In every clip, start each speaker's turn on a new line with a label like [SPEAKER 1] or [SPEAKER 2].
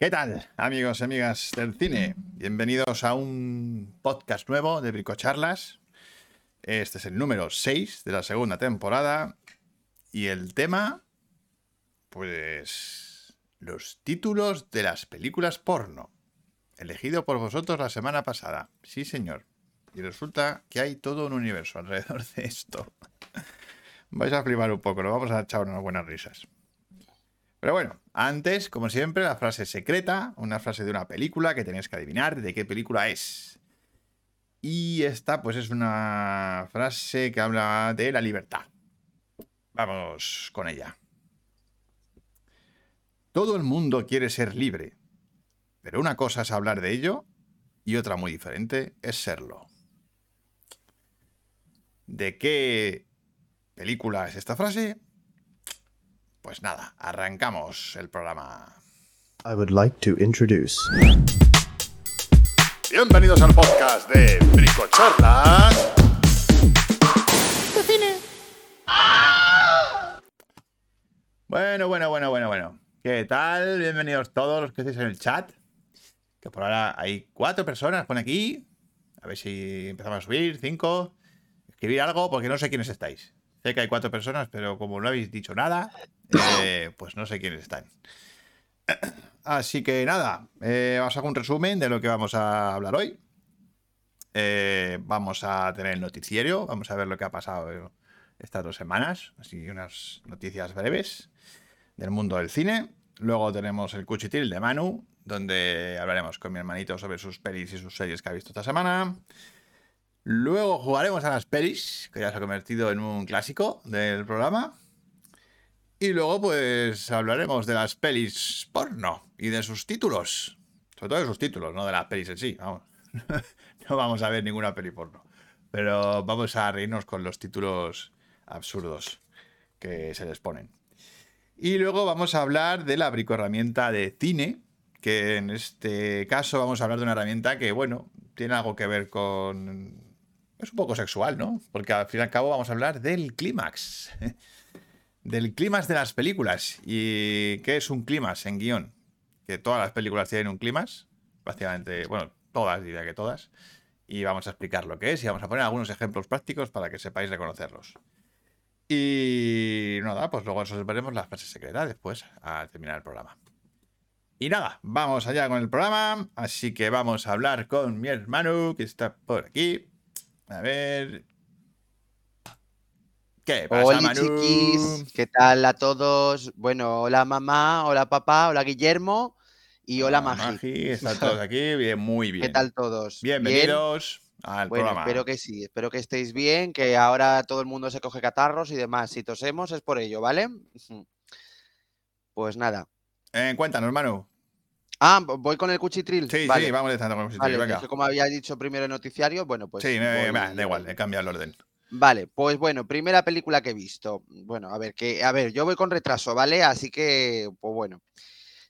[SPEAKER 1] ¿Qué tal, amigos y amigas del cine? Bienvenidos a un podcast nuevo de Bricocharlas. Este es el número 6 de la segunda temporada. Y el tema, pues, los títulos de las películas porno. Elegido por vosotros la semana pasada. Sí, señor. Y resulta que hay todo un universo alrededor de esto. Vais a flipar un poco, lo vamos a echar unas buenas risas. Pero bueno, antes, como siempre, la frase secreta, una frase de una película que tenéis que adivinar de qué película es. Y esta, pues, es una frase que habla de la libertad. Vamos con ella. Todo el mundo quiere ser libre, pero una cosa es hablar de ello y otra muy diferente es serlo. ¿De qué película es esta frase? Pues nada, arrancamos el programa.
[SPEAKER 2] I would like to introduce.
[SPEAKER 1] Bienvenidos al podcast de Bricocharlas. Bueno, bueno, bueno, bueno, bueno. ¿Qué tal? Bienvenidos todos los que estáis en el chat. Que por ahora hay cuatro personas, pone aquí. A ver si empezamos a subir, cinco. Escribir algo, porque no sé quiénes estáis. Sé que hay cuatro personas, pero como no habéis dicho nada, eh, pues no sé quiénes están. Así que nada, eh, vamos a hacer un resumen de lo que vamos a hablar hoy. Eh, vamos a tener el noticiero, vamos a ver lo que ha pasado estas dos semanas, así unas noticias breves del mundo del cine. Luego tenemos el cuchitil de Manu, donde hablaremos con mi hermanito sobre sus pelis y sus series que ha visto esta semana. Luego jugaremos a las pelis, que ya se ha convertido en un clásico del programa. Y luego, pues, hablaremos de las pelis porno y de sus títulos. Sobre todo de sus títulos, no de las pelis en sí. Vamos. no vamos a ver ninguna peli porno. Pero vamos a reírnos con los títulos absurdos que se les ponen. Y luego vamos a hablar de la bricoherramienta de cine, que en este caso vamos a hablar de una herramienta que, bueno, tiene algo que ver con... Es un poco sexual, ¿no? Porque al fin y al cabo vamos a hablar del clímax. del clímax de las películas. ¿Y qué es un clímax en guión? Que todas las películas tienen un clímax, prácticamente, bueno, todas, diría que todas. Y vamos a explicar lo que es y vamos a poner algunos ejemplos prácticos para que sepáis reconocerlos. Y nada, pues luego nos veremos las frases secretas después al terminar el programa. Y nada, vamos allá con el programa. Así que vamos a hablar con mi hermano que está por aquí. A ver. ¿Qué pasa,
[SPEAKER 3] Hola
[SPEAKER 1] Manu?
[SPEAKER 3] chiquis, ¿qué tal a todos? Bueno, hola mamá, hola papá, hola Guillermo y hola, Magi.
[SPEAKER 1] Están todos aquí, bien, muy bien.
[SPEAKER 3] ¿Qué tal todos? ¿Bien?
[SPEAKER 1] Bienvenidos al
[SPEAKER 3] Bueno,
[SPEAKER 1] programa.
[SPEAKER 3] espero que sí, espero que estéis bien, que ahora todo el mundo se coge catarros y demás. Si tosemos es por ello, ¿vale? Ujú. Pues nada.
[SPEAKER 1] Eh, cuéntanos, Manu.
[SPEAKER 3] Ah, voy con el cuchitril.
[SPEAKER 1] Sí,
[SPEAKER 3] vale.
[SPEAKER 1] sí, vamos dejando con el sitio,
[SPEAKER 3] Vale,
[SPEAKER 1] venga.
[SPEAKER 3] es que como había dicho primero el noticiario, bueno, pues.
[SPEAKER 1] sí, me- me-
[SPEAKER 3] voy-
[SPEAKER 1] da igual, he cambiado el orden.
[SPEAKER 3] Vale, pues bueno, primera película que he visto. Bueno, a ver, que, a ver, yo voy con retraso, ¿vale? Así que, pues bueno.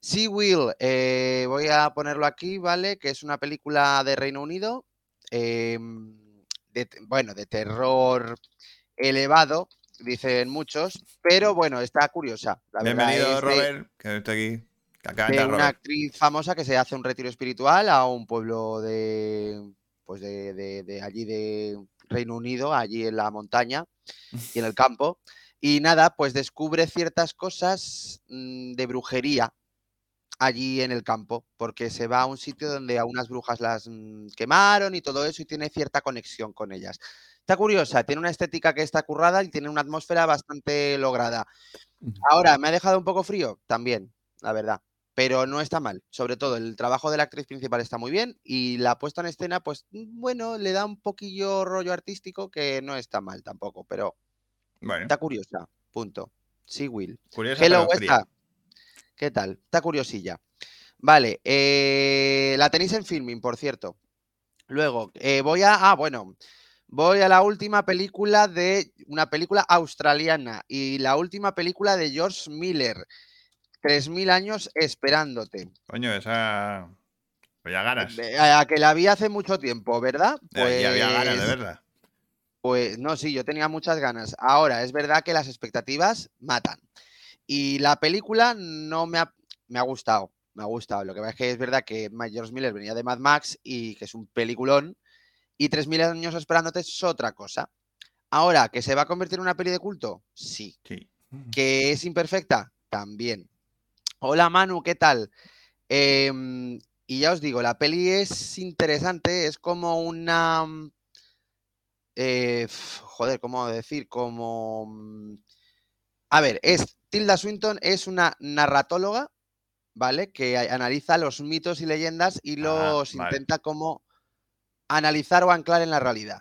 [SPEAKER 3] Sea Will, eh, voy a ponerlo aquí, ¿vale? Que es una película de Reino Unido, em, de te- bueno, de terror elevado, dicen muchos, pero bueno, está curiosa. La verdad
[SPEAKER 1] Bienvenido,
[SPEAKER 3] es de-
[SPEAKER 1] Robert, que está aquí. Que acaba de entrar
[SPEAKER 3] de este una
[SPEAKER 1] Robert.
[SPEAKER 3] actriz famosa que se hace un retiro espiritual a un pueblo de pues de, de- de allí de Reino Unido, allí en la montaña y en el campo. Y nada, pues descubre ciertas cosas mm, de brujería allí en el campo, porque se va a un sitio donde a unas brujas las mm, quemaron y todo eso y tiene cierta conexión con ellas. Está curiosa, tiene una estética que está currada y tiene una atmósfera bastante lograda. Ahora, me ha dejado un poco frío también, la verdad. Pero no está mal. Sobre todo, el trabajo de la actriz principal está muy bien y la puesta en escena, pues mm, bueno, le da un poquillo rollo artístico que no está mal tampoco, pero
[SPEAKER 1] Bueno,
[SPEAKER 3] está curiosa. Punto. Sí, Will.
[SPEAKER 1] curiosa,
[SPEAKER 3] Hello,
[SPEAKER 1] pero fría.
[SPEAKER 3] Westa. ¿Qué tal? Está curiosilla. Vale, eh, la tenéis en filming, por cierto. Luego, eh, voy a. Ah, bueno. Voy a la última película de. Una película australiana. Y la última película de George Miller. 3000 años esperándote.
[SPEAKER 1] Coño, esa... Había ganas.
[SPEAKER 3] Eh, A que la vi hace mucho tiempo, ¿verdad?
[SPEAKER 1] Eh, ya había ganas, de
[SPEAKER 3] Pues-
[SPEAKER 1] verdad.
[SPEAKER 3] pues no, sí, yo tenía muchas ganas. Ahora, es verdad que las expectativas matan. Y la película no me ha, me ha gustado. me ha gustado. Lo que pasa es que es verdad que George Miller venía de Mad Max y que es un peliculón. Y 3.000 años esperándote es otra cosa. Ahora, ¿que se va a convertir en una peli de culto? Sí.
[SPEAKER 1] Sí.
[SPEAKER 3] ¿Que es imperfecta? También. Hola Manu, ¿qué tal? Eh, y ya os digo, la peli es interesante, es como una... mm, eh, f- joder, ¿cómo decir? Como... mm, A ver, es, Tilda Swinton es una narratóloga, ¿vale? Que a- analiza los mitos y leyendas y los
[SPEAKER 1] vale.
[SPEAKER 3] intenta como analizar o anclar en la realidad,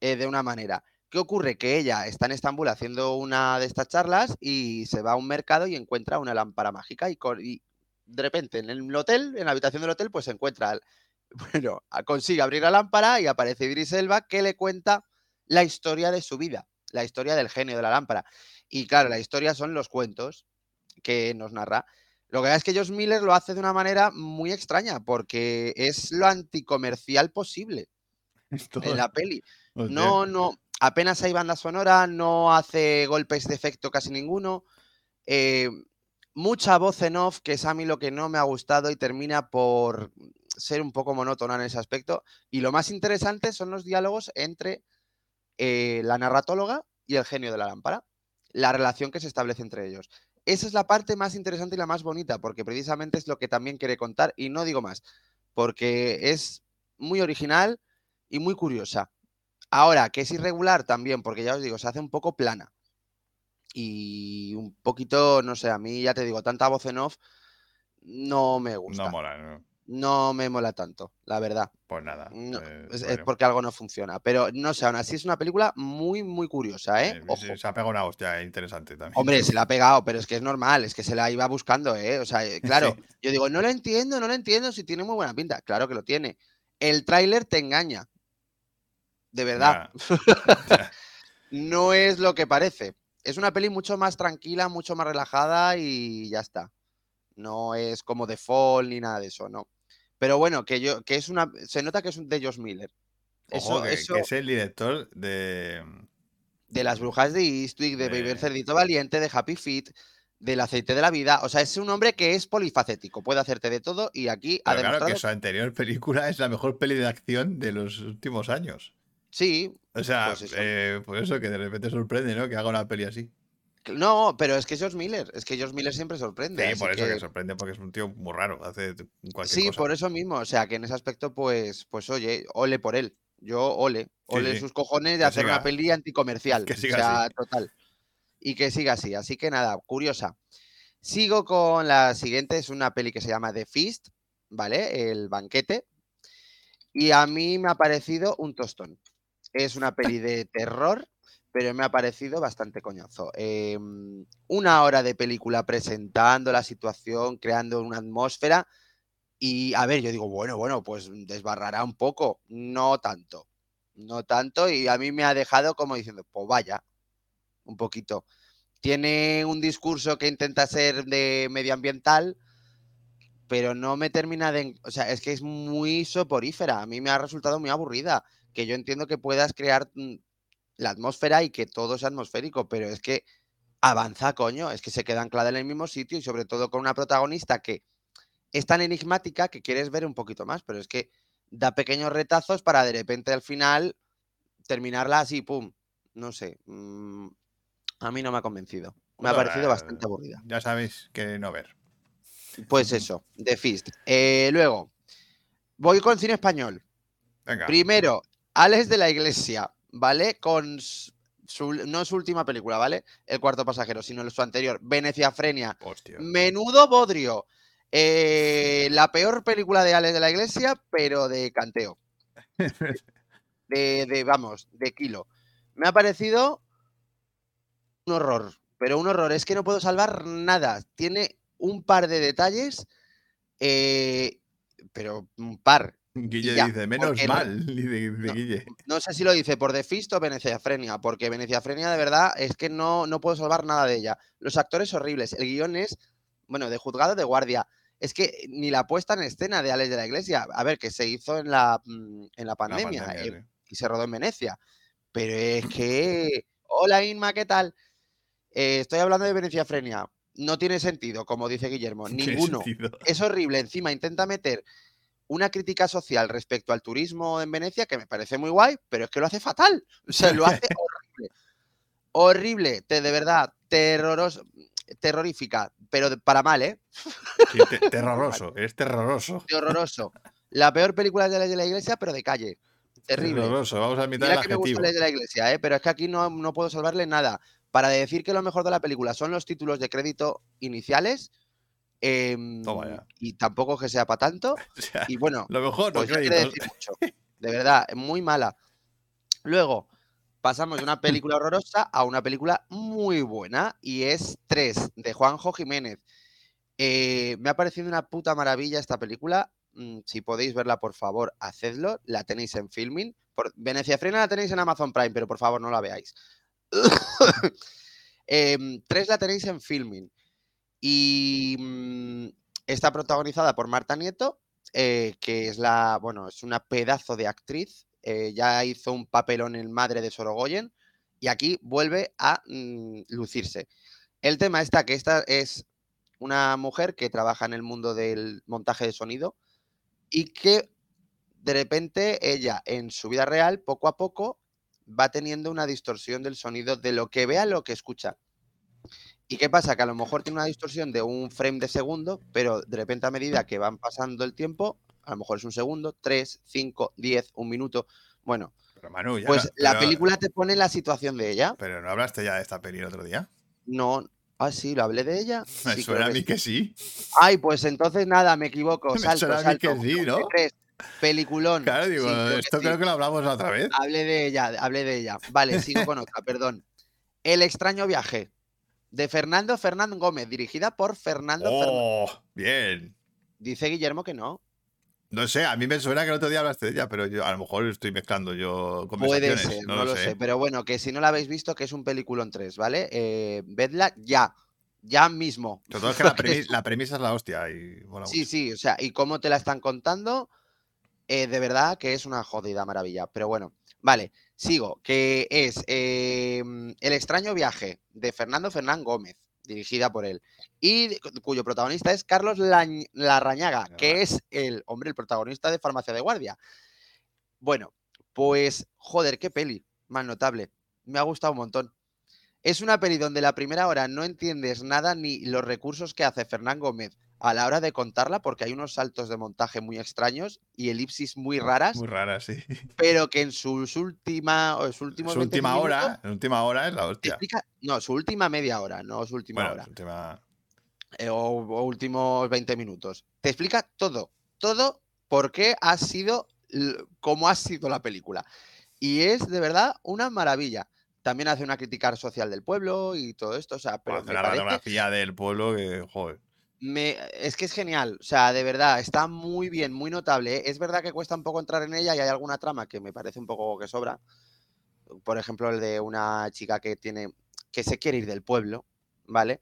[SPEAKER 3] eh, de una manera. ¿Qué ocurre? Que ella está en Estambul haciendo una de estas charlas y se va a un mercado y encuentra una lámpara mágica y, co- y de repente en el hotel, en la habitación del hotel, pues se encuentra, al- bueno, a- consigue abrir la lámpara y aparece Idris Elba que le cuenta la historia de su vida, la historia del genio de la lámpara. Y claro, la historia son los cuentos que nos narra. Lo que pasa es que Josh Miller lo hace de una manera muy extraña porque es lo anticomercial posible
[SPEAKER 1] Esto-
[SPEAKER 3] en la peli.
[SPEAKER 1] hostia.
[SPEAKER 3] No, no. Apenas hay banda sonora, no hace golpes de efecto casi ninguno. eh, mucha voz en off, que es a mí lo que no me ha gustado y termina por ser un poco monótona en ese aspecto. Y lo más interesante son los diálogos entre eh, la narratóloga y el genio de la lámpara, la relación que se establece entre ellos. Esa es la parte más interesante y la más bonita, porque precisamente es lo que también quiere contar, y no digo más, porque es muy original y muy curiosa. Ahora, que es irregular también, porque ya os digo, se hace un poco plana. Y un poquito, no sé, a mí ya te digo, tanta voz en off no me gusta.
[SPEAKER 1] No mola, no.
[SPEAKER 3] No me mola tanto, la verdad.
[SPEAKER 1] Pues nada.
[SPEAKER 3] No,
[SPEAKER 1] eh,
[SPEAKER 3] es, es
[SPEAKER 1] bueno.
[SPEAKER 3] porque algo no funciona. Pero no sé, aún así es una película muy, muy curiosa, ¿eh?
[SPEAKER 1] Eh,
[SPEAKER 3] Ojo.
[SPEAKER 1] Se, se ha pegado una hostia interesante también.
[SPEAKER 3] Hombre, se la ha pegado, pero es que es normal, es que se la iba buscando, ¿eh? O sea, eh, claro,
[SPEAKER 1] Sí.
[SPEAKER 3] yo digo, no lo entiendo, no lo entiendo, si tiene muy buena pinta. Claro que lo tiene. El tráiler te engaña. De verdad.
[SPEAKER 1] Ya.
[SPEAKER 3] no es lo que parece. Es una peli mucho más tranquila, mucho más relajada y ya está. No es como The Fall ni nada de eso, no. Pero bueno, que yo, que es una. Se nota que es un de Josh Miller. Eso,
[SPEAKER 1] Ojo, que,
[SPEAKER 3] eso
[SPEAKER 1] que es el director de.
[SPEAKER 3] de las brujas de Eastwick, de Baby
[SPEAKER 1] Eh.
[SPEAKER 3] el Cerdito Valiente, de Happy Feet, del aceite de la vida. O sea, es un hombre que es polifacético, puede hacerte de todo y aquí ha
[SPEAKER 1] Pero claro,
[SPEAKER 3] demostrado.
[SPEAKER 1] que su anterior película es la mejor peli de acción de los últimos años.
[SPEAKER 3] Sí,
[SPEAKER 1] O sea,
[SPEAKER 3] Pues eso.
[SPEAKER 1] eh, por eso que de repente sorprende, ¿no? Que haga una peli así.
[SPEAKER 3] cl- no, pero es que es Josh Miller. Es que Josh Miller siempre
[SPEAKER 1] Sí,
[SPEAKER 3] sorprende. así
[SPEAKER 1] por eso que...
[SPEAKER 3] que-
[SPEAKER 1] sorprende, porque es un tío muy raro, hace t- cualquier
[SPEAKER 3] Sí,
[SPEAKER 1] cosa.
[SPEAKER 3] por eso mismo. O sea, que en ese aspecto, pues, pues oye, ole por él. Yo ole. Ole
[SPEAKER 1] sí.
[SPEAKER 3] sus cojones de
[SPEAKER 1] Que
[SPEAKER 3] hacer
[SPEAKER 1] siga.
[SPEAKER 3] una peli anticomercial.
[SPEAKER 1] Que siga
[SPEAKER 3] o sea, total. Y que siga así. Así que nada, curiosa. Sigo con la siguiente. Es una peli que se llama The Feast, ¿vale? El banquete. Y a mí me ha parecido un tostón. Es una peli de terror, pero me ha parecido bastante coñazo. Eh, una hora de película presentando la situación, creando una atmósfera. Y a ver, yo digo, bueno, bueno, pues desbarrará un poco. No tanto. No tanto. Y a mí me ha dejado como diciendo, pues vaya, un poquito. Tiene un discurso que intenta ser de medioambiental, pero no me termina de... en- O sea, es que es muy soporífera. A mí me ha resultado muy aburrida. Que yo entiendo que puedas crear mm, la atmósfera y que todo sea atmosférico, pero es que avanza, coño. Es que se queda anclada en el mismo sitio y sobre todo con una protagonista que es tan enigmática que quieres ver un poquito más, pero es que da pequeños retazos para de repente al final terminarla así, pum. No sé. mm, a mí no me ha convencido. Me ha
[SPEAKER 1] Bueno,
[SPEAKER 3] parecido
[SPEAKER 1] la-
[SPEAKER 3] bastante aburrida.
[SPEAKER 1] Ya sabéis que no ver.
[SPEAKER 3] Pues eso, The Fist. Eh, luego, voy con cine español.
[SPEAKER 1] Venga.
[SPEAKER 3] Primero, Alex de la Iglesia, ¿vale? Con s- su, no su última película, ¿vale? El cuarto pasajero, sino su anterior, Venecia Frenia.
[SPEAKER 1] Hostia.
[SPEAKER 3] Menudo bodrio. Eh, la peor película de Alex de la Iglesia, pero de canteo. De, de, vamos, de kilo. Me ha parecido un horror, pero un horror. Es que no puedo salvar nada. Tiene un par de detalles, eh, pero un par.
[SPEAKER 1] Guille
[SPEAKER 3] y ya,
[SPEAKER 1] dice, menos
[SPEAKER 3] porque no-
[SPEAKER 1] mal. dice- dice
[SPEAKER 3] no.
[SPEAKER 1] Guille.
[SPEAKER 3] No sé si lo dice por Defisto o Veneciafrenia, porque Veneciafrenia de verdad es que no, no puedo salvar nada de ella. Los actores horribles, el guión es, bueno, de juzgado de guardia. Es que ni la puesta en escena de Alex de la Iglesia, a ver, que se hizo en la, mm, en la
[SPEAKER 1] La
[SPEAKER 3] pandemia, eh,
[SPEAKER 1] pandemia, sí.
[SPEAKER 3] y se rodó en Venecia. Pero es que. Hola Inma, ¿qué tal? Eh, estoy hablando de Venecia Frenia. No tiene sentido, como dice Guillermo.
[SPEAKER 1] ¿Qué
[SPEAKER 3] Ninguno.
[SPEAKER 1] sentido?
[SPEAKER 3] Es horrible. Encima intenta meter una crítica social respecto al turismo en Venecia, que me parece muy guay, pero es que lo hace fatal. O sea, lo hace horrible. Horrible, te, de verdad, terroros- terrorífica, pero de- para mal, ¿eh?
[SPEAKER 1] Sí, te- terroroso, es terroroso.
[SPEAKER 3] De horroroso. La peor película de la, de la iglesia, pero de calle. Terrible.
[SPEAKER 1] Terroroso, vamos a admitir el
[SPEAKER 3] Mira que me gusta
[SPEAKER 1] adjetivo.
[SPEAKER 3] la de la iglesia, ¿eh? pero es que aquí no, no puedo salvarle nada. Para decir que lo mejor de la película son los títulos de crédito iniciales. em,
[SPEAKER 1] Toma ya.
[SPEAKER 3] y tampoco que sea para tanto.
[SPEAKER 1] O sea,
[SPEAKER 3] Y bueno,
[SPEAKER 1] lo mejor, los
[SPEAKER 3] pues ya quiere
[SPEAKER 1] créditos.
[SPEAKER 3] decir mucho. De verdad, es muy mala. Luego, pasamos de una película horrorosa a una película muy buena y es 3 de Juanjo Jiménez. Eh, me ha parecido una puta maravilla esta película. Mm, Si podéis verla, por favor, hacedlo. La tenéis en filming. Por... Venecia Frena la tenéis en Amazon Prime, pero por favor no la veáis. Em, tres la tenéis en filming. Y mm, está protagonizada por Marta Nieto, eh, que es la, bueno, es una pedazo de actriz. eh, ya hizo un papelón en Madre de Sorogoyen y aquí vuelve a mm, lucirse. El tema está que esta es una mujer que trabaja en el mundo del montaje de sonido y que de repente ella en su vida real, poco a poco, va teniendo una distorsión del sonido de lo que ve a lo que escucha. ¿Y qué pasa? Que a lo mejor tiene una distorsión de un frame de segundo, pero de repente a medida que van pasando el tiempo, a lo mejor es un segundo, tres, cinco, diez, un minuto. Bueno,
[SPEAKER 1] Pero Manu, ya
[SPEAKER 3] pues
[SPEAKER 1] no-
[SPEAKER 3] la
[SPEAKER 1] pero-
[SPEAKER 3] película te pone la situación de ella.
[SPEAKER 1] Pero no hablaste ya de esta peli el otro día.
[SPEAKER 3] No, ah, sí, lo hablé de ella.
[SPEAKER 1] Me
[SPEAKER 3] Sí,
[SPEAKER 1] suena
[SPEAKER 3] creo
[SPEAKER 1] a
[SPEAKER 3] que
[SPEAKER 1] mí
[SPEAKER 3] sí.
[SPEAKER 1] que sí.
[SPEAKER 3] Ay, pues entonces nada, me equivoco.
[SPEAKER 1] Me
[SPEAKER 3] Salto,
[SPEAKER 1] suena a mí
[SPEAKER 3] salto.
[SPEAKER 1] que sí, ¿no?
[SPEAKER 3] Tres, peliculón.
[SPEAKER 1] Claro,
[SPEAKER 3] Sí,
[SPEAKER 1] digo,
[SPEAKER 3] creo que
[SPEAKER 1] esto
[SPEAKER 3] sí.
[SPEAKER 1] creo que lo hablamos la otra vez.
[SPEAKER 3] Hablé de ella, hablé de ella. Vale, sigo con otra, perdón. El extraño viaje de Fernando Fernán Gómez, dirigida por Fernando Fernán.
[SPEAKER 1] Oh, bien.
[SPEAKER 3] Dice Guillermo que no.
[SPEAKER 1] No sé, a mí me suena que el otro día hablaste de ella, pero yo a lo mejor estoy mezclando yo
[SPEAKER 3] Puede
[SPEAKER 1] conversaciones.
[SPEAKER 3] ser,
[SPEAKER 1] no, lo sé.
[SPEAKER 3] Pero bueno, que si no la habéis visto, que es un peliculón 3, ¿vale? Eh, vedla ya, ya mismo.
[SPEAKER 1] Sobre todo es que la, premi- la premisa es la hostia y mola
[SPEAKER 3] Pues Sí,
[SPEAKER 1] mucho.
[SPEAKER 3] sí, o sea, y cómo te la están contando, eh, de verdad que es una jodida maravilla. Pero bueno, vale, sigo, que es eh, mm, El extraño viaje de Fernando Fernán Gómez, dirigida por él, y de- cu- cuyo protagonista es Carlos Lañ- Larrañaga, que es el hombre, el protagonista de Farmacia de Guardia. Bueno, pues, joder, qué peli, más notable. Me ha gustado un montón. Es una peli donde la primera hora no entiendes nada ni los recursos que hace Fernán Gómez a la hora de contarla, porque hay unos saltos de montaje muy extraños y elipsis muy raras,
[SPEAKER 1] Ah, Muy rara, sí.
[SPEAKER 3] pero que en sus última, o sus últimos
[SPEAKER 1] Su
[SPEAKER 3] 20
[SPEAKER 1] última
[SPEAKER 3] minutos
[SPEAKER 1] hora, su última hora es la
[SPEAKER 3] te
[SPEAKER 1] hostia.
[SPEAKER 3] explica- no, su última media hora, no su última
[SPEAKER 1] Bueno,
[SPEAKER 3] hora,
[SPEAKER 1] su última-
[SPEAKER 3] eh, o, o últimos 20 minutos. Te explica todo, todo por qué ha sido l- como ha sido la película. Y es de verdad una maravilla. También hace una crítica social del pueblo y todo esto, o sea, pero
[SPEAKER 1] hace
[SPEAKER 3] me
[SPEAKER 1] una
[SPEAKER 3] parece-
[SPEAKER 1] radiografía del pueblo que, joder.
[SPEAKER 3] me- es que es genial, o sea, de verdad, está muy bien, muy notable. ¿eh? Es verdad que cuesta un poco entrar en ella y hay alguna trama que me parece un poco que sobra. Por ejemplo, el de una chica que tiene, que se quiere ir del pueblo, ¿vale?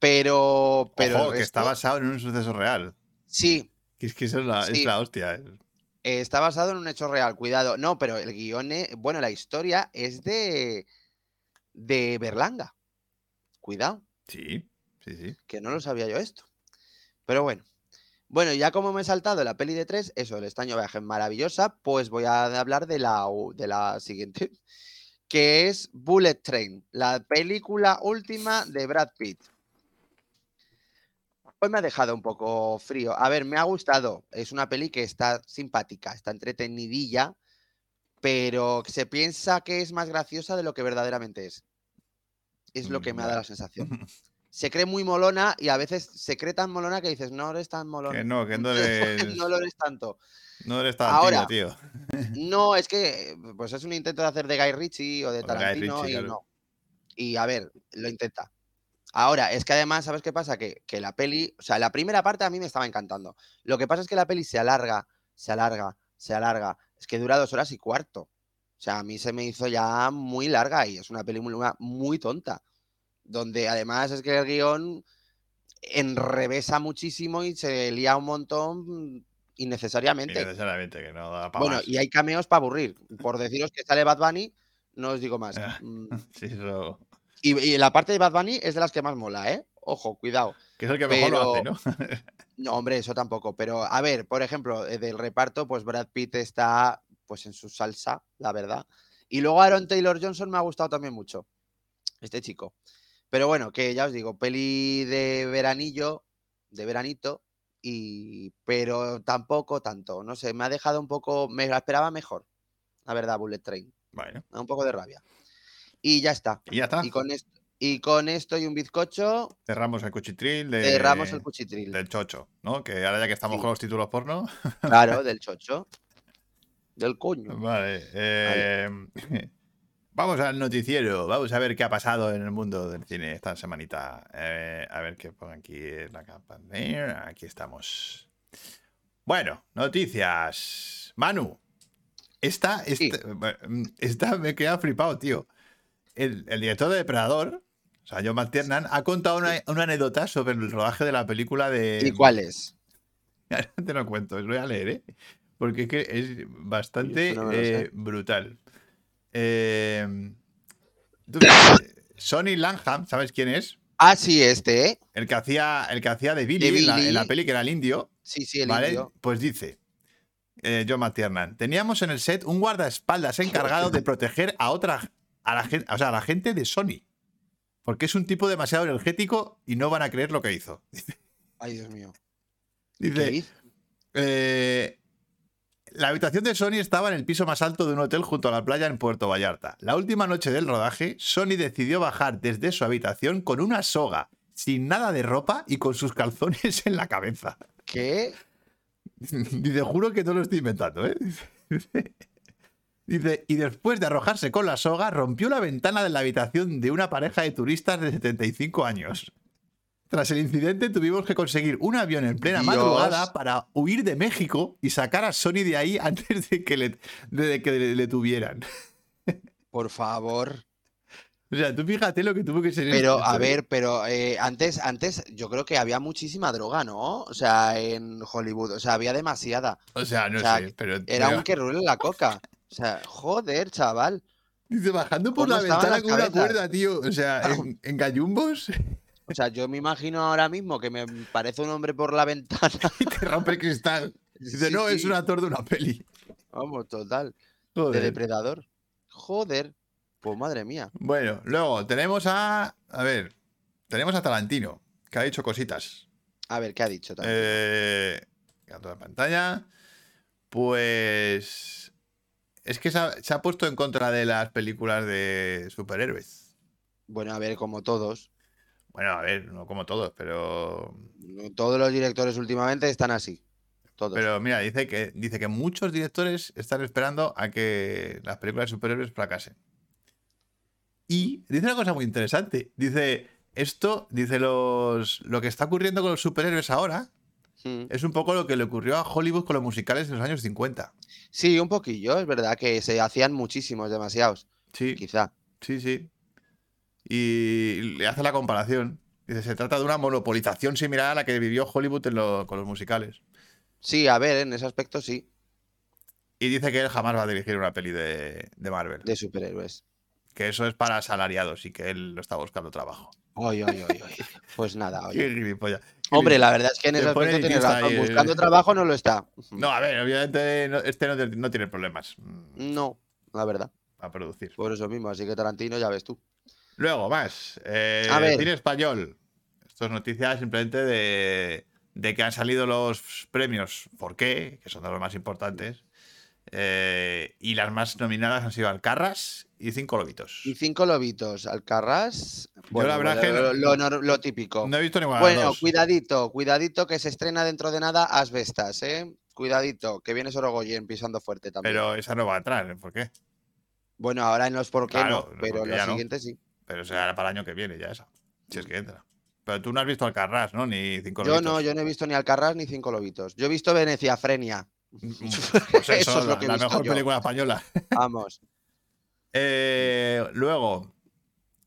[SPEAKER 3] Pero, pero. el
[SPEAKER 1] Ojo, que está
[SPEAKER 3] resto-
[SPEAKER 1] basado en un suceso real.
[SPEAKER 3] Sí,
[SPEAKER 1] Que es que eso es la, es
[SPEAKER 3] Sí.
[SPEAKER 1] la hostia. eh.
[SPEAKER 3] eh, está basado en un hecho real, cuidado. No, pero el guión, es- bueno, la historia es de. de Berlanga. Cuidado.
[SPEAKER 1] Sí, sí, sí.
[SPEAKER 3] que no lo sabía yo esto. Pero bueno. Bueno, ya como me he saltado la peli de tres, eso, el estaño viaje es maravillosa, pues voy a hablar de la, u- de la siguiente, que es Bullet Train, la película última de Brad Pitt. Pues me ha dejado un poco frío. A ver, me ha gustado. Es una peli que está simpática, está entretenidilla, pero se piensa que es más graciosa de lo que verdaderamente es. Es lo que me ha dado la sensación se cree muy molona y a veces se cree tan molona que dices, no eres tan molona.
[SPEAKER 1] Que no, que no eres,
[SPEAKER 3] no lo eres tanto.
[SPEAKER 1] no eres tan antiguo,
[SPEAKER 3] Ahora,
[SPEAKER 1] tío.
[SPEAKER 3] No, es que pues es un intento de hacer de Guy Ritchie o de
[SPEAKER 1] Guy
[SPEAKER 3] Tarantino
[SPEAKER 1] Ritchie,
[SPEAKER 3] y
[SPEAKER 1] claro.
[SPEAKER 3] no. Y a ver, lo intenta. Ahora, es que además, ¿sabes qué pasa? Que, que la peli, o sea, la primera parte a mí me estaba encantando. Lo que pasa es que la peli se alarga, se alarga, se alarga. Es que dura dos horas y cuarto. O sea, a mí se me hizo ya muy larga y es una película muy tonta. Donde además es que el guión enrevesa muchísimo y se lía un montón
[SPEAKER 1] Que
[SPEAKER 3] innecesariamente.
[SPEAKER 1] necesariamente, que no da para
[SPEAKER 3] Bueno, y hay cameos para aburrir. Por deciros que sale Bad Bunny, no os digo más.
[SPEAKER 1] Ah.
[SPEAKER 3] Mm,
[SPEAKER 1] Sí, eso-
[SPEAKER 3] Y, y la parte de Bad Bunny es de las que más mola, ¿eh? Ojo, cuidado.
[SPEAKER 1] Que es el que mejor lo hace, ¿no?
[SPEAKER 3] Pero- No, hombre, eso tampoco. Pero, a ver, por ejemplo, eh, del reparto, pues Brad Pitt está pues en su salsa, la verdad. Y luego Aaron Taylor Johnson me ha gustado también mucho. Este chico. Pero bueno, que ya os digo, peli de veranillo, de veranito, y pero tampoco tanto. No sé, me ha dejado un poco. Me la esperaba mejor. La verdad, Bullet Train.
[SPEAKER 1] Bueno,
[SPEAKER 3] Me da un poco de rabia. Y ya está.
[SPEAKER 1] y ya está.
[SPEAKER 3] Y con esto, y con esto y un bizcocho,
[SPEAKER 1] Cerramos el cuchitril de,
[SPEAKER 3] cerramos el cuchitril.
[SPEAKER 1] Eh, del chocho, ¿no? Que ahora ya que estamos
[SPEAKER 3] Sí.
[SPEAKER 1] con los títulos porno.
[SPEAKER 3] Claro, del chocho. Del coño.
[SPEAKER 1] Vale. eh, vamos al noticiero. Vamos a ver qué ha pasado en el mundo del cine esta semanita. Eh, a ver qué pongo aquí en la campaña. Aquí estamos. Bueno, noticias. Manu. Esta,
[SPEAKER 3] Sí.
[SPEAKER 1] esta, esta me he quedado flipado, tío. El, el director de Depredador, o sea, John McTiernan, ha contado una, una anécdota sobre el rodaje de la película de.
[SPEAKER 3] ¿Y cuál es?
[SPEAKER 1] Ahora te lo cuento, os lo voy a leer, ¿eh? Porque es que es bastante
[SPEAKER 3] no me lo sé.
[SPEAKER 1] eh, brutal. Eh, entonces, eh, Sonny Lanham, ¿sabes quién es?
[SPEAKER 3] Ah, sí, este, ¿eh?
[SPEAKER 1] El que hacía, el que hacía de Billy,
[SPEAKER 3] De
[SPEAKER 1] En, la, en la
[SPEAKER 3] Billy.
[SPEAKER 1] peli, que era el indio,
[SPEAKER 3] Sí, sí, el
[SPEAKER 1] ¿vale?
[SPEAKER 3] indio.
[SPEAKER 1] Pues dice eh, John McTiernan, teníamos en el set un guardaespaldas encargado de proteger a otra, a la gente, o sea, a la gente de Sony. Porque es un tipo demasiado energético y no van a creer lo que hizo.
[SPEAKER 3] Ay, Dios mío. ¿Qué
[SPEAKER 1] Dice,
[SPEAKER 3] dice?
[SPEAKER 1] Eh, la habitación de Sony estaba en el piso más alto de un hotel junto a la playa en Puerto Vallarta. La última noche del rodaje, Sony decidió bajar desde su habitación con una soga, sin nada de ropa y con sus calzones en la cabeza.
[SPEAKER 3] ¿Qué?
[SPEAKER 1] Dice, juro que no lo estoy inventando, ¿eh? Dice, y después de arrojarse con la soga, rompió la ventana de la habitación de una pareja de turistas de 75 años. Tras el incidente tuvimos que conseguir un avión en plena
[SPEAKER 3] Dios.
[SPEAKER 1] madrugada para huir de México y sacar a Sony de ahí antes de que le, de que le, le tuvieran.
[SPEAKER 3] Por favor.
[SPEAKER 1] O sea, tú fíjate lo que tuvo que ser.
[SPEAKER 3] Pero,
[SPEAKER 1] esto,
[SPEAKER 3] a
[SPEAKER 1] ¿eh?
[SPEAKER 3] ver, pero eh, antes, antes yo creo que había muchísima droga, ¿no? O sea, en Hollywood. O sea, había demasiada.
[SPEAKER 1] O sea, no
[SPEAKER 3] o sea,
[SPEAKER 1] sé, pero...
[SPEAKER 3] Era
[SPEAKER 1] pero-
[SPEAKER 3] un que rule la coca. O sea, joder, chaval.
[SPEAKER 1] Dice, bajando por
[SPEAKER 3] ¿Cómo
[SPEAKER 1] la
[SPEAKER 3] estaban
[SPEAKER 1] ventana
[SPEAKER 3] las
[SPEAKER 1] con una
[SPEAKER 3] cabezas?
[SPEAKER 1] cuerda, tío. O sea, en, en gallumbos
[SPEAKER 3] O sea, yo me imagino ahora mismo que me parece un hombre por la ventana.
[SPEAKER 1] y te rompe el cristal. Dice,
[SPEAKER 3] Sí,
[SPEAKER 1] no, es
[SPEAKER 3] sí.
[SPEAKER 1] un actor de una peli.
[SPEAKER 3] Vamos, total. De
[SPEAKER 1] Joder.
[SPEAKER 3] depredador. Joder. Pues madre mía.
[SPEAKER 1] Bueno, luego tenemos a. A ver, tenemos a Tarantino, que ha dicho cositas.
[SPEAKER 3] A ver, ¿qué ha dicho también?
[SPEAKER 1] Eh, gato de pantalla. Pues. Es que se ha, se ha puesto en contra de las películas de superhéroes.
[SPEAKER 3] Bueno, a ver, como todos.
[SPEAKER 1] Bueno, a ver, no como todos, pero.
[SPEAKER 3] no Todos los directores últimamente están así. Todos.
[SPEAKER 1] Pero mira, dice que, dice que muchos directores están esperando a que las películas de superhéroes fracasen. Y dice una cosa muy interesante. Dice, esto, dice los, lo que está ocurriendo con los superhéroes ahora
[SPEAKER 3] Mm.
[SPEAKER 1] es un poco lo que le ocurrió a Hollywood con los musicales en los años 50.
[SPEAKER 3] Sí, un poquillo, es verdad que se hacían muchísimos, demasiados,
[SPEAKER 1] Sí,
[SPEAKER 3] quizá.
[SPEAKER 1] sí, sí. Y le hace la comparación. Dice, se trata de una monopolización similar a la que vivió Hollywood en lo- con los musicales.
[SPEAKER 3] Sí, a ver, en ese aspecto sí,
[SPEAKER 1] Y dice que él jamás va a dirigir una peli de, de Marvel.
[SPEAKER 3] de superhéroes.
[SPEAKER 1] que eso es para asalariados y que él lo está buscando trabajo.
[SPEAKER 3] Oy, oy, oy, oy. Pues nada, oye.
[SPEAKER 1] Qué gilipollas.
[SPEAKER 3] Hombre, la verdad es que en
[SPEAKER 1] Te
[SPEAKER 3] ese
[SPEAKER 1] pone
[SPEAKER 3] aspecto tienes
[SPEAKER 1] lista ahí,
[SPEAKER 3] razón.
[SPEAKER 1] eh.
[SPEAKER 3] Buscando trabajo no lo está.
[SPEAKER 1] No, a ver, obviamente no- este no, te- no tiene problemas mm,
[SPEAKER 3] No, la verdad.
[SPEAKER 1] a producir.
[SPEAKER 3] Por eso mismo, así que Tarantino, ya ves tú.
[SPEAKER 1] Luego, más. Eh,
[SPEAKER 3] A ver.
[SPEAKER 1] Cine español. Esto es noticia simplemente de, de que han salido los premios ¿Por qué? Que son de los más importantes. Eh, y las más nominadas han sido Alcarras y Cinco Lobitos.
[SPEAKER 3] Y cinco lobitos, Alcarrás.
[SPEAKER 1] la verdad
[SPEAKER 3] bueno,
[SPEAKER 1] es que no-
[SPEAKER 3] lo, lo nor- lo típico.
[SPEAKER 1] No he visto ninguna de las
[SPEAKER 3] Bueno,
[SPEAKER 1] dos.
[SPEAKER 3] cuidadito, cuidadito que se estrena dentro de nada Asbestas, ¿eh? Cuidadito, que viene Sorogoyen pisando fuerte también.
[SPEAKER 1] Pero esa no va a entrar, ¿eh? ¿por qué?
[SPEAKER 3] bueno, ahora en los por qué
[SPEAKER 1] Claro,
[SPEAKER 3] no,
[SPEAKER 1] los
[SPEAKER 3] pero
[SPEAKER 1] por qué
[SPEAKER 3] los
[SPEAKER 1] ya no.
[SPEAKER 3] siguientes sí.
[SPEAKER 1] Pero será para el año que viene ya esa. Si es que entra. Pero tú no has visto Alcarrás, ¿no? Ni Cinco
[SPEAKER 3] Yo
[SPEAKER 1] Lobitos.
[SPEAKER 3] no, yo no he visto ni Alcarrás ni Cinco Lobitos. Yo he visto Veneciafrenia.
[SPEAKER 1] Pues eso,
[SPEAKER 3] Eso es lo
[SPEAKER 1] la-
[SPEAKER 3] que he
[SPEAKER 1] la
[SPEAKER 3] visto
[SPEAKER 1] mejor
[SPEAKER 3] yo.
[SPEAKER 1] película española.
[SPEAKER 3] Vamos.
[SPEAKER 1] Eh, luego,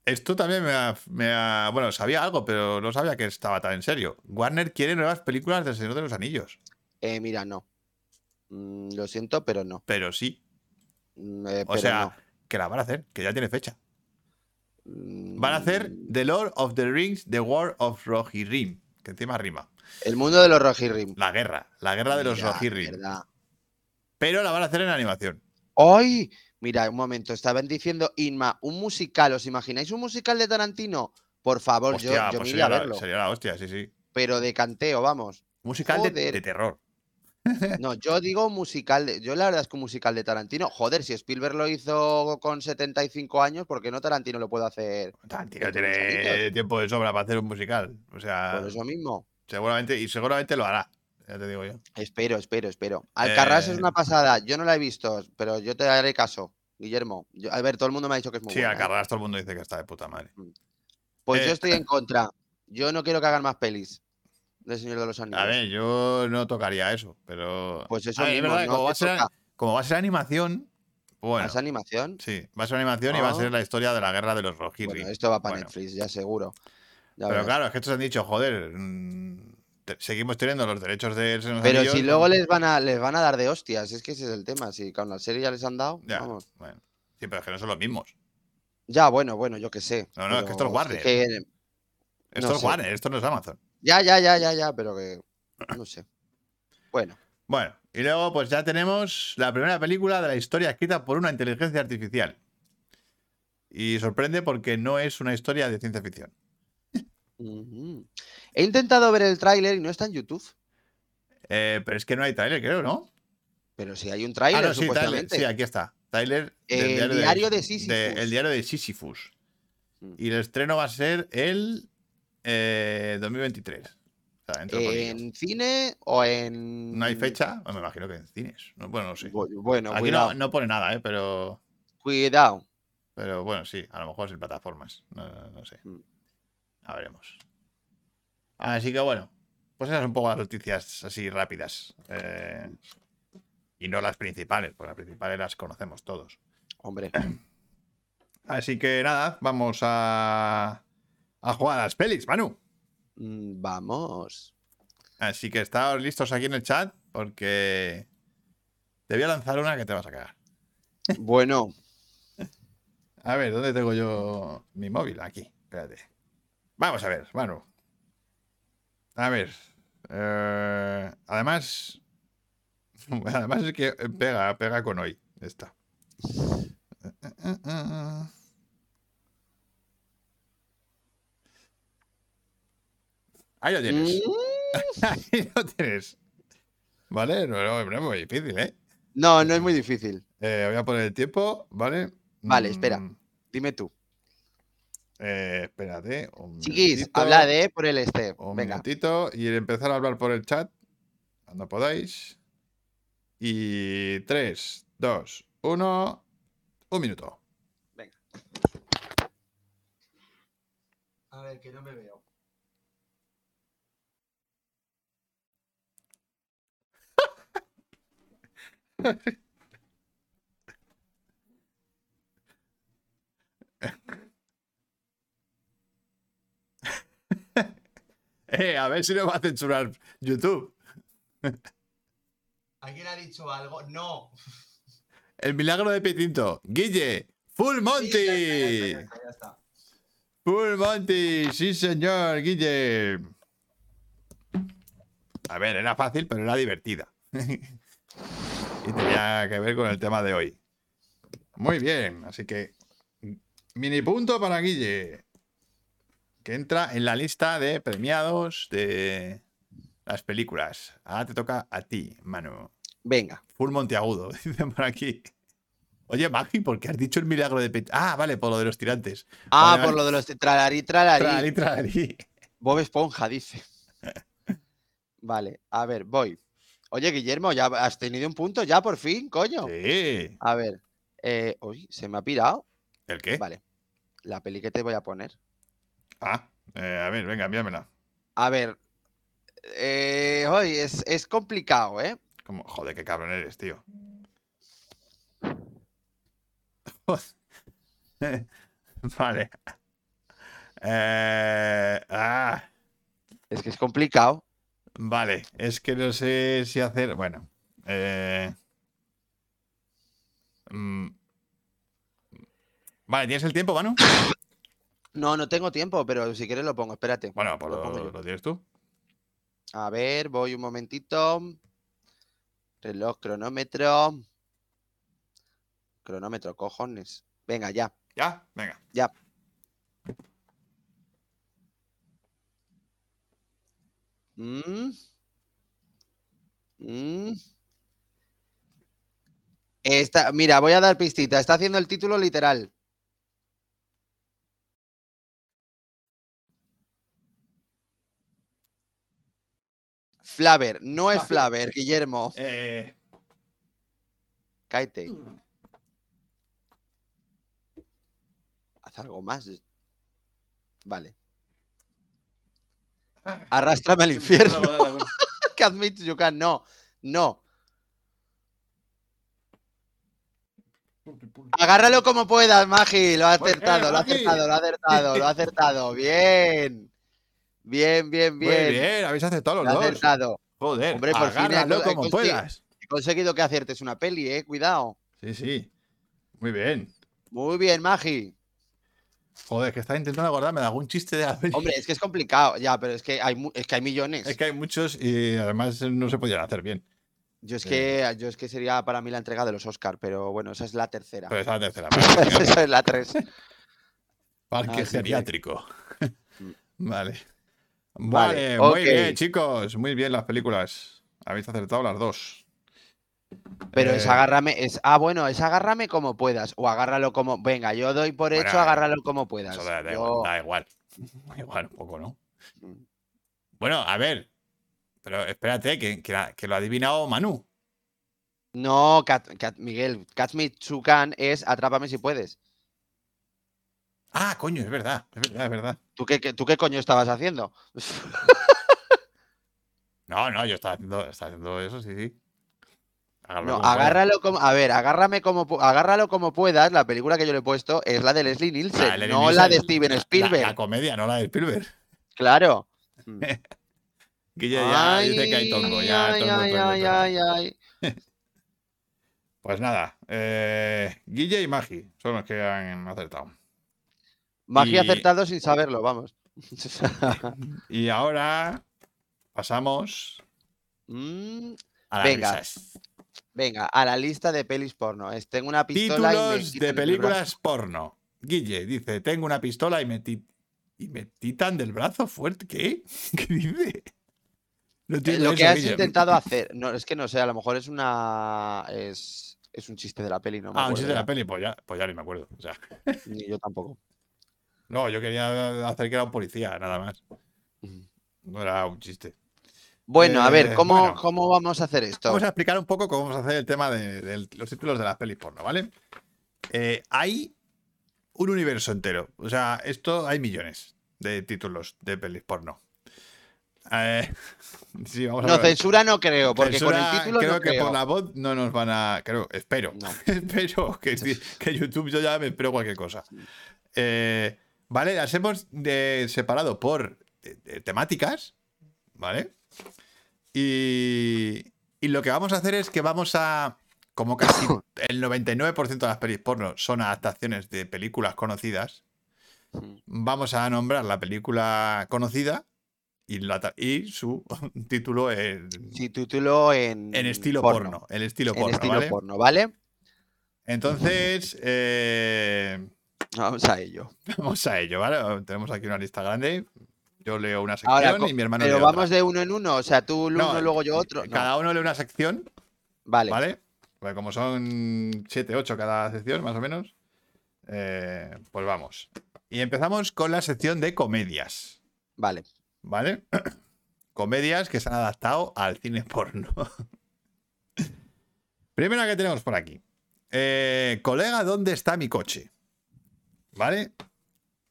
[SPEAKER 1] esto también me ha, me ha- Bueno, sabía algo, pero no sabía que estaba tan en serio. Warner quiere nuevas películas del Señor de los Anillos.
[SPEAKER 3] Eh, mira, no. Mm, lo siento, pero no.
[SPEAKER 1] Pero sí,
[SPEAKER 3] Mm, eh,
[SPEAKER 1] o
[SPEAKER 3] pero
[SPEAKER 1] sea,
[SPEAKER 3] no.
[SPEAKER 1] que la van a hacer, que ya tiene fecha. Van a hacer
[SPEAKER 3] Mm,
[SPEAKER 1] The Lord of the Rings, The War of Rohirrim. Que encima rima.
[SPEAKER 3] El mundo de los Rohirrim.
[SPEAKER 1] La guerra. La guerra de los
[SPEAKER 3] Mira,
[SPEAKER 1] Rohirrim.
[SPEAKER 3] verdad.
[SPEAKER 1] Pero la van a hacer en animación.
[SPEAKER 3] ¡Ay! Mira, un momento, estaban diciendo Inma, un musical, ¿os imagináis un musical de Tarantino? Por favor, yo-
[SPEAKER 1] Hostia,
[SPEAKER 3] yo,
[SPEAKER 1] pues
[SPEAKER 3] me iría
[SPEAKER 1] sería
[SPEAKER 3] a
[SPEAKER 1] la,
[SPEAKER 3] verlo,
[SPEAKER 1] sería la hostia, sí, sí.
[SPEAKER 3] pero de canteo, vamos.
[SPEAKER 1] Musical de,
[SPEAKER 3] Joder.
[SPEAKER 1] de terror.
[SPEAKER 3] No, yo digo musical, de- yo la verdad es que un musical de Tarantino, joder, si Spielberg lo hizo con 75 años, ¿por qué no Tarantino lo puede hacer?
[SPEAKER 1] Tarantino
[SPEAKER 3] Con los
[SPEAKER 1] tiene
[SPEAKER 3] amigos.
[SPEAKER 1] tiempo de sobra para hacer un musical. O sea,
[SPEAKER 3] Por eso mismo.
[SPEAKER 1] seguramente, y seguramente lo hará. Ya te digo yo.
[SPEAKER 3] Espero, espero, espero. Alcarrás es
[SPEAKER 1] Eh,
[SPEAKER 3] una pasada, yo no la he visto, pero yo te haré caso, Guillermo. Yo- a ver, todo el mundo me ha dicho que es muy
[SPEAKER 1] sí,
[SPEAKER 3] buena,
[SPEAKER 1] a
[SPEAKER 3] ¿eh?
[SPEAKER 1] Carras todo el mundo dice que está de puta madre.
[SPEAKER 3] Pues
[SPEAKER 1] Eh.
[SPEAKER 3] yo estoy en contra. Yo no quiero que hagan más pelis del Señor de los Anillos.
[SPEAKER 1] A ver, yo no tocaría eso, pero.
[SPEAKER 3] Pues eso
[SPEAKER 1] A ver, Ah, es
[SPEAKER 3] mismo,
[SPEAKER 1] verdad,
[SPEAKER 3] no
[SPEAKER 1] como,
[SPEAKER 3] te
[SPEAKER 1] va a ser,
[SPEAKER 3] toca.
[SPEAKER 1] como va a ser animación, bueno,
[SPEAKER 3] ¿Más animación?
[SPEAKER 1] sí, va a ser animación y va a
[SPEAKER 3] Ah.
[SPEAKER 1] ser la historia de la guerra de los Rohirrim.
[SPEAKER 3] Bueno, esto va para
[SPEAKER 1] Bueno,
[SPEAKER 3] Netflix, ya seguro. Ya
[SPEAKER 1] Pero
[SPEAKER 3] verás.
[SPEAKER 1] claro, es que estos han dicho, joder, mm, te- seguimos teniendo los derechos de. mm". Señor de los
[SPEAKER 3] Pero si
[SPEAKER 1] Anillos,
[SPEAKER 3] luego les van a les van a dar de hostias, es que ese es el tema. Si con la serie ya les han dado,
[SPEAKER 1] Ya,
[SPEAKER 3] vamos.
[SPEAKER 1] bueno. Sí, pero es que no son los mismos.
[SPEAKER 3] Ya, bueno, bueno, yo qué sé.
[SPEAKER 1] No, no, es que esto es
[SPEAKER 3] pero
[SPEAKER 1] Warner.
[SPEAKER 3] que-
[SPEAKER 1] Esto
[SPEAKER 3] No
[SPEAKER 1] es
[SPEAKER 3] sé.
[SPEAKER 1] Warner, esto no es Amazon.
[SPEAKER 3] ya, ya, ya, ya, ya, pero que no sé. Bueno,
[SPEAKER 1] Bueno, y luego pues ya tenemos la primera película de la historia escrita por una inteligencia artificial. Y sorprende porque no es una historia de ciencia ficción.
[SPEAKER 3] ujú. he intentado ver el tráiler y no está en YouTube,
[SPEAKER 1] Eh, pero es que no hay trailer, creo, ¿no?
[SPEAKER 3] pero si hay un
[SPEAKER 1] Ah,
[SPEAKER 3] tráiler
[SPEAKER 1] no, sí, Tyler,
[SPEAKER 3] supuestamente.
[SPEAKER 1] sí, aquí está. Tyler, del
[SPEAKER 3] El diario de Sísifus.
[SPEAKER 1] El diario de Sisyphus.
[SPEAKER 3] Mm.
[SPEAKER 1] Y el estreno va a ser el eh, 2023. O sea, dentro de poquillo.
[SPEAKER 3] en cine o en
[SPEAKER 1] No hay fecha, Bueno, me imagino que en cines. No, Bueno, no sé.
[SPEAKER 3] Bu- Bueno,
[SPEAKER 1] Aquí
[SPEAKER 3] cuidado,
[SPEAKER 1] no, no pone nada, ¿eh? pero,
[SPEAKER 3] cuidado.
[SPEAKER 1] pero bueno, sí, a lo mejor es en plataformas. No, no- no sé.
[SPEAKER 3] Mm.
[SPEAKER 1] A veremos. Así que bueno, pues esas son un poco las noticias así rápidas. eh, y no las principales, porque las principales las conocemos todos.
[SPEAKER 3] Hombre,
[SPEAKER 1] Así que nada, vamos a, a jugar a las pelis, Manu.
[SPEAKER 3] mm, vamos.
[SPEAKER 1] Así que estáos listos aquí en el chat porque te voy a lanzar una que te vas a cagar.
[SPEAKER 3] Bueno,
[SPEAKER 1] A ver, ¿dónde tengo yo mi móvil? Aquí, espérate. Vamos a ver, Manu. A ver. eh, además. Además es que pega, pega con hoy. Esta. Ahí lo tienes.
[SPEAKER 3] mm,
[SPEAKER 1] Ahí lo tienes. Vale, no, no, no es muy difícil, ¿eh?
[SPEAKER 3] no, no es muy difícil.
[SPEAKER 1] Eh, Voy a poner el tiempo, ¿vale?
[SPEAKER 3] Vale, espera.
[SPEAKER 1] Mm,
[SPEAKER 3] Dime tú.
[SPEAKER 1] eh, espérate. un
[SPEAKER 3] Chiquis,
[SPEAKER 1] minutito,
[SPEAKER 3] hablad eh, por el este.
[SPEAKER 1] Un
[SPEAKER 3] Venga.
[SPEAKER 1] minutito y empezar a hablar por el chat cuando podáis. Y 3, 2, 1, un minuto.
[SPEAKER 4] A ver, que no me veo.
[SPEAKER 1] Eh, a ver si no va a censurar YouTube.
[SPEAKER 4] ¿Alguien ha dicho algo? No.
[SPEAKER 1] El milagro de Petinto. Guille, Full Monty.
[SPEAKER 4] Sí, ya está, ya está, ya está, ya está.
[SPEAKER 1] Full Monty, sí señor, Guille. A ver, era fácil, pero era divertida. y tenía que ver con el tema de hoy. Muy bien, así que mini punto para Guille, que entra en la lista de premiados de las películas. Ahora te toca a ti, Manu.
[SPEAKER 3] Venga.
[SPEAKER 1] Full Monteagudo, dicen por aquí. Oye, Magi, ¿por qué has dicho el milagro de Pet? Ah, vale, por lo de los tirantes.
[SPEAKER 3] Ah,
[SPEAKER 1] Vale,
[SPEAKER 3] por
[SPEAKER 1] vale.
[SPEAKER 3] lo de los tralarí, tralarí.
[SPEAKER 1] Tralí, tralí.
[SPEAKER 3] Bob Esponja dice. vale, a ver, voy. Oye, Guillermo, ya has tenido un punto ya por fin, coño.
[SPEAKER 1] Sí.
[SPEAKER 3] A ver. eh, uy, se me ha pirado.
[SPEAKER 1] ¿El qué?
[SPEAKER 3] Vale. La peli que te voy a poner.
[SPEAKER 1] Ah, eh, a ver, venga, envíamela.
[SPEAKER 3] A ver. eh, hoy es, es complicado, ¿eh?
[SPEAKER 1] Como, joder, qué cabrón eres, tío. vale. Eh, ah,
[SPEAKER 3] Es que es complicado.
[SPEAKER 1] vale, es que no sé si hacer. Bueno. eh, mm. Vale, ¿tienes el tiempo, Manu?
[SPEAKER 3] No, no tengo tiempo, pero si quieres lo pongo, espérate.
[SPEAKER 1] Bueno, pues
[SPEAKER 3] Lo
[SPEAKER 1] lo,
[SPEAKER 3] pongo yo.
[SPEAKER 1] lo tienes tú.
[SPEAKER 3] A ver, voy un momentito. Reloj, cronómetro. Cronómetro, cojones. Venga, ya.
[SPEAKER 1] ¿Ya? Venga.
[SPEAKER 3] Mm. Mm. Está, mira, voy a dar pistita. Está haciendo el título literal. Flaver, no es Flaver, Guillermo.
[SPEAKER 1] Eh,
[SPEAKER 3] Cáete. Haz algo más. Vale. Arrástrame al infierno. que admit you can. No, no. Agárralo como puedas, Magi. Lo ha
[SPEAKER 1] Muy bien,
[SPEAKER 3] acertado, lo ha
[SPEAKER 1] eh, Magi.
[SPEAKER 3] acertado, lo ha acertado, lo ha acertado. Bien. Bien, bien,
[SPEAKER 1] Muy
[SPEAKER 3] bien.
[SPEAKER 1] bien. habéis aceptado
[SPEAKER 3] Lo
[SPEAKER 1] los
[SPEAKER 3] ha
[SPEAKER 1] dos.
[SPEAKER 3] acertado.
[SPEAKER 1] Joder,
[SPEAKER 3] Hombre, por fin he
[SPEAKER 1] agárralo
[SPEAKER 3] acor- he
[SPEAKER 1] como
[SPEAKER 3] consi-
[SPEAKER 1] puedas.
[SPEAKER 3] He conseguido que aciertes una peli, eh. Cuidado.
[SPEAKER 1] Sí, sí. Muy bien.
[SPEAKER 3] Muy bien, Magi.
[SPEAKER 1] Joder, que estaba intentando acordarme de algún chiste de la peli.
[SPEAKER 3] Hombre, es que es complicado. Ya, pero es que hay, mu- es que hay millones.
[SPEAKER 1] Es que hay muchos y además no se podían hacer bien.
[SPEAKER 3] Yo es que, yo es que sería para mí la entrega de los Oscar, pero bueno, esa es la tercera.
[SPEAKER 1] Pero esa es la tercera.
[SPEAKER 3] Esa es la tres. Ah,
[SPEAKER 1] Parque
[SPEAKER 3] Así que-
[SPEAKER 1] geriátrico.
[SPEAKER 3] Mm.
[SPEAKER 1] vale. Vale,
[SPEAKER 3] Vale,
[SPEAKER 1] muy
[SPEAKER 3] ok.
[SPEAKER 1] bien, chicos. Muy bien las películas. Habéis acertado las dos.
[SPEAKER 3] Pero
[SPEAKER 1] Eh,
[SPEAKER 3] es agárrame, es ah, bueno, es agárrame como puedas. O agárralo como. Venga, yo doy por
[SPEAKER 1] Bueno,
[SPEAKER 3] hecho, agárralo como puedas.
[SPEAKER 1] Eso da, da
[SPEAKER 3] Yo-
[SPEAKER 1] igual, da igual. Da igual, un poco, ¿no? Bueno, a ver. Pero espérate, que, que la- que lo ha adivinado Manu.
[SPEAKER 3] No, Cat- Cat- Miguel, Catch Me Chucan es atrápame si puedes.
[SPEAKER 1] Ah, coño, es verdad. Es verdad, es verdad.
[SPEAKER 3] ¿Tú qué, qué- tú qué coño estabas haciendo?
[SPEAKER 1] No, no, yo estaba haciendo, estaba haciendo eso, sí, sí. Agárralo
[SPEAKER 3] No,
[SPEAKER 1] como puedas.
[SPEAKER 3] agárralo como. A ver, agárrame como pu- agárralo como puedas. La película que yo le he puesto es la de Leslie Nielsen,
[SPEAKER 1] La de Leslie
[SPEAKER 3] no la de
[SPEAKER 1] Nielsen,
[SPEAKER 3] Steven
[SPEAKER 1] la- la-
[SPEAKER 3] Spielberg.
[SPEAKER 1] La, comedia, no la de Spielberg.
[SPEAKER 3] Claro.
[SPEAKER 1] Que ya, ya dice que hay tongo. Ya,
[SPEAKER 3] ay,
[SPEAKER 1] todo el mundo
[SPEAKER 3] ay,
[SPEAKER 1] coño,
[SPEAKER 3] ay,
[SPEAKER 1] pero-
[SPEAKER 3] ay, ay.
[SPEAKER 1] Pues nada, eh, Guille y Magi son los que han acertado.
[SPEAKER 3] Magia
[SPEAKER 1] Y-
[SPEAKER 3] acertado sin saberlo, vamos.
[SPEAKER 1] Y ahora pasamos
[SPEAKER 3] Mm,
[SPEAKER 1] a las
[SPEAKER 3] Venga,
[SPEAKER 1] risas.
[SPEAKER 3] Venga, a la lista de pelis porno. Es- Tengo una pistola y me
[SPEAKER 1] Títulos
[SPEAKER 3] quitan
[SPEAKER 1] de
[SPEAKER 3] el Eh, brazo.
[SPEAKER 1] películas porno. Guille dice, tengo una pistola y me, ti- y me titan del brazo fuerte. ¿Qué? ¿Qué dice? No
[SPEAKER 3] Eh,
[SPEAKER 1] entiendo
[SPEAKER 3] Lo que
[SPEAKER 1] eso,
[SPEAKER 3] has
[SPEAKER 1] Guille.
[SPEAKER 3] intentado hacer, no, es que no sé, a lo mejor es una es, es un chiste de la peli, no me
[SPEAKER 1] Ah, un
[SPEAKER 3] acuerdo
[SPEAKER 1] chiste de la
[SPEAKER 3] ya,
[SPEAKER 1] peli, pues ya, pues ya ni me acuerdo. O sea,
[SPEAKER 3] ni yo tampoco.
[SPEAKER 1] no, yo quería hacer que era un policía, nada más. No era un chiste.
[SPEAKER 3] Bueno, a
[SPEAKER 1] Eh,
[SPEAKER 3] ver, ¿cómo,
[SPEAKER 1] bueno.
[SPEAKER 3] ¿cómo vamos a hacer esto?
[SPEAKER 1] Vamos a explicar un poco cómo vamos a hacer el tema de, de los títulos de las pelis porno, ¿vale? Eh, hay un universo entero. O sea, esto hay millones de títulos de pelis porno. Eh, sí, vamos a
[SPEAKER 3] No,
[SPEAKER 1] ver.
[SPEAKER 3] censura no creo, porque
[SPEAKER 1] Censura,
[SPEAKER 3] con el título
[SPEAKER 1] creo
[SPEAKER 3] no
[SPEAKER 1] que
[SPEAKER 3] creo.
[SPEAKER 1] por la voz no nos van a. Creo, espero.
[SPEAKER 3] No.
[SPEAKER 1] espero que, sí, que YouTube yo ya me espero cualquier cosa. Eh, vale, las hemos de- separado por eh, eh, temáticas. ¿Vale? Y, y lo que vamos a hacer es que vamos a. Como casi el 99% de las pelis porno son adaptaciones de películas conocidas vamos a nombrar la película conocida y, la ta- y su título en,
[SPEAKER 3] Sí, título en,
[SPEAKER 1] en estilo porno. El estilo
[SPEAKER 3] Mm, En
[SPEAKER 1] porno,
[SPEAKER 3] estilo
[SPEAKER 1] ¿vale?
[SPEAKER 3] porno, ¿vale?
[SPEAKER 1] Entonces, eh,
[SPEAKER 3] Vamos a ello.
[SPEAKER 1] vamos a ello, ¿vale? Tenemos aquí una lista grande. Yo leo una sección
[SPEAKER 3] Ahora, co-
[SPEAKER 1] y mi hermano
[SPEAKER 3] Pero
[SPEAKER 1] lee
[SPEAKER 3] vamos
[SPEAKER 1] otra.
[SPEAKER 3] de uno en uno, o sea, tú
[SPEAKER 1] No, eh,
[SPEAKER 3] uno, luego yo otro. No,
[SPEAKER 1] Cada uno lee una sección,
[SPEAKER 3] Vale.
[SPEAKER 1] ¿vale? Porque como son 7, 8 cada sección, más o menos, eh, pues vamos. Y empezamos con la sección de comedias.
[SPEAKER 3] Vale.
[SPEAKER 1] ¿Vale? Comedias que se han adaptado al cine porno. Primera que tenemos por aquí. Eh, colega, ¿dónde está mi coche? ¿Vale?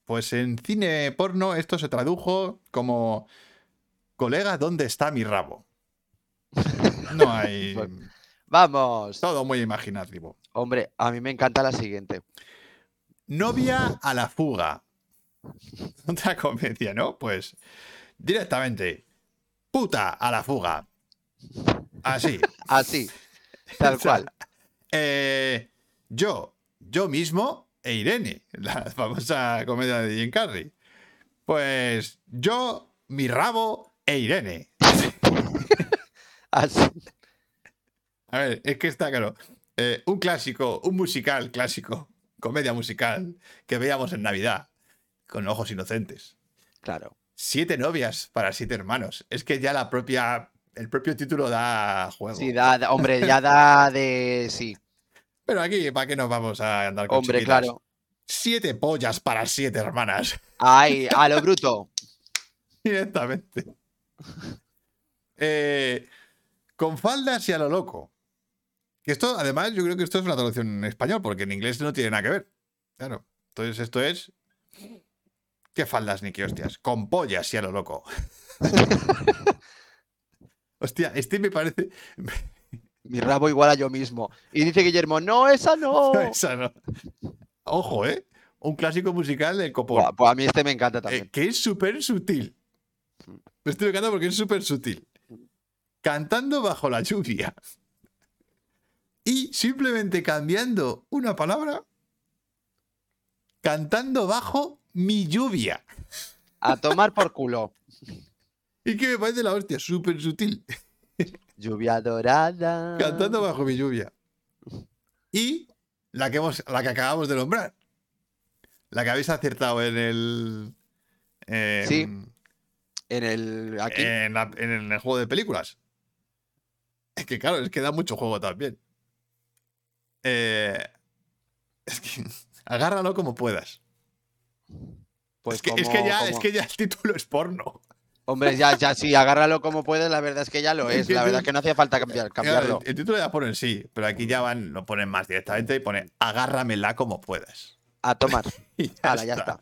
[SPEAKER 1] Pues en cine porno esto se tradujo como Colega, ¿dónde está mi rabo? No hay...
[SPEAKER 3] Vamos.
[SPEAKER 1] Todo muy imaginativo.
[SPEAKER 3] Hombre, a mí me encanta la siguiente.
[SPEAKER 1] Novia a la fuga. Otra comedia, ¿no? Pues directamente. Puta a la fuga. Así.
[SPEAKER 3] Así, tal
[SPEAKER 1] O sea,
[SPEAKER 3] cual.
[SPEAKER 1] eh, yo, yo mismo, e Irene, la famosa comedia de Jim Carrey. Pues yo, mi rabo e Irene.
[SPEAKER 3] Así.
[SPEAKER 1] A ver, es que está claro. eh, un clásico, un musical clásico, comedia musical, que veíamos en Navidad, con ojos inocentes.
[SPEAKER 3] Claro.
[SPEAKER 1] Siete novias para siete hermanos. Es que ya la propia, el propio título da juego.
[SPEAKER 3] Sí, da, da- hombre, ya da de. Sí,
[SPEAKER 1] Pero aquí, ¿para qué nos vamos a andar con
[SPEAKER 3] hombre,
[SPEAKER 1] chiquitas?
[SPEAKER 3] claro.
[SPEAKER 1] Siete pollas para siete hermanas.
[SPEAKER 3] Ay, a lo bruto.
[SPEAKER 1] Directamente. Eh, con faldas y a lo loco. Que esto, además, yo creo que esto es una traducción en español, porque en inglés no tiene nada que ver. Claro. Entonces, esto es. ¿Qué faldas ni qué hostias? Con pollas y a lo loco. Hostia, este me parece.
[SPEAKER 3] Mi rabo igual a yo mismo. Y dice Guillermo, no, esa no.
[SPEAKER 1] Esa no. Ojo, ¿eh? Un clásico musical del copón.
[SPEAKER 3] Buah, pues a mí este me encanta
[SPEAKER 1] Eh,
[SPEAKER 3] también.
[SPEAKER 1] que es súper sutil. Me estoy tocando porque es súper sutil. Cantando bajo la lluvia. Y simplemente cambiando una palabra. Cantando bajo mi lluvia.
[SPEAKER 3] A tomar por culo.
[SPEAKER 1] Y que me parece la hostia, súper sutil.
[SPEAKER 3] Lluvia dorada.
[SPEAKER 1] Cantando bajo mi lluvia. Y la que, hemos, la que acabamos de nombrar. La que habéis acertado en el. em,
[SPEAKER 3] Sí, En el. Aquí.
[SPEAKER 1] en, la- en el juego de películas. Es que claro, es que da mucho juego también. Eh, es que agárralo como puedas.
[SPEAKER 3] pues
[SPEAKER 1] es, que, es que
[SPEAKER 3] como-
[SPEAKER 1] ya, es
[SPEAKER 3] como-
[SPEAKER 1] que ya el título es porno.
[SPEAKER 3] Hombre, ya, ya, sí, agárralo como puedes. La verdad es que ya lo es. La verdad es que no hacía falta cambiar, cambiarlo.
[SPEAKER 1] El, el título ya pone en sí, pero aquí ya van, lo ponen más directamente y pone agárramela como puedas.
[SPEAKER 3] A tomar.
[SPEAKER 1] Y ya
[SPEAKER 3] Hala, ya está.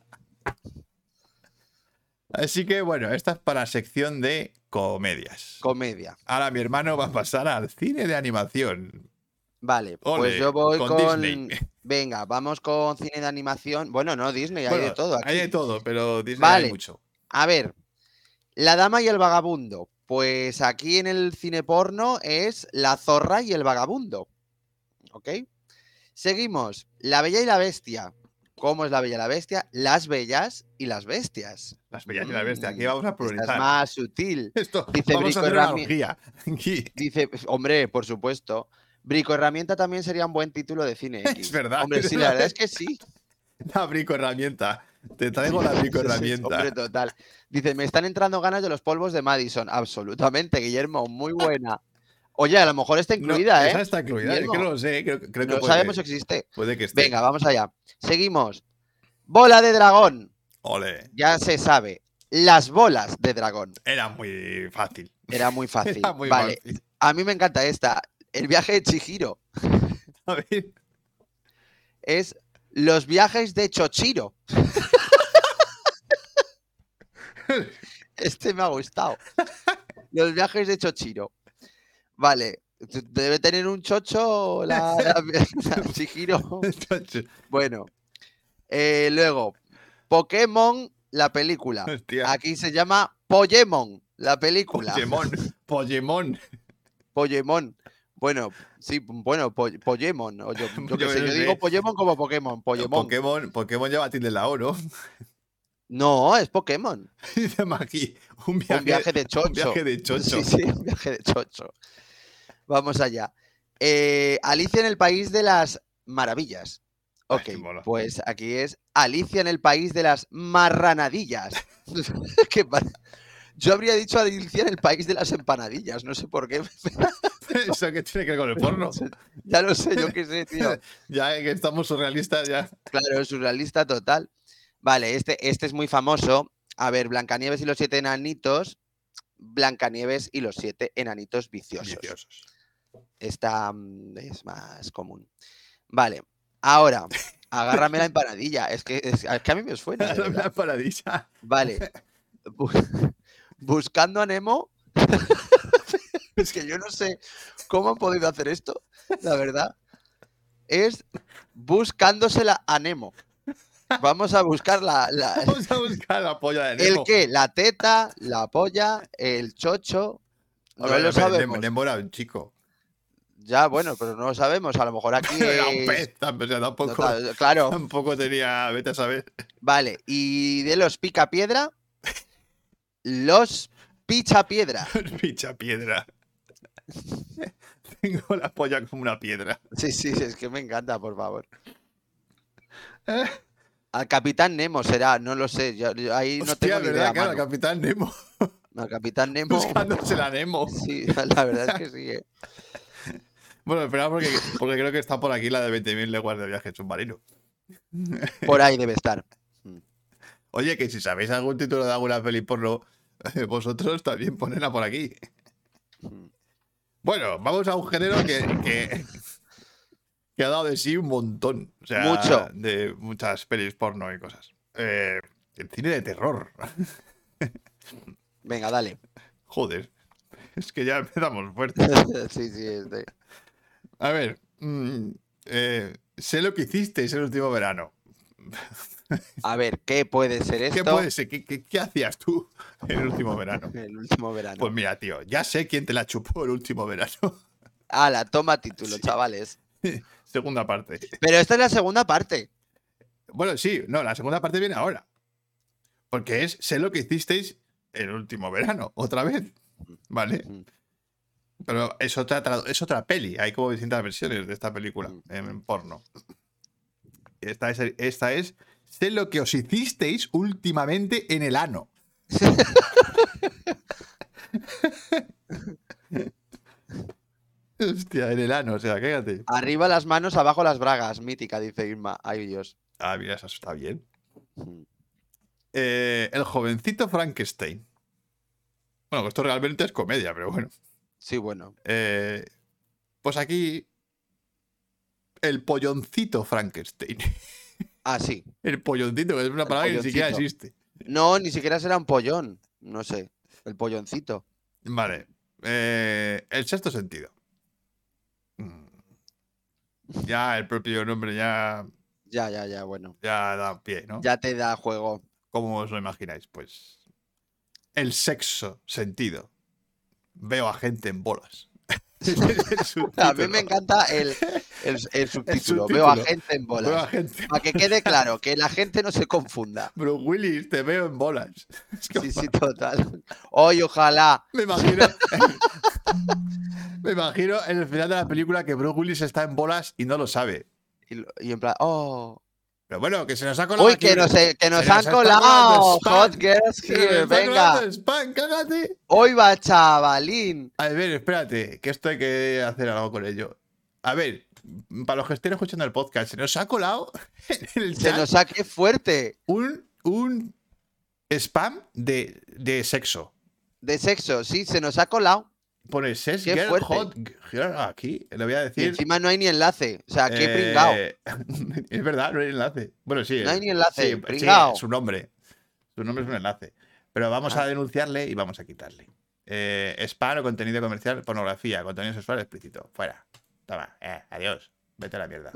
[SPEAKER 1] Así que bueno, esta es para sección de comedias.
[SPEAKER 3] Comedia.
[SPEAKER 1] Ahora mi hermano va a pasar al cine de animación.
[SPEAKER 3] Vale,
[SPEAKER 1] Ole,
[SPEAKER 3] pues yo voy
[SPEAKER 1] con
[SPEAKER 3] con.
[SPEAKER 1] Disney.
[SPEAKER 3] Venga, vamos con cine de animación. Bueno, no, Disney, hay de
[SPEAKER 1] Bueno,
[SPEAKER 3] todo.
[SPEAKER 1] Hay
[SPEAKER 3] aquí.
[SPEAKER 1] de todo, pero Disney
[SPEAKER 3] Vale.
[SPEAKER 1] hay mucho.
[SPEAKER 3] A ver, La Dama y el Vagabundo. Pues aquí en el cine porno es La Zorra y el Vagabundo. ¿Ok? Seguimos. La Bella y la Bestia. ¿Cómo es la Bella y la Bestia? Las Bellas y las Bestias.
[SPEAKER 1] Las bellas y la bestia. Aquí
[SPEAKER 3] Mm,
[SPEAKER 1] vamos a
[SPEAKER 3] Esta
[SPEAKER 1] priorizar.
[SPEAKER 3] es más sutil.
[SPEAKER 1] Esto,
[SPEAKER 3] Dice
[SPEAKER 1] vamos a
[SPEAKER 3] Brico
[SPEAKER 1] hacer una
[SPEAKER 3] Rami-
[SPEAKER 1] orgía. Aquí.
[SPEAKER 3] Dice, hombre, por supuesto. Brico Herramienta también sería un buen título de cine. X.
[SPEAKER 1] Es verdad,
[SPEAKER 3] Hombre,
[SPEAKER 1] es
[SPEAKER 3] sí, la verdad
[SPEAKER 1] verdad.
[SPEAKER 3] es que sí.
[SPEAKER 1] La brico herramienta. Te traigo la brico
[SPEAKER 3] Sí, sí, sí,
[SPEAKER 1] herramienta.
[SPEAKER 3] Hombre, total. Dice, me están entrando ganas de los polvos de Madison. Absolutamente, Guillermo, muy buena. Oye, a lo mejor está
[SPEAKER 1] No,
[SPEAKER 3] incluida, ¿eh?
[SPEAKER 1] Esa está incluida. Es que
[SPEAKER 3] Guillermo.
[SPEAKER 1] no lo sé. Creo, creo que
[SPEAKER 3] No
[SPEAKER 1] puede, Este.
[SPEAKER 3] sabemos si existe.
[SPEAKER 1] puede que esté.
[SPEAKER 3] Venga, vamos allá. Seguimos. Bola de dragón.
[SPEAKER 1] Ole.
[SPEAKER 3] Ya se sabe. Las bolas de dragón.
[SPEAKER 1] Era muy fácil.
[SPEAKER 3] Era muy fácil.
[SPEAKER 1] Era muy
[SPEAKER 3] vale.
[SPEAKER 1] fácil.
[SPEAKER 3] A mí me encanta esta. El viaje de Chihiro
[SPEAKER 1] A ver.
[SPEAKER 3] es los viajes de Chochiro. Este me ha gustado. Los viajes de Chochiro. Vale. t- Debe tener un chocho la, la- la Chihiro.
[SPEAKER 1] Entonces,
[SPEAKER 3] Bueno. Eh, luego, Pokémon, la película.
[SPEAKER 1] Hostia.
[SPEAKER 3] Aquí se llama Pokémon, la película.
[SPEAKER 1] Pokémon. Pokémon.
[SPEAKER 3] Pokémon. Bueno, sí, bueno, po- Pokémon. o Yo, yo qué
[SPEAKER 1] Yo
[SPEAKER 3] sé,
[SPEAKER 1] no
[SPEAKER 3] yo
[SPEAKER 1] sé.
[SPEAKER 3] digo Pokémon como Pokémon. Pokémon.
[SPEAKER 1] Pokémon. Pokémon lleva tilde en la O, ¿no?
[SPEAKER 3] No, es Pokémon.
[SPEAKER 1] Dice Maki. Un viaje,
[SPEAKER 3] Un viaje de chocho.
[SPEAKER 1] un viaje de chocho.
[SPEAKER 3] Sí, sí, un viaje de chocho. Vamos allá. Eh, Alicia en el País de las Maravillas.
[SPEAKER 1] Ay,
[SPEAKER 3] Ok,
[SPEAKER 1] qué mola.
[SPEAKER 3] pues aquí es Alicia en el País de las Marranadillas. Qué pa- Yo habría dicho Alicia en el País de las Empanadillas, no sé por qué.
[SPEAKER 1] Eso que tiene que ver con el porno.
[SPEAKER 3] Ya lo sé, yo qué sé, tío.
[SPEAKER 1] Ya eh, que estamos surrealistas, ya.
[SPEAKER 3] Claro, surrealista total. Vale, este, este es muy famoso. A ver, Blancanieves y los siete enanitos. Blancanieves y los siete enanitos viciosos.
[SPEAKER 1] Viciosos.
[SPEAKER 3] Esta mm, es más común. Vale, ahora, agárrame la empanadilla. Es que, es, es que a mí me suena. de verdad.
[SPEAKER 1] Una paradilla.
[SPEAKER 3] Vale. Bu- Buscando a Nemo. es que yo no sé cómo han podido hacer esto, la verdad. Es buscándosela a Nemo. Vamos a buscar la, la-
[SPEAKER 1] Vamos a buscar la polla de
[SPEAKER 3] el
[SPEAKER 1] Nemo.
[SPEAKER 3] qué, la teta, la polla, el chocho.
[SPEAKER 1] A
[SPEAKER 3] No
[SPEAKER 1] ver,
[SPEAKER 3] lo
[SPEAKER 1] a ver, Nemo-
[SPEAKER 3] sabemos.
[SPEAKER 1] Nemo era un chico.
[SPEAKER 3] Ya, bueno, pero no lo sabemos. A lo mejor aquí.
[SPEAKER 1] Era un
[SPEAKER 3] es-
[SPEAKER 1] pez, o sea, tampoco,
[SPEAKER 3] Eh, Total, claro.
[SPEAKER 1] tampoco tenía. Vete a saber.
[SPEAKER 3] Vale, y de los pica piedra, los picha piedra.
[SPEAKER 1] Picha piedra. Tengo la polla como una piedra.
[SPEAKER 3] Sí, sí, es que me encanta, por favor.
[SPEAKER 1] ¿Eh?
[SPEAKER 3] Al capitán Nemo será, no lo sé. Yo, yo ahí no
[SPEAKER 1] Hostia,
[SPEAKER 3] tengo ni
[SPEAKER 1] ¿verdad?
[SPEAKER 3] idea.
[SPEAKER 1] Claro,
[SPEAKER 3] mano.
[SPEAKER 1] Capitán Nemo.
[SPEAKER 3] Al capitán Nemo.
[SPEAKER 1] Buscándose la Nemo.
[SPEAKER 3] Sí, la verdad es que sí. eh.
[SPEAKER 1] Bueno, espera, porque, porque creo que está por aquí la de 20.000 leguas de viaje submarino.
[SPEAKER 3] Por ahí debe estar.
[SPEAKER 1] Oye, que si sabéis algún título de alguna peli porno, eh, vosotros también ponedla por aquí. Bueno, vamos a un género que, que, que ha dado de sí un montón. O sea,
[SPEAKER 3] Mucho.
[SPEAKER 1] De muchas pelis porno y cosas. Eh, el cine de terror.
[SPEAKER 3] Venga, dale.
[SPEAKER 1] Joder. Es que ya empezamos fuerte.
[SPEAKER 3] Sí, sí, este.
[SPEAKER 1] A ver. mm, eh, sé lo que hicisteis el último verano.
[SPEAKER 3] A ver, ¿qué puede ser esto?
[SPEAKER 1] ¿Qué puede ser? ¿Qué, qué- qué hacías tú el último verano?
[SPEAKER 3] El último verano.
[SPEAKER 1] Pues mira, tío, ya sé quién te la chupó el último verano.
[SPEAKER 3] Ala, toma título, chavales.
[SPEAKER 1] Segunda parte.
[SPEAKER 3] Pero esta es la segunda parte.
[SPEAKER 1] Bueno, sí, no, la segunda parte viene ahora. Porque es sé lo que hicisteis el último verano, otra vez. ¿Vale?
[SPEAKER 3] Ujú.
[SPEAKER 1] Pero es otra, tra- es otra peli. Hay como distintas versiones de esta película
[SPEAKER 3] Ujú.
[SPEAKER 1] en, en porno. Esta es, esta es sé lo que os hicisteis últimamente en el ano. Hostia, en el ano, o sea, cállate.
[SPEAKER 3] Arriba las manos, abajo las bragas. Mítica, dice Irma. Ay, Dios. Mm.
[SPEAKER 1] Ah, mira, eso está bien. Eh, el jovencito Frankenstein. Bueno, esto realmente es comedia, pero bueno.
[SPEAKER 3] Sí, bueno.
[SPEAKER 1] Eh, pues aquí. El polloncito Frankenstein.
[SPEAKER 3] Ah, sí.
[SPEAKER 1] El polloncito, que es una
[SPEAKER 3] El
[SPEAKER 1] palabra que ni siquiera
[SPEAKER 3] polloncito.
[SPEAKER 1] existe.
[SPEAKER 3] No, ni siquiera será un pollón. No sé. El polloncito.
[SPEAKER 1] Vale. eh, el sexto sentido. Mm. Ya el propio nombre ya,
[SPEAKER 3] Ya, ya, ya, bueno.
[SPEAKER 1] ya da pie, ¿no?
[SPEAKER 3] Ya te da juego.
[SPEAKER 1] ¿Cómo os lo imagináis? Pues. El sexo sentido. Veo a gente en bolas.
[SPEAKER 3] A mí me encanta el, el- el subtítulo. Veo a
[SPEAKER 1] subtítulo.
[SPEAKER 3] gente en
[SPEAKER 1] Veo a
[SPEAKER 3] bolas.
[SPEAKER 1] gente.
[SPEAKER 3] Para que quede claro, que la gente no se confunda.
[SPEAKER 1] Bro Willis, te veo en bolas. Es que
[SPEAKER 3] Sí, sí, total. Hoy, ojalá.
[SPEAKER 1] me imagino. me imagino en el final de la película que Bro Willis está en bolas y no lo sabe.
[SPEAKER 3] Y, lo- y en plan, oh.
[SPEAKER 1] Pero bueno, que se nos ha colado.
[SPEAKER 3] Uy,
[SPEAKER 1] aquí
[SPEAKER 3] que
[SPEAKER 1] un-
[SPEAKER 3] nos, eh, que nos
[SPEAKER 1] nos
[SPEAKER 3] han
[SPEAKER 1] está
[SPEAKER 3] colado.
[SPEAKER 1] colando spam.
[SPEAKER 3] Hot Girls
[SPEAKER 1] Se nos
[SPEAKER 3] Here,
[SPEAKER 1] está colando
[SPEAKER 3] venga.
[SPEAKER 1] el spam, cágate.
[SPEAKER 3] Hoy va, chavalín.
[SPEAKER 1] A ver, espérate, que esto hay que hacer algo con ello. A ver, para los que estén escuchando el podcast, se nos ha colado en el
[SPEAKER 3] Se
[SPEAKER 1] chat
[SPEAKER 3] nos saque fuerte.
[SPEAKER 1] un, un spam de, de sexo.
[SPEAKER 3] De sexo, sí, se nos ha colado.
[SPEAKER 1] Pone sex
[SPEAKER 3] Qué
[SPEAKER 1] girl
[SPEAKER 3] fuerte.
[SPEAKER 1] hot girl aquí. Le voy a
[SPEAKER 3] Y
[SPEAKER 1] decir.
[SPEAKER 3] encima no hay ni enlace. O sea, qué
[SPEAKER 1] eh,
[SPEAKER 3] pringao.
[SPEAKER 1] Es verdad, no hay enlace. Bueno, sí.
[SPEAKER 3] No hay
[SPEAKER 1] eh,
[SPEAKER 3] ni enlace,
[SPEAKER 1] sí, sí,
[SPEAKER 3] pringao. Ah.
[SPEAKER 1] su nombre. Su nombre es un enlace. Pero vamos a denunciarle y vamos a quitarle. Eh, spam o contenido comercial, pornografía, contenido sexual explícito. Fuera. Toma, eh, adiós. Vete a la mierda.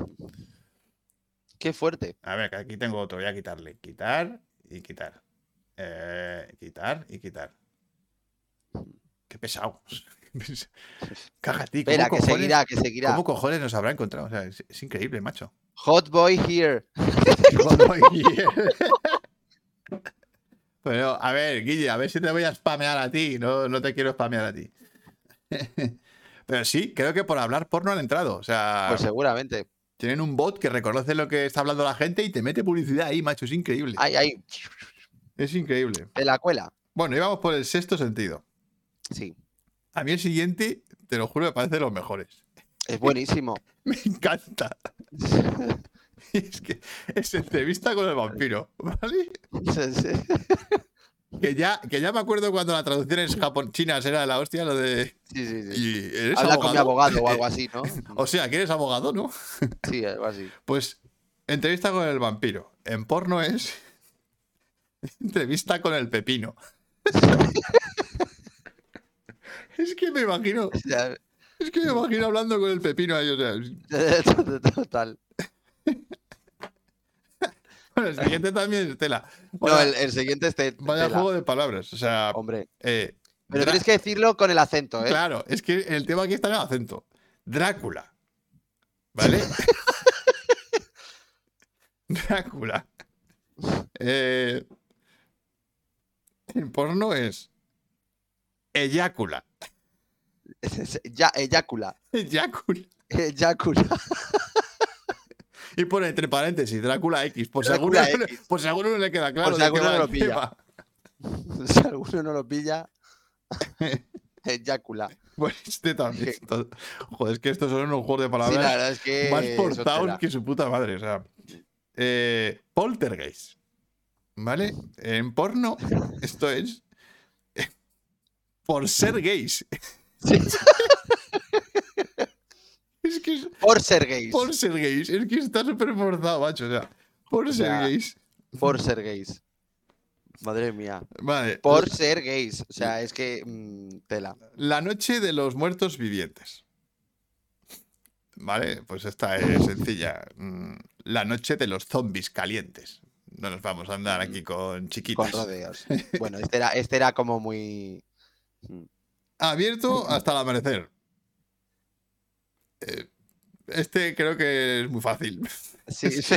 [SPEAKER 3] Qué fuerte.
[SPEAKER 1] A ver, que aquí tengo otro. Voy a quitarle. Quitar y quitar. Eh, quitar y quitar. Qué pesados. Cágate. ¿cómo
[SPEAKER 3] Espera, que
[SPEAKER 1] cojones-
[SPEAKER 3] seguirá, que seguirá.
[SPEAKER 1] ¿Cómo cojones nos habrá encontrado? O sea, es, es increíble, macho.
[SPEAKER 3] Hot boy here. Pues
[SPEAKER 1] Pero, a ver, Guille, a ver si te voy a spamear a ti. No, no te quiero spamear a ti. Pero sí, creo que por hablar porno han entrado. O sea,
[SPEAKER 3] Pues seguramente.
[SPEAKER 1] tienen un bot que reconoce lo que está hablando la gente y te mete publicidad ahí, macho. Es increíble.
[SPEAKER 3] Ay, ay.
[SPEAKER 1] Es increíble.
[SPEAKER 3] De la cuela.
[SPEAKER 1] Bueno, íbamos por el sexto sentido.
[SPEAKER 3] Sí.
[SPEAKER 1] A mí el siguiente, te lo juro, me parece de los mejores.
[SPEAKER 3] Es buenísimo.
[SPEAKER 1] Me encanta. Es que es entrevista con el vampiro, ¿vale?
[SPEAKER 3] Sí,
[SPEAKER 1] Que ya, que ya me acuerdo cuando la traducción en Japón, chinas era la hostia, lo de.
[SPEAKER 3] sí, sí.
[SPEAKER 1] ¿Y eres
[SPEAKER 3] Habla con mi
[SPEAKER 1] abogado?
[SPEAKER 3] abogado o algo así, ¿no? Mm,
[SPEAKER 1] O sea, que eres abogado, ¿no?
[SPEAKER 3] Sí, algo así.
[SPEAKER 1] Pues entrevista con el vampiro. En porno es. entrevista con el pepino. es que me imagino. Es que me imagino hablando con el pepino ahí, o sea. es-
[SPEAKER 3] Total.
[SPEAKER 1] Bueno, el siguiente también es tela.
[SPEAKER 3] No,
[SPEAKER 1] Vaya,
[SPEAKER 3] el, el siguiente es Ted.
[SPEAKER 1] vaya
[SPEAKER 3] Tela,
[SPEAKER 1] juego de palabras. O sea.
[SPEAKER 3] Hombre.
[SPEAKER 1] eh,
[SPEAKER 3] Pero
[SPEAKER 1] dra-
[SPEAKER 3] tienes que decirlo con el acento, ¿eh?
[SPEAKER 1] Claro, es que el tema aquí está en el acento. Drácula. ¿Vale? Drácula. Eh, el porno es. Eyácula.
[SPEAKER 3] Ya, eyácula.
[SPEAKER 1] Eyácula.
[SPEAKER 3] Eyácula.
[SPEAKER 1] Y pone entre paréntesis Drácula X. Por si a alguno,
[SPEAKER 3] Drácula X.
[SPEAKER 1] por si a alguno no le queda claro.
[SPEAKER 3] si
[SPEAKER 1] de qué
[SPEAKER 3] alguno
[SPEAKER 1] va
[SPEAKER 3] no lo
[SPEAKER 1] el
[SPEAKER 3] pilla.
[SPEAKER 1] tema.
[SPEAKER 3] Si alguno no lo pilla, eyácula.
[SPEAKER 1] Pues este también.
[SPEAKER 3] Sí.
[SPEAKER 1] Entonces, Joder, es que estos son unos juegos de
[SPEAKER 3] Sí, la
[SPEAKER 1] palabras
[SPEAKER 3] verdad es que.
[SPEAKER 1] más
[SPEAKER 3] eso
[SPEAKER 1] portados
[SPEAKER 3] tela.
[SPEAKER 1] que su puta madre. O sea, eh, poltergeist. ¿Vale? En porno, esto es. Por ser gays.
[SPEAKER 3] Sí.
[SPEAKER 1] Es que es
[SPEAKER 3] Por ser gays.
[SPEAKER 1] por
[SPEAKER 3] Por,
[SPEAKER 1] ser gays. Es que está súper forzado, macho. O sea, por
[SPEAKER 3] O
[SPEAKER 1] ser
[SPEAKER 3] sea,
[SPEAKER 1] gays.
[SPEAKER 3] ser gays. Madre mía.
[SPEAKER 1] Vale.
[SPEAKER 3] Por ser gays. O sea, es que. mm, tela.
[SPEAKER 1] La noche de los muertos vivientes. Vale, pues esta es sencilla. Mm, La noche de los zombies calientes. No nos vamos a andar aquí con
[SPEAKER 3] Con
[SPEAKER 1] chiquitas.
[SPEAKER 3] rodeos. Bueno, este era, este era como muy.
[SPEAKER 1] Abierto hasta el amanecer. Eh, Este creo que es muy fácil.
[SPEAKER 3] Sí, sí.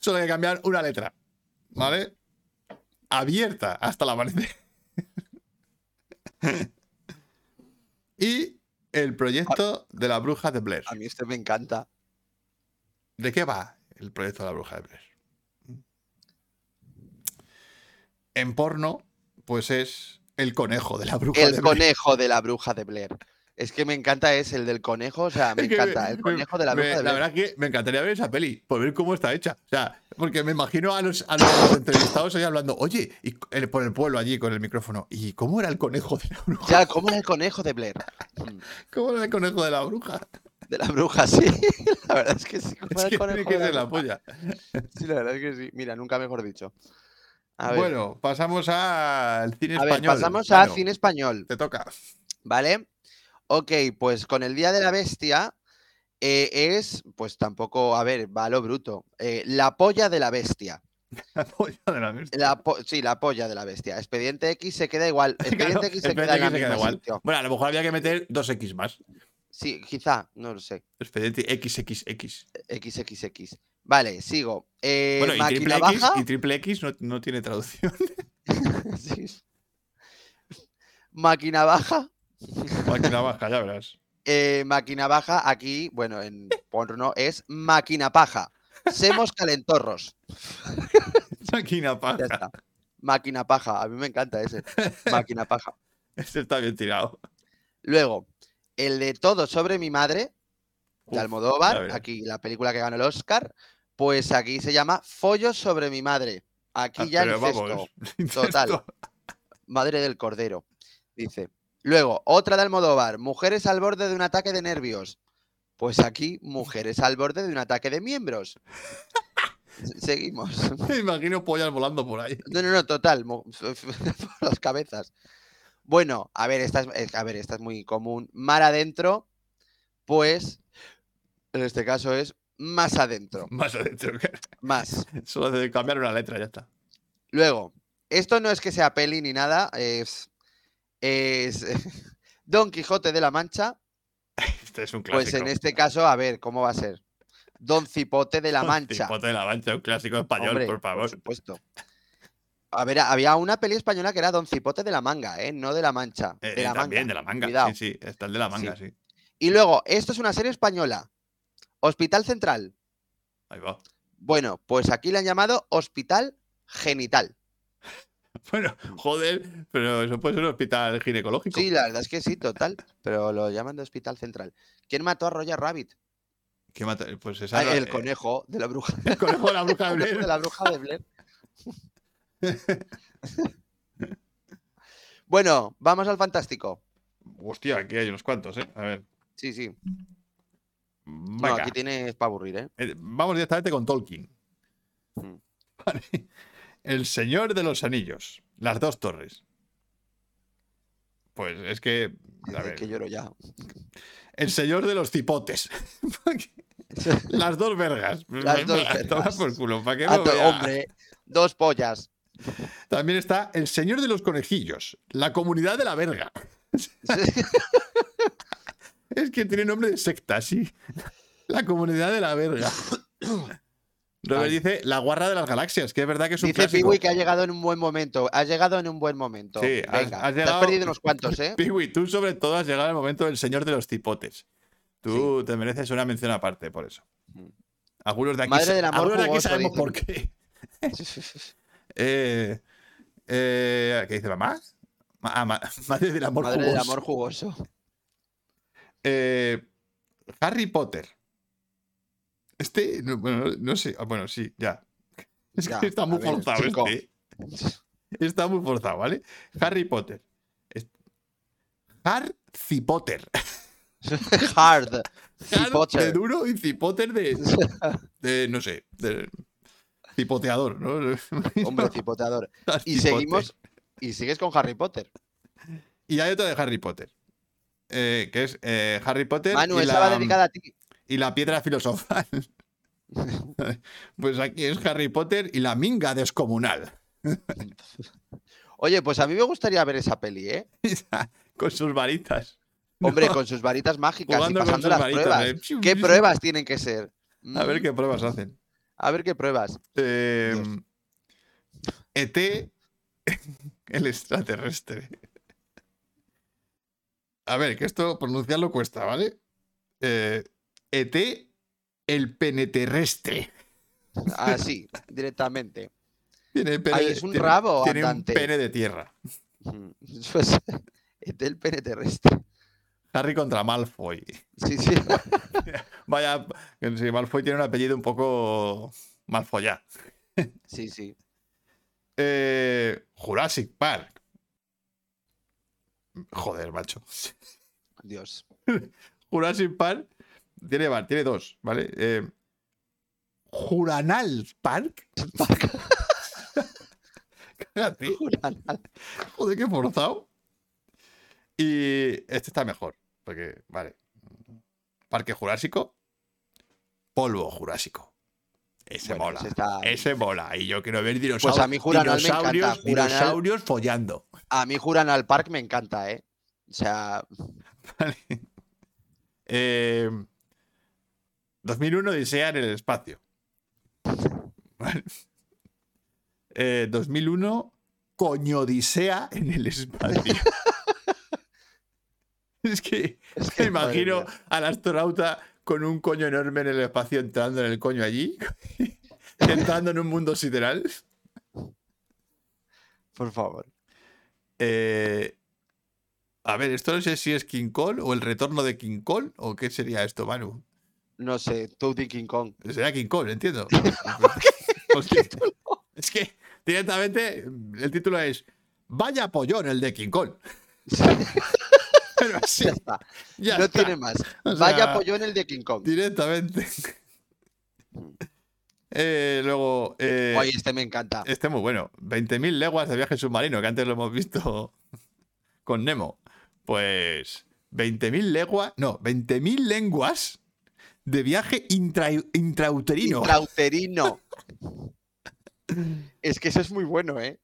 [SPEAKER 1] Solo hay que cambiar una letra. ¿Vale? Abierta hasta el amanecer. y el proyecto de la bruja de Blair.
[SPEAKER 3] A mí este me encanta.
[SPEAKER 1] ¿De qué va el proyecto de la bruja de Blair? En porno, pues es el conejo de la bruja
[SPEAKER 3] El
[SPEAKER 1] de Blair.
[SPEAKER 3] conejo de la bruja de Blair. Es que me encanta, es el del conejo. O sea, me
[SPEAKER 1] Es que
[SPEAKER 3] encanta. El conejo de la
[SPEAKER 1] me-
[SPEAKER 3] bruja de
[SPEAKER 1] La
[SPEAKER 3] Blair.
[SPEAKER 1] verdad que me encantaría ver esa peli, por ver cómo está hecha. O sea, porque me imagino a los, a los entrevistados ahí hablando, oye, y c- el- por el pueblo allí con el micrófono, ¿y cómo era el conejo de la bruja?
[SPEAKER 3] Ya, ¿cómo era el conejo de Blair? Mm,
[SPEAKER 1] ¿Cómo era el conejo de la bruja?
[SPEAKER 3] De la bruja, sí. La verdad es que sí. ¿cómo
[SPEAKER 1] Es
[SPEAKER 3] era el
[SPEAKER 1] que tiene
[SPEAKER 3] conejo
[SPEAKER 1] que
[SPEAKER 3] de la
[SPEAKER 1] ser la
[SPEAKER 3] bruja?
[SPEAKER 1] polla.
[SPEAKER 3] Sí, la verdad es que sí. Mira, nunca mejor dicho. A ver,
[SPEAKER 1] Bueno, pasamos al cine
[SPEAKER 3] a ver,
[SPEAKER 1] español.
[SPEAKER 3] pasamos
[SPEAKER 1] Manu,
[SPEAKER 3] a cine español,
[SPEAKER 1] Te toca.
[SPEAKER 3] ¿vale? Ok, pues con el Día de la Bestia eh, es, pues tampoco, a ver, va a lo bruto. eh, la polla de la bestia.
[SPEAKER 1] La polla de la bestia.
[SPEAKER 3] La po- sí, la polla de la bestia. Expediente X se queda igual. Expediente
[SPEAKER 1] Claro,
[SPEAKER 3] X se
[SPEAKER 1] Expediente
[SPEAKER 3] queda,
[SPEAKER 1] X
[SPEAKER 3] en la
[SPEAKER 1] se queda
[SPEAKER 3] misma
[SPEAKER 1] igual.
[SPEAKER 3] sitio.
[SPEAKER 1] Bueno, a lo mejor había que meter 2X más.
[SPEAKER 3] Sí, quizá, no lo sé.
[SPEAKER 1] Expediente XXX.
[SPEAKER 3] XXX. Vale, sigo. Eh,
[SPEAKER 1] bueno, y triple
[SPEAKER 3] máquina
[SPEAKER 1] X,
[SPEAKER 3] baja.
[SPEAKER 1] y triple X no, no tiene traducción.
[SPEAKER 3] Sí. Máquina baja.
[SPEAKER 1] Máquina baja, ya verás.
[SPEAKER 3] Eh, máquina baja, aquí, bueno, en porno es máquina paja. Semos calentorros.
[SPEAKER 1] Máquina
[SPEAKER 3] Ya
[SPEAKER 1] paja.
[SPEAKER 3] está. Máquina paja. A mí me encanta ese. Máquina paja.
[SPEAKER 1] Este está bien tirado.
[SPEAKER 3] Luego, el de todo sobre mi madre, de
[SPEAKER 1] Uf, ya
[SPEAKER 3] Almodóvar,
[SPEAKER 1] verás.
[SPEAKER 3] aquí la película que ganó el Oscar, pues aquí se llama Follos sobre mi madre. Aquí
[SPEAKER 1] Ah,
[SPEAKER 3] ya
[SPEAKER 1] pero
[SPEAKER 3] incesto.
[SPEAKER 1] vamos,
[SPEAKER 3] Total.
[SPEAKER 1] incesto.
[SPEAKER 3] Madre del Cordero, dice. Luego, otra de Almodóvar, mujeres al borde de un ataque de nervios. Pues aquí, mujeres al borde de un ataque de miembros. Se- Seguimos.
[SPEAKER 1] Me imagino pollas volando por ahí.
[SPEAKER 3] No, no, no, total, mu- por las cabezas. Bueno, a ver, esta es, eh, a ver, esta es muy común. Mar adentro, pues, en este caso es más adentro,
[SPEAKER 1] Más adentro. que-
[SPEAKER 3] más.
[SPEAKER 1] Solo de cambiar una letra, ya está.
[SPEAKER 3] Luego, esto no es que sea peli ni nada, es, es Don Quijote de la Mancha.
[SPEAKER 1] Este es un clásico.
[SPEAKER 3] Pues en este caso, a ver, ¿cómo va a ser? Don Cipote de la Mancha.
[SPEAKER 1] Cipote de la Mancha, un clásico español,
[SPEAKER 3] Hombre,
[SPEAKER 1] por favor.
[SPEAKER 3] supuesto. A ver, había una peli española que era Don Cipote de la Manga, ¿eh? No de la Mancha.
[SPEAKER 1] Eh,
[SPEAKER 3] de
[SPEAKER 1] eh,
[SPEAKER 3] la
[SPEAKER 1] también,
[SPEAKER 3] manga.
[SPEAKER 1] de la manga.
[SPEAKER 3] Cuidado.
[SPEAKER 1] Sí, sí, está el de la manga, sí.
[SPEAKER 3] Y luego, esto es una serie española. Hospital Central.
[SPEAKER 1] Ahí va.
[SPEAKER 3] Bueno, pues aquí le han llamado Hospital Genital.
[SPEAKER 1] Bueno, joder, pero eso puede ser un hospital ginecológico.
[SPEAKER 3] Sí, la verdad es que sí, total. Pero lo llaman de Hospital Central. ¿Quién mató a Roger Rabbit?
[SPEAKER 1] ¿Qué mata? Pues esa
[SPEAKER 3] Ah,
[SPEAKER 1] no-
[SPEAKER 3] el
[SPEAKER 1] eh,
[SPEAKER 3] conejo de la bruja.
[SPEAKER 1] el conejo de la bruja de
[SPEAKER 3] El conejo
[SPEAKER 1] Blair.
[SPEAKER 3] de la bruja de Blair. bueno, vamos al fantástico.
[SPEAKER 1] Hostia, aquí hay unos cuantos, ¿eh? A ver.
[SPEAKER 3] Sí, sí. No,
[SPEAKER 1] Venga.
[SPEAKER 3] aquí tienes para aburrir, ¿eh?
[SPEAKER 1] Eh, Vamos directamente con Tolkien.
[SPEAKER 3] Mm.
[SPEAKER 1] Vale. El Señor de los Anillos. Las dos torres. Pues es que. a
[SPEAKER 3] Es
[SPEAKER 1] ver,
[SPEAKER 3] que lloro ya.
[SPEAKER 1] El Señor de los Cipotes. Las dos vergas.
[SPEAKER 3] Las dos
[SPEAKER 1] A tomar
[SPEAKER 3] vergas.
[SPEAKER 1] por culo. ¿Para qué
[SPEAKER 3] Ah,
[SPEAKER 1] me
[SPEAKER 3] to-
[SPEAKER 1] voy a-
[SPEAKER 3] hombre, dos pollas.
[SPEAKER 1] También está El Señor de los Conejillos. La comunidad de la verga. Es que tiene nombre de secta, sí. La comunidad de la verga. Robert
[SPEAKER 3] Ay.
[SPEAKER 1] dice la guarra de las galaxias, que es verdad que es un
[SPEAKER 3] Dice
[SPEAKER 1] clásico.
[SPEAKER 3] Piwi que ha llegado en un buen momento. Has llegado en un buen momento.
[SPEAKER 1] Sí, has-
[SPEAKER 3] Venga,
[SPEAKER 1] has
[SPEAKER 3] te
[SPEAKER 1] llegado-
[SPEAKER 3] has perdido unos cuantos, ¿eh?
[SPEAKER 1] Piwi, tú sobre todo has llegado al momento del señor de los tipotes. Tú te mereces una mención aparte por eso.
[SPEAKER 3] Mm.
[SPEAKER 1] Algunos de aquí,
[SPEAKER 3] Madre
[SPEAKER 1] sa-
[SPEAKER 3] del amor
[SPEAKER 1] algunos de aquí
[SPEAKER 3] jugoso,
[SPEAKER 1] sabemos
[SPEAKER 3] dicen.
[SPEAKER 1] por qué. Eh, eh, ¿Qué dice mamá? Ma- ah, ma- madre del amor
[SPEAKER 3] Madre
[SPEAKER 1] jugoso.
[SPEAKER 3] del amor jugoso.
[SPEAKER 1] Eh, Harry Potter. Este, no, bueno, no sé. Ah, Bueno, sí, ya. Es que
[SPEAKER 3] Ya,
[SPEAKER 1] está
[SPEAKER 3] a
[SPEAKER 1] muy
[SPEAKER 3] ver,
[SPEAKER 1] forzado
[SPEAKER 3] chico.
[SPEAKER 1] este. Está muy forzado, ¿vale? Harry Potter. Es- Harry Potter.
[SPEAKER 3] Hard.
[SPEAKER 1] Har de
[SPEAKER 3] Potter.
[SPEAKER 1] duro y Cipotter de, de, no sé, de cipoteador, ¿no?
[SPEAKER 3] Hombre, cipoteador.
[SPEAKER 1] Cipote.
[SPEAKER 3] Y seguimos. Y sigues con Harry Potter.
[SPEAKER 1] Y hay otro de Harry Potter. eh, que es eh, Harry Potter
[SPEAKER 3] Manu,
[SPEAKER 1] y,
[SPEAKER 3] esa va
[SPEAKER 1] la, um,
[SPEAKER 3] dedicada a ti.
[SPEAKER 1] y la piedra filosofal. pues aquí es Harry Potter y la minga descomunal.
[SPEAKER 3] Oye, pues a mí me gustaría ver esa peli, ¿eh?
[SPEAKER 1] con sus varitas.
[SPEAKER 3] Hombre, con sus varitas mágicas y
[SPEAKER 1] Jugando con
[SPEAKER 3] pasando
[SPEAKER 1] sus
[SPEAKER 3] las
[SPEAKER 1] varitas,
[SPEAKER 3] pruebas.
[SPEAKER 1] eh. Piu,
[SPEAKER 3] ¿Qué
[SPEAKER 1] piu,
[SPEAKER 3] pruebas tienen que ser?
[SPEAKER 1] A ver
[SPEAKER 3] Mm,
[SPEAKER 1] qué pruebas hacen.
[SPEAKER 3] a ver qué pruebas.
[SPEAKER 1] Eh, ET, el extraterrestre. A ver, que esto pronunciarlo cuesta, ¿vale? Eh, ET, el peneterrestre.
[SPEAKER 3] Así, directamente.
[SPEAKER 1] Tiene pene-
[SPEAKER 3] Ay, es un
[SPEAKER 1] tiene-
[SPEAKER 3] rabo
[SPEAKER 1] Tiene
[SPEAKER 3] andante.
[SPEAKER 1] un pene de tierra.
[SPEAKER 3] Mm, Pues, es del pene terrestre.
[SPEAKER 1] Harry contra Malfoy.
[SPEAKER 3] Sí, sí.
[SPEAKER 1] Vaya, sí, Malfoy tiene un apellido un poco malfoyá.
[SPEAKER 3] Sí, sí.
[SPEAKER 1] Eh, Jurassic Park. Joder, macho.
[SPEAKER 3] Dios.
[SPEAKER 1] Jurassic Park tiene, va- tiene dos, ¿vale? Eh, Juranal Park. Cágate, joder, qué forzado. Y este está mejor, porque, vale. Parque Jurásico, polvo Jurásico. Ese
[SPEAKER 3] Bueno, pues este
[SPEAKER 1] mola.
[SPEAKER 3] ese está-
[SPEAKER 1] Ese mola. Y yo quiero ver dinosaur-
[SPEAKER 3] Pues a mí Juranal me encanta,
[SPEAKER 1] dinosaurios,
[SPEAKER 3] Juranal-
[SPEAKER 1] dinosaurios follando.
[SPEAKER 3] A mí Juran al Park me encanta, ¿eh? O sea,
[SPEAKER 1] Vale. Eh, 2001 Odisea en el espacio. Vale. Eh, 2001 Coño Odisea en el espacio. es que
[SPEAKER 3] es que,
[SPEAKER 1] me
[SPEAKER 3] madre
[SPEAKER 1] imagino
[SPEAKER 3] mía.
[SPEAKER 1] al astronauta con un coño enorme en el espacio entrando en el coño allí, entrando en un mundo sideral.
[SPEAKER 3] Por favor.
[SPEAKER 1] Eh, a ver, esto no sé si es King Kong o el retorno de King Kong o qué sería esto, Manu.
[SPEAKER 3] No sé, Toadie King Kong.
[SPEAKER 1] Será King Kong, entiendo. Porque- es que directamente el título es Vaya pollón el de King Kong. Pero así,
[SPEAKER 3] ya está.
[SPEAKER 1] ya
[SPEAKER 3] no
[SPEAKER 1] está.
[SPEAKER 3] tiene más.
[SPEAKER 1] O sea,
[SPEAKER 3] Vaya pollón el de King Kong.
[SPEAKER 1] Directamente. Eh, luego, eh,
[SPEAKER 3] Oye, este me encanta.
[SPEAKER 1] este muy bueno. 20.000 leguas de viaje submarino, que antes lo hemos visto con Nemo. Pues 20.000 leguas, no, 20.000 lenguas de viaje intra- intrauterino.
[SPEAKER 3] Intrauterino. es que eso es muy bueno, ¿eh?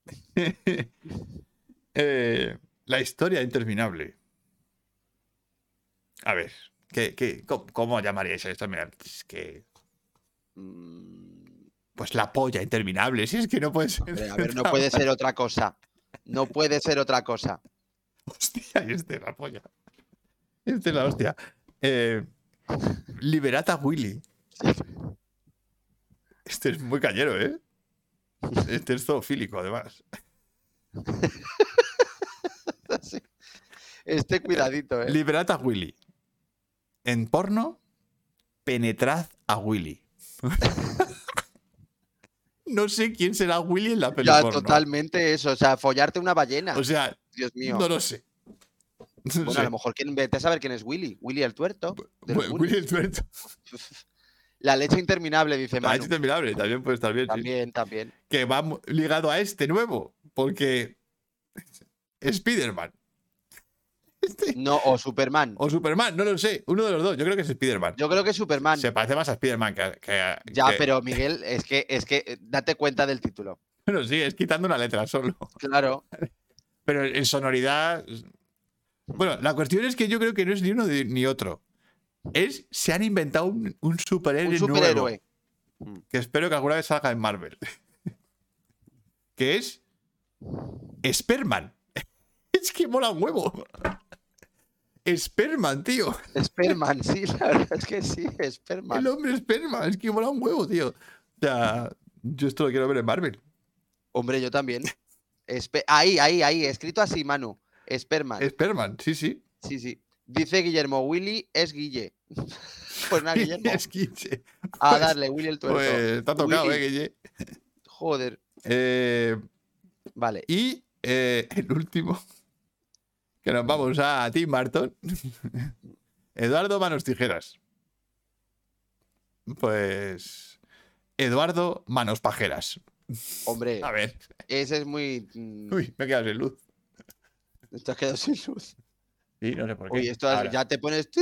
[SPEAKER 1] Eh, la historia interminable. A ver, ¿qué, qué, cómo, cómo llamaríais a esto? Mira, es que.
[SPEAKER 3] Mm,
[SPEAKER 1] Pues la polla interminable, si es que no puede ser.
[SPEAKER 3] hombre, a ver, no puede ser otra cosa. No puede ser otra cosa.
[SPEAKER 1] Hostia, este es la polla. Este es la hostia. Eh, Liberata Willy. Este es muy cañero, ¿eh? Este es zoofílico, además.
[SPEAKER 3] Sí. Este cuidadito, ¿eh?
[SPEAKER 1] Liberad a Willy. En porno, penetrad a Willy. no sé quién será Willy en la peli
[SPEAKER 3] Ya,
[SPEAKER 1] porno.
[SPEAKER 3] totalmente eso. O sea, follarte una ballena.
[SPEAKER 1] O sea,
[SPEAKER 3] Dios mío.
[SPEAKER 1] no lo sé. No
[SPEAKER 3] Bueno,
[SPEAKER 1] sé.
[SPEAKER 3] a lo mejor quieren vete a saber quién es Willy. Willy el tuerto. de los
[SPEAKER 1] Bueno,
[SPEAKER 3] Goonies.
[SPEAKER 1] Willy el tuerto.
[SPEAKER 3] La leche interminable, dice
[SPEAKER 1] También
[SPEAKER 3] Manu.
[SPEAKER 1] Ah, es interminable, también puede estar bien. sí.
[SPEAKER 3] También, también.
[SPEAKER 1] Que va mu- ligado a este nuevo, porque Spider-Man. Este-
[SPEAKER 3] No, o Superman.
[SPEAKER 1] O Superman, no lo sé. Uno de los dos, yo creo que es Spider-Man.
[SPEAKER 3] Yo creo que Superman.
[SPEAKER 1] Se parece más a Spider-Man que, a- que a-
[SPEAKER 3] Ya,
[SPEAKER 1] que-
[SPEAKER 3] pero Miguel, es que, es que eh, date cuenta del título.
[SPEAKER 1] Bueno, sí, es quitando una letra solo.
[SPEAKER 3] Claro.
[SPEAKER 1] Pero en sonoridad. Bueno, la cuestión es que yo creo que no es ni uno de- ni otro. es, se han inventado un, un superhéroe,
[SPEAKER 3] Un
[SPEAKER 1] nuevo,
[SPEAKER 3] superhéroe.
[SPEAKER 1] que espero que alguna vez salga en Marvel. que es Sperman. es que mola un huevo. Sperman, tío.
[SPEAKER 3] Sperman, sí, la verdad es que sí, Sperman.
[SPEAKER 1] El hombre Sperman. Es que mola un huevo, tío. O sea, yo esto lo quiero ver en Marvel.
[SPEAKER 3] Hombre, yo también. Espe- ahí, ahí, ahí, escrito así, Manu. Sperman.
[SPEAKER 1] Sperman, sí, sí.
[SPEAKER 3] Sí, sí. Dice Guillermo, Willy es Guille. pues nada, Guillermo.
[SPEAKER 1] es Guille.
[SPEAKER 3] A
[SPEAKER 1] pues-
[SPEAKER 3] darle, Willy el tuerto.
[SPEAKER 1] Pues está tocado,
[SPEAKER 3] Willy.
[SPEAKER 1] eh, Guille.
[SPEAKER 3] Joder.
[SPEAKER 1] Eh,
[SPEAKER 3] Vale.
[SPEAKER 1] y eh, el último, que nos vamos a Tim Burton. Eduardo Manos Tijeras. Pues. Eduardo Manos Pajeras.
[SPEAKER 3] Hombre,
[SPEAKER 1] A ver.
[SPEAKER 3] ese es muy. mm,
[SPEAKER 1] Uy, me he quedado sin luz.
[SPEAKER 3] Te has quedado sin luz.
[SPEAKER 1] Sí, no sé por qué.
[SPEAKER 3] Oye, esto
[SPEAKER 1] Ahora.
[SPEAKER 3] ya te pones.
[SPEAKER 1] esto,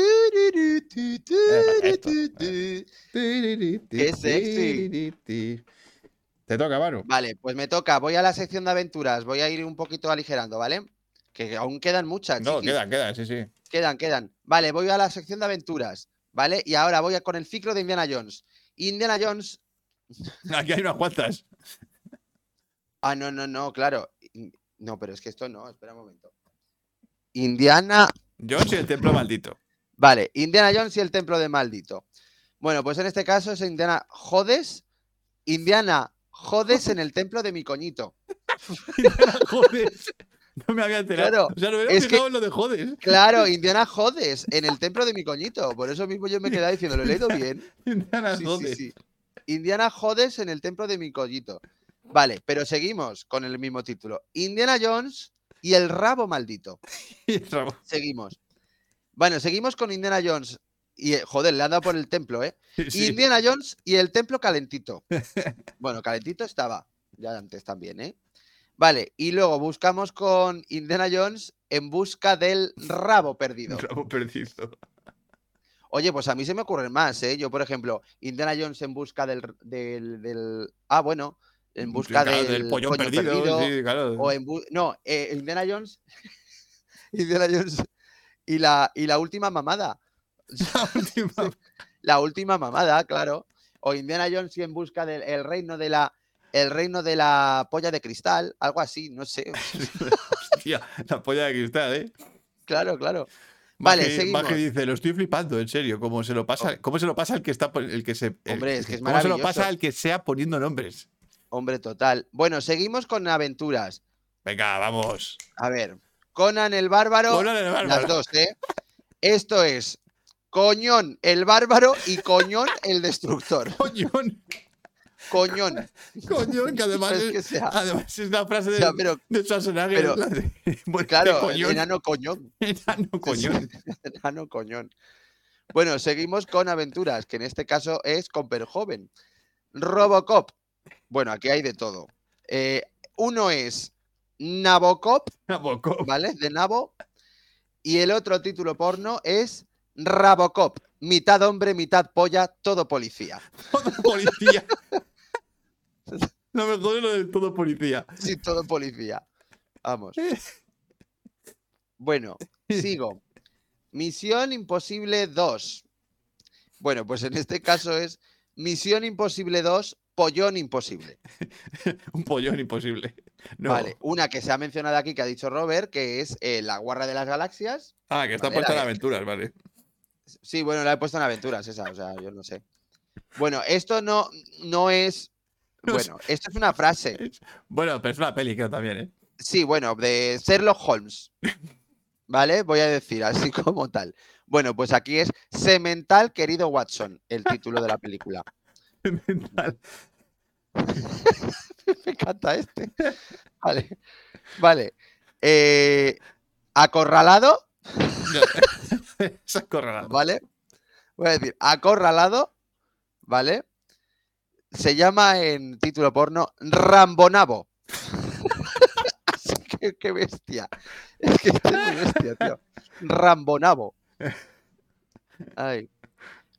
[SPEAKER 3] Qué sexy.
[SPEAKER 1] Te toca, Manu.
[SPEAKER 3] Vale, pues me toca. Voy a la sección de aventuras. Voy a ir un poquito aligerando, ¿vale? Que aún quedan muchas.
[SPEAKER 1] No,
[SPEAKER 3] chiquis.
[SPEAKER 1] queda, queda, sí, sí.
[SPEAKER 3] Quedan, quedan. Vale, voy a la sección de aventuras, ¿vale? Y ahora voy a con el ciclo de Indiana Jones. Indiana Jones.
[SPEAKER 1] Aquí hay unas cuantas.
[SPEAKER 3] Ah, no, no, no, claro. In- No, pero es que esto no, espera un momento. Indiana.
[SPEAKER 1] Yo soy el templo maldito.
[SPEAKER 3] Vale, Indiana Jones y el templo de maldito. Bueno, pues en este caso es Indiana Jodes. Indiana Jodes en el templo de mi coñito.
[SPEAKER 1] jodes. No me había enterado.
[SPEAKER 3] Claro,
[SPEAKER 1] o sea, no me había
[SPEAKER 3] es que-
[SPEAKER 1] fijado en lo de jodes.
[SPEAKER 3] Claro, Indiana Jodes en el templo de mi coñito. Por eso mismo yo me quedaba diciendo, lo he leído bien.
[SPEAKER 1] Indiana
[SPEAKER 3] Sí, sí,
[SPEAKER 1] jodes.
[SPEAKER 3] sí. Indiana Jodes en el templo de mi collito. Vale, pero seguimos con el mismo título. Indiana Jones y el rabo maldito.
[SPEAKER 1] Y Ramón,
[SPEAKER 3] Seguimos. Bueno, seguimos con Indiana Jones. Y, eh, joder, le han dado por el templo, ¿eh?
[SPEAKER 1] sí.
[SPEAKER 3] Indiana Jones y el templo calentito. Bueno, calentito estaba ya antes también, ¿eh? Vale, y luego buscamos con Indiana Jones en busca del rabo perdido.
[SPEAKER 1] Ramón perdido.
[SPEAKER 3] Oye, pues a mí se me ocurren más, ¿eh? Yo, por ejemplo, Indiana Jones en busca del. del, del- ah, bueno, en busca
[SPEAKER 1] Mm, Claro,
[SPEAKER 3] del,
[SPEAKER 1] pollo
[SPEAKER 3] coño
[SPEAKER 1] perdido. sí, claro.
[SPEAKER 3] O en bu- no, eh, Indiana Jones. Indiana Jones. Y la, y la última mamada. pues,
[SPEAKER 1] La última-
[SPEAKER 3] La última mamada, claro. O Indiana Jones y en busca del el reino de la. El reino de la polla de cristal, algo así, no sé.
[SPEAKER 1] Hostia, la polla de cristal, ¿eh?
[SPEAKER 3] Claro, claro.
[SPEAKER 1] Maje-
[SPEAKER 3] Vale, seguimos. Oh.
[SPEAKER 1] Maje dice, lo estoy flipando, en serio. ¿Cómo se lo pasa, cómo se, lo pasa el que está... pon- El que se, el-
[SPEAKER 3] Hombre, es que es
[SPEAKER 1] ¿Cómo se lo pasa
[SPEAKER 3] maravilloso.
[SPEAKER 1] al que sea poniendo nombres?
[SPEAKER 3] Hombre, total. Bueno, seguimos con aventuras.
[SPEAKER 1] Venga, vamos.
[SPEAKER 3] A ver, Conan el bárbaro.
[SPEAKER 1] Conan el
[SPEAKER 3] Las
[SPEAKER 1] bárbaro.
[SPEAKER 3] dos, ¿eh? Esto es Coñón el bárbaro y Coñón el destructor.
[SPEAKER 1] Coñón,
[SPEAKER 3] Coñón.
[SPEAKER 1] coñón, que además
[SPEAKER 3] Es
[SPEAKER 1] es,
[SPEAKER 3] que sea.
[SPEAKER 1] además es la frase
[SPEAKER 3] o
[SPEAKER 1] de,
[SPEAKER 3] sea, pero
[SPEAKER 1] de Schwarzenegger.
[SPEAKER 3] pero-
[SPEAKER 1] la de- muerte,
[SPEAKER 3] claro, el
[SPEAKER 1] coñón,
[SPEAKER 3] enano coñón.
[SPEAKER 1] enano, coñón.
[SPEAKER 3] El enano coñón. Bueno, seguimos con aventuras, que en este caso es Copperjoven. Robocop. Bueno, aquí hay de todo. Eh, uno es Nabocop,
[SPEAKER 1] Nabokov.
[SPEAKER 3] ¿vale? De Nabo. Y el otro título porno es Rabocop. Mitad hombre, mitad polla, todo policía.
[SPEAKER 1] Todo policía. Lo mejor es lo del todo policía.
[SPEAKER 3] Sí, todo policía. Vamos. Bueno, sigo. Misión Imposible 2. Bueno, pues en este caso es Misión Imposible 2, Pollón Imposible.
[SPEAKER 1] Un pollón imposible. No.
[SPEAKER 3] Vale, una que se ha mencionado aquí que ha dicho Robert, que es eh, La Guarra de las Galaxias.
[SPEAKER 1] Ah, que está
[SPEAKER 3] Vale,
[SPEAKER 1] puesta en
[SPEAKER 3] la-
[SPEAKER 1] aventuras, vale.
[SPEAKER 3] Sí, bueno, la he puesto en aventuras esa, o sea, yo no sé. Bueno, esto no, no es...
[SPEAKER 1] No sé.
[SPEAKER 3] Bueno, esto es una frase.
[SPEAKER 1] Bueno, pero es una peli, creo también, ¿eh?
[SPEAKER 3] Sí, bueno, de Sherlock Holmes. ¿Vale? Voy a decir así como tal. Bueno, pues aquí es Semental, querido Watson, el título de la película.
[SPEAKER 1] ¿eh? Mental.
[SPEAKER 3] Me encanta este. Vale. Vale. Eh, acorralado,
[SPEAKER 1] No. Es acorralado.
[SPEAKER 3] ¿vale? Voy a decir, acorralado, ¿vale? Se llama en título porno Rambonabo. Así que qué bestia. Es que este es muy bestia, tío. Rambonabo. Ay.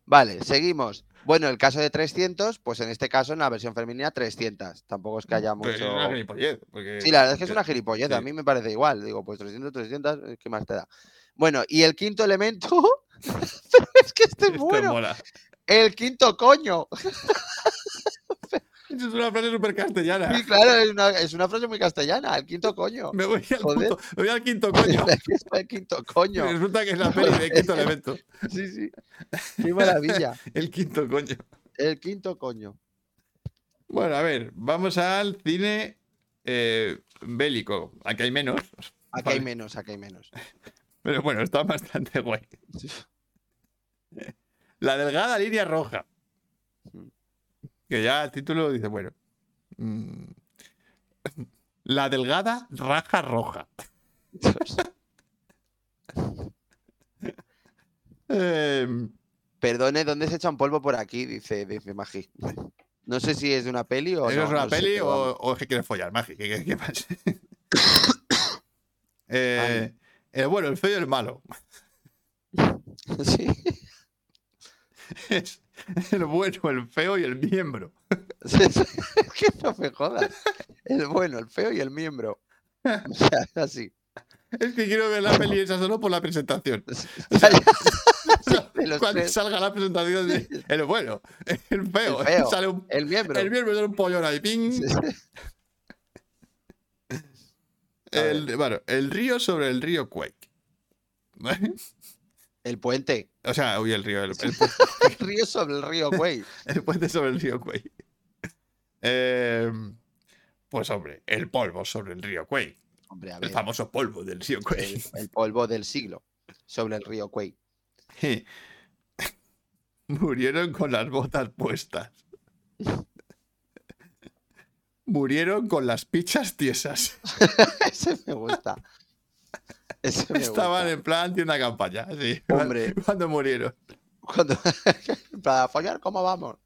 [SPEAKER 3] Vale, seguimos. Bueno, el caso de 300, pues en este caso en la versión femenina 300. Tampoco es que haya mucho.
[SPEAKER 1] Pero es una gilipollez, porque-
[SPEAKER 3] Sí, la verdad es que es una gilipollez, a
[SPEAKER 1] sí.
[SPEAKER 3] mí me parece igual. Digo, pues 300, 300, eh, ¿qué más te da? Bueno, y el quinto elemento. es que este es
[SPEAKER 1] Esto
[SPEAKER 3] bueno.
[SPEAKER 1] mola.
[SPEAKER 3] El quinto coño.
[SPEAKER 1] Es una frase súper castellana.
[SPEAKER 3] Y claro, es una, es una frase muy castellana. El quinto coño.
[SPEAKER 1] Me voy al,
[SPEAKER 3] Joder.
[SPEAKER 1] puto- me voy al quinto coño.
[SPEAKER 3] El quinto coño.
[SPEAKER 1] Y Resulta que es la peli de quinto elemento.
[SPEAKER 3] Sí, sí. Qué maravilla.
[SPEAKER 1] El quinto coño.
[SPEAKER 3] El quinto coño.
[SPEAKER 1] Bueno, a ver, vamos al cine eh, bélico. Aquí hay menos,
[SPEAKER 3] Aquí hay
[SPEAKER 1] Vale.
[SPEAKER 3] menos, aquí hay menos.
[SPEAKER 1] pero bueno, está bastante guay. La delgada línea roja. Que ya el título dice, bueno. mm, La delgada raja roja. Em,
[SPEAKER 3] Perdone, ¿dónde se echa un polvo por aquí? Dice, dice Magi. No sé si es de una peli o.
[SPEAKER 1] ¿Eso
[SPEAKER 3] no,
[SPEAKER 1] es una
[SPEAKER 3] no sé,
[SPEAKER 1] peli
[SPEAKER 3] pero
[SPEAKER 1] o,
[SPEAKER 3] vamos.
[SPEAKER 1] o es que quieres follar, Magi? ¿Qué, qué- qué pasa? Eh, el bueno, el feo y el malo.
[SPEAKER 3] Sí.
[SPEAKER 1] Es el bueno, el feo y el miembro.
[SPEAKER 3] es que no me jodas. El bueno, el feo y el miembro. O sea, es así.
[SPEAKER 1] Es que quiero ver la peli esa solo por la presentación.
[SPEAKER 3] Ya, ya. De los
[SPEAKER 1] Cuando
[SPEAKER 3] tres,
[SPEAKER 1] salga la presentación, de- el bueno, el feo,
[SPEAKER 3] El feo.
[SPEAKER 1] sale un,
[SPEAKER 3] El miembro.
[SPEAKER 1] el miembro sale un pollón ahí, ping.
[SPEAKER 3] Sí,
[SPEAKER 1] El, bueno, el río sobre el río Quake.
[SPEAKER 3] El puente.
[SPEAKER 1] O sea, uy, el río, el, el-
[SPEAKER 3] El río sobre el río, güey.
[SPEAKER 1] El puente sobre el río Cuey. Eh, pues hombre, el polvo sobre el río Cuey.
[SPEAKER 3] Hombre, a
[SPEAKER 1] El
[SPEAKER 3] ver.
[SPEAKER 1] famoso polvo del río Cuey.
[SPEAKER 3] El, el polvo del siglo sobre el río Cuey.
[SPEAKER 1] Murieron con las botas puestas. Murieron con las pichas tiesas.
[SPEAKER 3] Ese me gusta. Ese me
[SPEAKER 1] Estaban
[SPEAKER 3] gusta.
[SPEAKER 1] en plan de una campaña. así,
[SPEAKER 3] Hombre.
[SPEAKER 1] Cuando murieron.
[SPEAKER 3] Cuando- Para follar, ¿cómo vamos?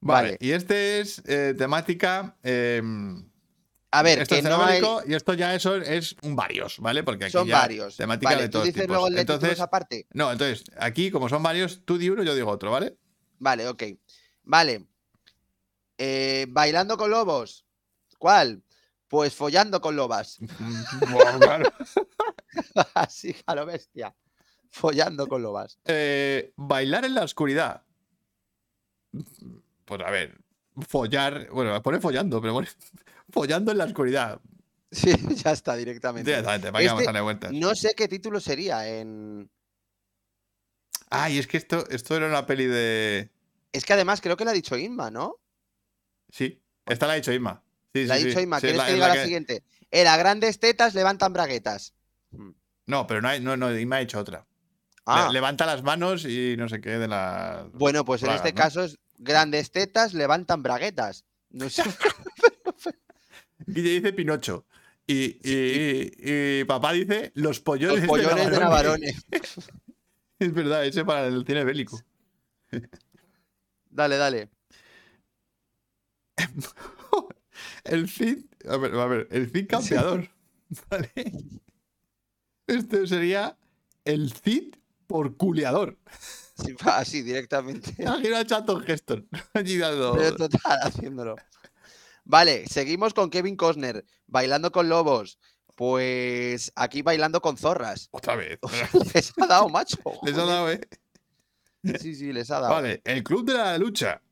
[SPEAKER 1] Vale.
[SPEAKER 3] Vale.
[SPEAKER 1] Y este es eh, temática. em,
[SPEAKER 3] A ver,
[SPEAKER 1] esto
[SPEAKER 3] que
[SPEAKER 1] es
[SPEAKER 3] no hay.
[SPEAKER 1] genérico, y esto ya eso es un varios, ¿vale? Porque aquí
[SPEAKER 3] Son
[SPEAKER 1] ya
[SPEAKER 3] varios.
[SPEAKER 1] temática
[SPEAKER 3] Vale,
[SPEAKER 1] de
[SPEAKER 3] tú
[SPEAKER 1] todos
[SPEAKER 3] dices
[SPEAKER 1] tipos.
[SPEAKER 3] luego el de títulos
[SPEAKER 1] Entonces,
[SPEAKER 3] aparte.
[SPEAKER 1] No, entonces, aquí, como son varios, tú di uno, yo digo otro, ¿vale?
[SPEAKER 3] Vale, ok. Vale. Eh, Bailando con lobos. ¿Cuál? Pues follando con lobas.
[SPEAKER 1] Bueno, claro.
[SPEAKER 3] Así a lo bestia. Follando con lobas.
[SPEAKER 1] Eh, bailar en la oscuridad. Pues a ver, follar. Bueno, pone follando, pero pone follando en la oscuridad.
[SPEAKER 3] Sí, ya está directamente.
[SPEAKER 1] Directamente, para que vamos
[SPEAKER 3] Este-
[SPEAKER 1] a darle vueltas.
[SPEAKER 3] No sé qué título sería en.
[SPEAKER 1] Ay, es que esto, esto era una peli de.
[SPEAKER 3] Es que además creo que la ha dicho Inma, ¿no?
[SPEAKER 1] Sí, esta la ha dicho Isma. Sí,
[SPEAKER 3] La ha
[SPEAKER 1] sí,
[SPEAKER 3] dicho
[SPEAKER 1] sí.
[SPEAKER 3] Inma.
[SPEAKER 1] Sí, es
[SPEAKER 3] ¿Quieres
[SPEAKER 1] la-
[SPEAKER 3] que
[SPEAKER 1] es
[SPEAKER 3] diga
[SPEAKER 1] la
[SPEAKER 3] la
[SPEAKER 1] que-
[SPEAKER 3] siguiente? Era grandes tetas, levantan braguetas.
[SPEAKER 1] No, pero no, hay- no, no, Isma ha hecho otra.
[SPEAKER 3] Ah,
[SPEAKER 1] Le- levanta las manos y no sé qué de la.
[SPEAKER 3] bueno, pues en
[SPEAKER 1] bragas,
[SPEAKER 3] este
[SPEAKER 1] ¿no?
[SPEAKER 3] caso es grandes tetas, levantan braguetas. No sé.
[SPEAKER 1] Guille dice Pinocho. Y, y- y papá dice los pollones,
[SPEAKER 3] Los pollones de
[SPEAKER 1] Navarone.
[SPEAKER 3] Navarone.
[SPEAKER 1] Es verdad, ese para el cine bélico.
[SPEAKER 3] Dale, dale.
[SPEAKER 1] El Cid. A ver, a ver, el Cid campeador. Vale. Este sería el Cid por culeador.
[SPEAKER 3] Sí, va Así, directamente.
[SPEAKER 1] Imagina a Chato Geston. Allí dando.
[SPEAKER 3] Pero total, haciéndolo. Vale, seguimos con Kevin Costner, bailando con lobos. Pues aquí bailando con zorras.
[SPEAKER 1] Otra vez.
[SPEAKER 3] Les ha dado, macho.
[SPEAKER 1] Les ha
[SPEAKER 3] joder.
[SPEAKER 1] dado, eh.
[SPEAKER 3] Sí, sí, les ha dado.
[SPEAKER 1] Vale, el club de la lucha.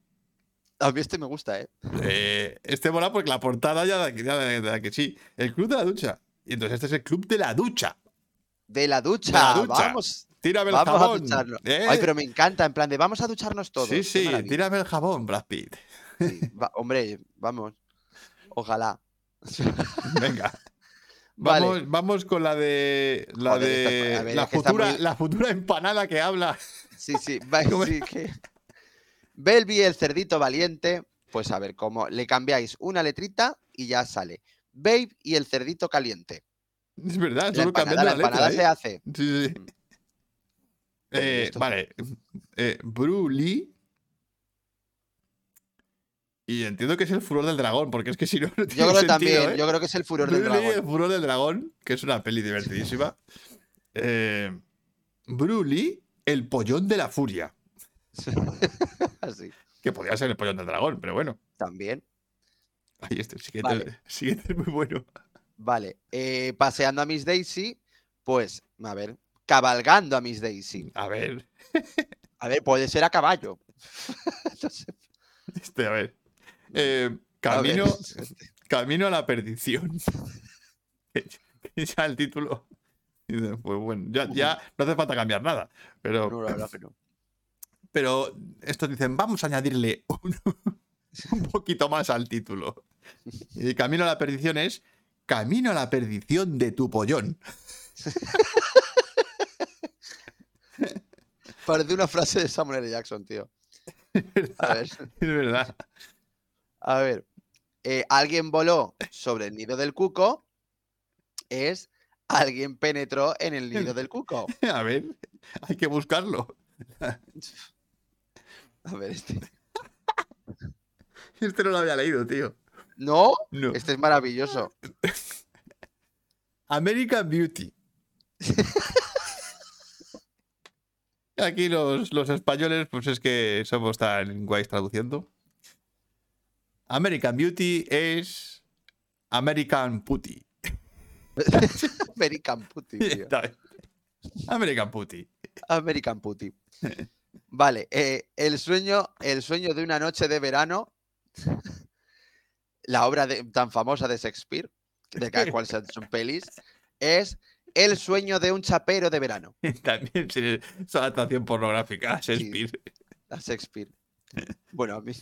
[SPEAKER 3] A mí este me gusta, ¿eh?
[SPEAKER 1] Eh, este mola porque la portada ya da, ya da- da que sí. El club de la ducha. Y entonces este es el club de la ducha.
[SPEAKER 3] De la ducha.
[SPEAKER 1] ducha.
[SPEAKER 3] Vamos,
[SPEAKER 1] Tírame el
[SPEAKER 3] vamos a
[SPEAKER 1] jabón.
[SPEAKER 3] ducharnos.
[SPEAKER 1] ¿eh?
[SPEAKER 3] Ay, pero me encanta, en plan de vamos a ducharnos todos.
[SPEAKER 1] sí,
[SPEAKER 3] qué
[SPEAKER 1] sí,
[SPEAKER 3] maravilla.
[SPEAKER 1] tírame el jabón, Brad Pitt.
[SPEAKER 3] Sí, va- hombre, vamos. Ojalá.
[SPEAKER 1] Venga.
[SPEAKER 3] Vale.
[SPEAKER 1] Vamos, vamos con la de. La
[SPEAKER 3] Joder,
[SPEAKER 1] de.
[SPEAKER 3] esta- a ver,
[SPEAKER 1] la,
[SPEAKER 3] es que está
[SPEAKER 1] futura,
[SPEAKER 3] muy-
[SPEAKER 1] la futura empanada que habla.
[SPEAKER 3] Sí, sí. va-
[SPEAKER 1] ¿Cómo
[SPEAKER 3] sí que... Belby, el cerdito valiente. Pues a ver, cómo le cambiáis una letrita y ya sale. Babe y el cerdito caliente.
[SPEAKER 1] Es verdad,
[SPEAKER 3] La
[SPEAKER 1] Ah, solo
[SPEAKER 3] empanada,
[SPEAKER 1] cambiando
[SPEAKER 3] la
[SPEAKER 1] la, letra.
[SPEAKER 3] empanada
[SPEAKER 1] ¿eh?
[SPEAKER 3] se Mm. hace.
[SPEAKER 1] Sí, sí. Eh,
[SPEAKER 3] esto-
[SPEAKER 1] vale. Eh, Bruli. Y entiendo que es el furor del dragón, porque es que si no. no
[SPEAKER 3] Yo
[SPEAKER 1] tiene
[SPEAKER 3] creo
[SPEAKER 1] sentido,
[SPEAKER 3] también,
[SPEAKER 1] ¿eh?
[SPEAKER 3] yo creo que es el furor del
[SPEAKER 1] Bruley,
[SPEAKER 3] dragón.
[SPEAKER 1] El furor del dragón, que es una peli divertidísima. Eh, Bruley, el pollón de la furia.
[SPEAKER 3] Así,
[SPEAKER 1] Que podría ser el pollón del dragón, pero bueno.
[SPEAKER 3] también.
[SPEAKER 1] Ahí este, el siguiente,
[SPEAKER 3] Vale.
[SPEAKER 1] el siguiente es muy bueno.
[SPEAKER 3] Vale. eh, paseando a Miss Daisy, pues, a ver, cabalgando a Miss Daisy.
[SPEAKER 1] A ver.
[SPEAKER 3] A ver, puede ser a caballo. No sé.
[SPEAKER 1] Este, a ver. Eh, camino, camino a la perdición. Que ya el título. dice, Pues bueno, ya, ya no hace falta cambiar nada. Pero,
[SPEAKER 3] No, la verdad que no.
[SPEAKER 1] pero estos dicen, vamos a añadirle un, un poquito más al título. Y camino a la perdición es Camino a la perdición de tu pollón.
[SPEAKER 3] Parece una frase de Samuel L. Jackson, tío. A ver,
[SPEAKER 1] Es verdad.
[SPEAKER 3] a ver. Eh, alguien voló sobre el nido del cuco es alguien penetró en el nido del cuco.
[SPEAKER 1] A ver, hay que buscarlo.
[SPEAKER 3] A ver, este.
[SPEAKER 1] Este no lo había leído, tío.
[SPEAKER 3] No,
[SPEAKER 1] No.
[SPEAKER 3] este es maravilloso.
[SPEAKER 1] American Beauty. Aquí los, los españoles, pues es que somos tan guays traduciendo. American Beauty es American Putty.
[SPEAKER 3] American Putty, tío.
[SPEAKER 1] American Putty.
[SPEAKER 3] American Putty. Vale, eh, el, sueño, el sueño de una noche de verano, la obra de- tan famosa de Shakespeare, de cada cual se han hecho pelis, es El sueño de un chapero de verano,
[SPEAKER 1] También se- su adaptación pornográfica a Shakespeare.
[SPEAKER 3] la Shakespeare. Bueno, a mí...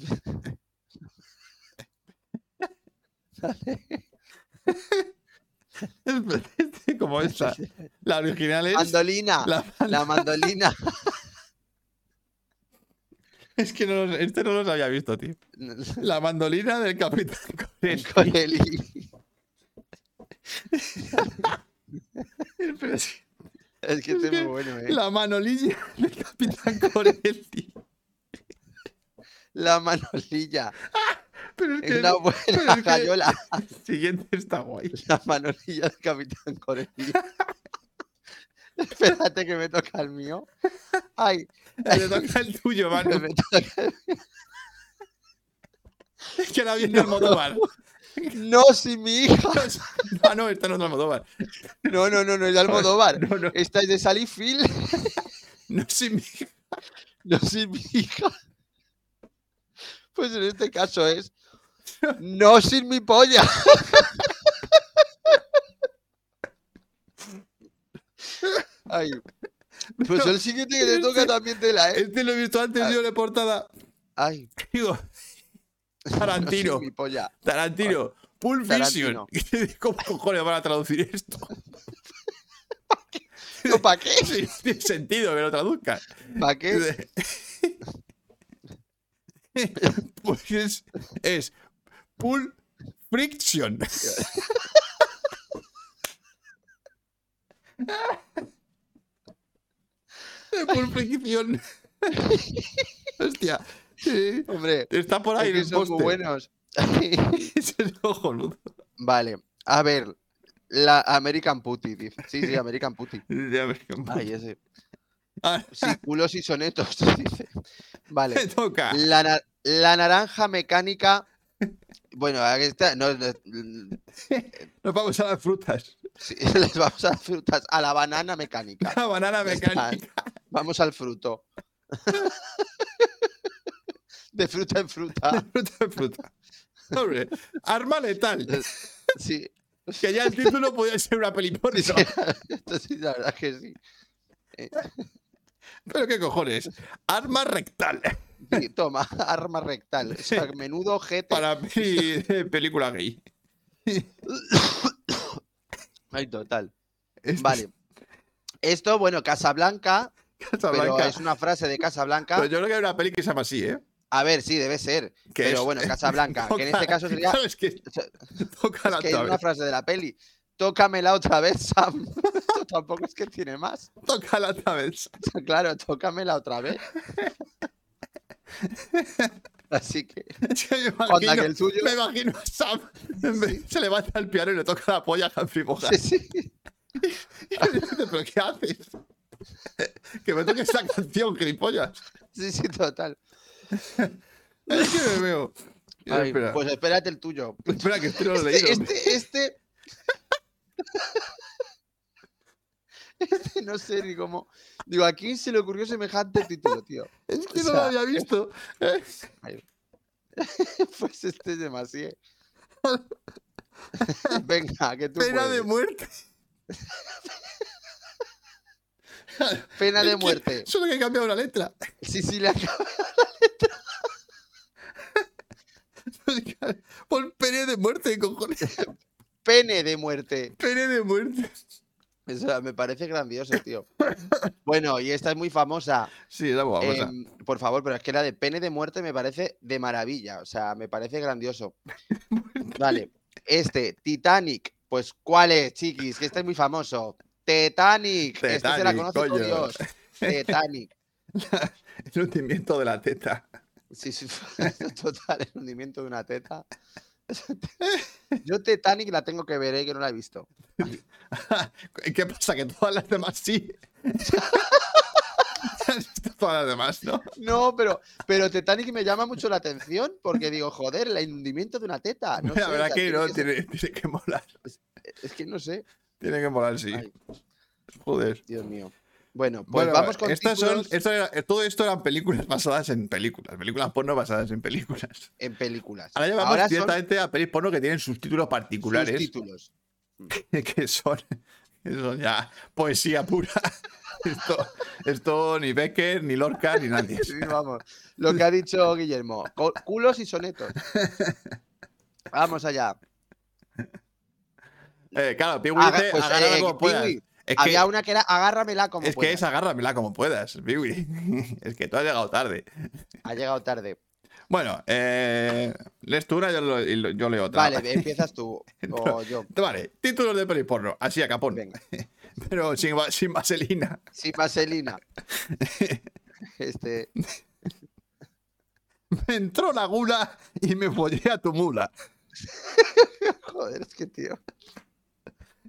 [SPEAKER 1] Este, Como esta. La original es.
[SPEAKER 3] Mandolina, la,
[SPEAKER 1] la- la-
[SPEAKER 3] mandolina.
[SPEAKER 1] es que no los- este no los había visto, tío. La mandolina del Capitán Corea.
[SPEAKER 3] Con el i-
[SPEAKER 1] Pero es-
[SPEAKER 3] Es
[SPEAKER 1] Es
[SPEAKER 3] que este
[SPEAKER 1] que
[SPEAKER 3] es muy bueno, ¿eh?
[SPEAKER 1] La manolilla del Capitán Coretti.
[SPEAKER 3] La manolilla.
[SPEAKER 1] Pero es
[SPEAKER 3] Es
[SPEAKER 1] que
[SPEAKER 3] una
[SPEAKER 1] el
[SPEAKER 3] buena
[SPEAKER 1] que-
[SPEAKER 3] gallola.
[SPEAKER 1] siguiente está guay.
[SPEAKER 3] La manolilla del Capitán Corellia. Espérate que me toca el mío. Ay,
[SPEAKER 1] Le toca el tuyo,
[SPEAKER 3] que
[SPEAKER 1] mano.
[SPEAKER 3] me toca-
[SPEAKER 1] Es que ahora viene el Modovar.
[SPEAKER 3] No, si mi hija.
[SPEAKER 1] Ah, no, esta no es Modovar.
[SPEAKER 3] No, no, no, no es de Almodóvar.
[SPEAKER 1] No, no,
[SPEAKER 3] Esta es de Sally Field.
[SPEAKER 1] no sí, mi-
[SPEAKER 3] No, si mi hija. Pues en este caso es. No sin mi polla. Ay. Pues el siguiente que te toca también tela, ¿eh?
[SPEAKER 1] Este lo he visto antes, yo le portada.
[SPEAKER 3] Ay.
[SPEAKER 1] Digo,
[SPEAKER 3] No
[SPEAKER 1] Tarantino.
[SPEAKER 3] sin mi polla.
[SPEAKER 1] Tarantino. Pulp Fiction.
[SPEAKER 3] Tarantino.
[SPEAKER 1] ¿Cómo cojones van a traducir esto?
[SPEAKER 3] ¿Para qué?
[SPEAKER 1] Sí, tiene sentido que lo traduzcan.
[SPEAKER 3] ¿Para qué?
[SPEAKER 1] Pues es, es Pulp Friction. Eh, Pulp Friction. Hostia. eh,
[SPEAKER 3] Hombre,
[SPEAKER 1] Está por ahí
[SPEAKER 3] es que
[SPEAKER 1] el
[SPEAKER 3] son muy
[SPEAKER 1] póster.
[SPEAKER 3] buenos.
[SPEAKER 1] Ese es cojonudo.
[SPEAKER 3] vale, a ver. La American Putty, dice. Sí, sí, American Putty.
[SPEAKER 1] Ya ves.
[SPEAKER 3] Ay, ese.
[SPEAKER 1] Ah,
[SPEAKER 3] Sí, culos y sonetos, dice.
[SPEAKER 1] me
[SPEAKER 3] Vale.
[SPEAKER 1] toca.
[SPEAKER 3] La, na- la naranja mecánica. Bueno, aquí está. No, no,
[SPEAKER 1] Nos vamos a las frutas.
[SPEAKER 3] sí, les vamos a las frutas. A la banana mecánica.
[SPEAKER 1] La banana
[SPEAKER 3] Ya está.
[SPEAKER 1] mecánica.
[SPEAKER 3] Vamos al fruto. De fruta en fruta.
[SPEAKER 1] Fruta, fruta. Hombre, arma letal.
[SPEAKER 3] Sí.
[SPEAKER 1] Que ya el título podía ser una peli porno.
[SPEAKER 3] Sí, esto sí, la verdad que sí.
[SPEAKER 1] Pero qué cojones. Arma rectal.
[SPEAKER 3] Sí, Toma, arma rectal. O sea, menudo ojete.
[SPEAKER 1] Para peli, de película gay.
[SPEAKER 3] Ay, total.
[SPEAKER 1] Esto es
[SPEAKER 3] Vale. Esto, bueno, Casablanca, pero
[SPEAKER 1] Casablanca.
[SPEAKER 3] es una frase de Casablanca.
[SPEAKER 1] Pero yo creo que hay una peli que se llama así, ¿eh?
[SPEAKER 3] A ver, sí, debe ser.
[SPEAKER 1] Que
[SPEAKER 3] Pero
[SPEAKER 1] es-
[SPEAKER 3] bueno, Casablanca, que en
[SPEAKER 1] toca-
[SPEAKER 3] este caso sería.
[SPEAKER 1] Claro, es que
[SPEAKER 3] o sea,
[SPEAKER 1] toca
[SPEAKER 3] Es
[SPEAKER 1] la
[SPEAKER 3] que hay
[SPEAKER 1] otra
[SPEAKER 3] una
[SPEAKER 1] vez.
[SPEAKER 3] frase de la peli. Tócamela otra vez, Sam. Esto tampoco es que tiene más.
[SPEAKER 1] Toca la otra vez.
[SPEAKER 3] O sea, Claro, tócamela otra vez. Así que,
[SPEAKER 1] Es que me
[SPEAKER 3] cuando
[SPEAKER 1] imagino,
[SPEAKER 3] aquel suyo.
[SPEAKER 1] me imagino a Sam. en vez- Se levanta al piano y le toca la polla a Humphrey Bogart.
[SPEAKER 3] Sí, sí.
[SPEAKER 1] Y le dice, ¿pero qué haces? Que me toque esa canción, gilipollas.
[SPEAKER 3] Sí, sí, total.
[SPEAKER 1] Es que me veo.
[SPEAKER 3] Ay,
[SPEAKER 1] espera,
[SPEAKER 3] pues espérate el tuyo.
[SPEAKER 1] espera, que este no lo he leído.
[SPEAKER 3] Este, este, este. Este no sé ni cómo. Digo, ¿a quién se le ocurrió semejante título, tío?
[SPEAKER 1] Es que
[SPEAKER 3] O
[SPEAKER 1] no lo
[SPEAKER 3] sea,
[SPEAKER 1] había visto.
[SPEAKER 3] Pues este es demasiado. Venga, que tú
[SPEAKER 1] Pena
[SPEAKER 3] puedes.
[SPEAKER 1] de muerte.
[SPEAKER 3] Pena
[SPEAKER 1] Es
[SPEAKER 3] de
[SPEAKER 1] que
[SPEAKER 3] muerte.
[SPEAKER 1] Solo que he cambiado una letra.
[SPEAKER 3] Sí, sí, le acabo-
[SPEAKER 1] Por pene de muerte, cojones.
[SPEAKER 3] Pene de muerte.
[SPEAKER 1] Pene de muerte.
[SPEAKER 3] O sea, me parece grandioso, tío. Bueno, y esta es muy famosa.
[SPEAKER 1] Sí, la vamos a.
[SPEAKER 3] Em, por favor, pero es que la de pene de muerte me parece de maravilla. O sea, me parece grandioso. vale. Este, Titanic. Pues, ¿cuál es, chiquis? Que este es muy famoso. Titanic. Esta se la
[SPEAKER 1] Titanic,
[SPEAKER 3] conoce todo
[SPEAKER 1] coño.
[SPEAKER 3] Dios. Titanic.
[SPEAKER 1] El hundimiento de la teta.
[SPEAKER 3] Sí, sí, total, el hundimiento de una teta. Yo Titanic la tengo que ver, ¿eh? que no la he visto.
[SPEAKER 1] ¿Qué pasa? Que todas las demás sí. Has visto todas las demás, ¿no?
[SPEAKER 3] No, pero, pero Titanic me llama mucho la atención porque digo, joder, el hundimiento de una teta. No
[SPEAKER 1] la
[SPEAKER 3] sé, o
[SPEAKER 1] verdad
[SPEAKER 3] sea,
[SPEAKER 1] que
[SPEAKER 3] tiene
[SPEAKER 1] no,
[SPEAKER 3] que ser-
[SPEAKER 1] tiene, tiene que molar.
[SPEAKER 3] Es que no sé.
[SPEAKER 1] Tiene que molar, sí.
[SPEAKER 3] Ay.
[SPEAKER 1] Joder.
[SPEAKER 3] Dios mío. Bueno, pues
[SPEAKER 1] Bueno,
[SPEAKER 3] vamos con
[SPEAKER 1] estas son,
[SPEAKER 3] títulos
[SPEAKER 1] esto era- todo esto eran películas basadas en películas, películas porno basadas en películas.
[SPEAKER 3] en películas.
[SPEAKER 1] Ahora llevamos
[SPEAKER 3] Ahora son
[SPEAKER 1] directamente a pelis porno que tienen sus títulos particulares,
[SPEAKER 3] títulos.
[SPEAKER 1] que, son, que son ya poesía pura. Esto, esto ni Becker, ni Lorca, ni nadie.
[SPEAKER 3] Sí, vamos. Lo que ha dicho Guillermo. co- Culos y sonetos. Vamos allá.
[SPEAKER 1] Eh, claro, Pee
[SPEAKER 3] Aga-
[SPEAKER 1] dice,
[SPEAKER 3] pues,
[SPEAKER 1] agárrala
[SPEAKER 3] eh,
[SPEAKER 1] como puedas.
[SPEAKER 3] Pee-wee,
[SPEAKER 1] Es que,
[SPEAKER 3] Había una que era agárramela como
[SPEAKER 1] es, que
[SPEAKER 3] puedas.
[SPEAKER 1] es agárramela como puedas, Piwi. es que tú has llegado tarde.
[SPEAKER 3] Ha llegado tarde.
[SPEAKER 1] Bueno, eh, lees tú una yo, lo- y lo- yo leo otra.
[SPEAKER 3] Vale, empiezas tú o yo.
[SPEAKER 1] Vale, títulos de pelis porno, así a capón,
[SPEAKER 3] Venga.
[SPEAKER 1] pero sin, va- sin vaselina.
[SPEAKER 3] Sí, vaselina. Este,
[SPEAKER 1] Me entró la gula y me follé a tu mula.
[SPEAKER 3] joder, es que tío.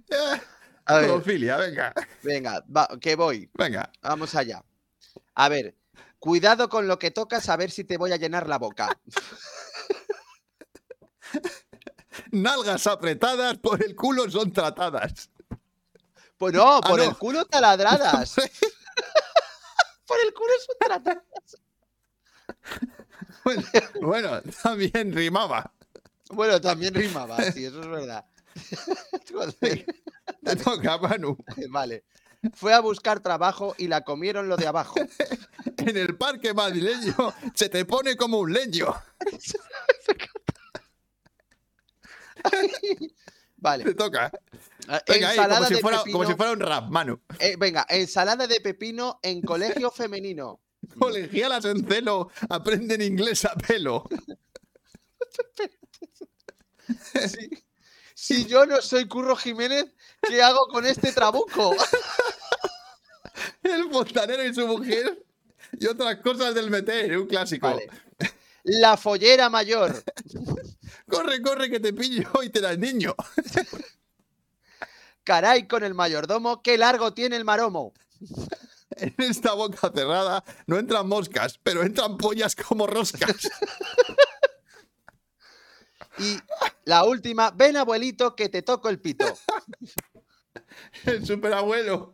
[SPEAKER 1] Eh,
[SPEAKER 3] A ver,
[SPEAKER 1] Pedofilia, venga,
[SPEAKER 3] venga, va, que voy.
[SPEAKER 1] venga.
[SPEAKER 3] Vamos allá. A ver, cuidado con lo que tocas, a ver si te voy a llenar la boca.
[SPEAKER 1] Nalgas apretadas por el culo son tratadas.
[SPEAKER 3] Pues no, por
[SPEAKER 1] Ah, no.
[SPEAKER 3] el culo taladradas. por el culo son taladradas.
[SPEAKER 1] Bueno, bueno, también rimaba.
[SPEAKER 3] Bueno, también rimaba, sí, eso es verdad. Joder,
[SPEAKER 1] Te toca, Manu.
[SPEAKER 3] vale. Fue a buscar trabajo y la comieron lo de abajo.
[SPEAKER 1] En el parque madrileño se te pone como un leño. Te
[SPEAKER 3] Vale.
[SPEAKER 1] toca.
[SPEAKER 3] Ah,
[SPEAKER 1] Venga, ahí, como,
[SPEAKER 3] ensalada
[SPEAKER 1] si
[SPEAKER 3] de
[SPEAKER 1] fuera, como
[SPEAKER 3] pepino-
[SPEAKER 1] si fuera un rap, Manu.
[SPEAKER 3] eh, venga, ensalada de pepino en colegio femenino.
[SPEAKER 1] Colegialas en celo aprenden inglés a pelo.
[SPEAKER 3] Sí. Si yo no soy Curro Jiménez, ¿qué hago con este trabuco?
[SPEAKER 1] El fontanero y su mujer. Y otras cosas del meter, un clásico.
[SPEAKER 3] Vale. La follera mayor,
[SPEAKER 1] Corre, corre, que te pillo y te das niño.
[SPEAKER 3] caray con el mayordomo, qué largo tiene el maromo.
[SPEAKER 1] En esta boca cerrada no entran moscas, pero entran pollas como roscas.
[SPEAKER 3] Y la última, ven abuelito que te toco el pito.
[SPEAKER 1] El superabuelo.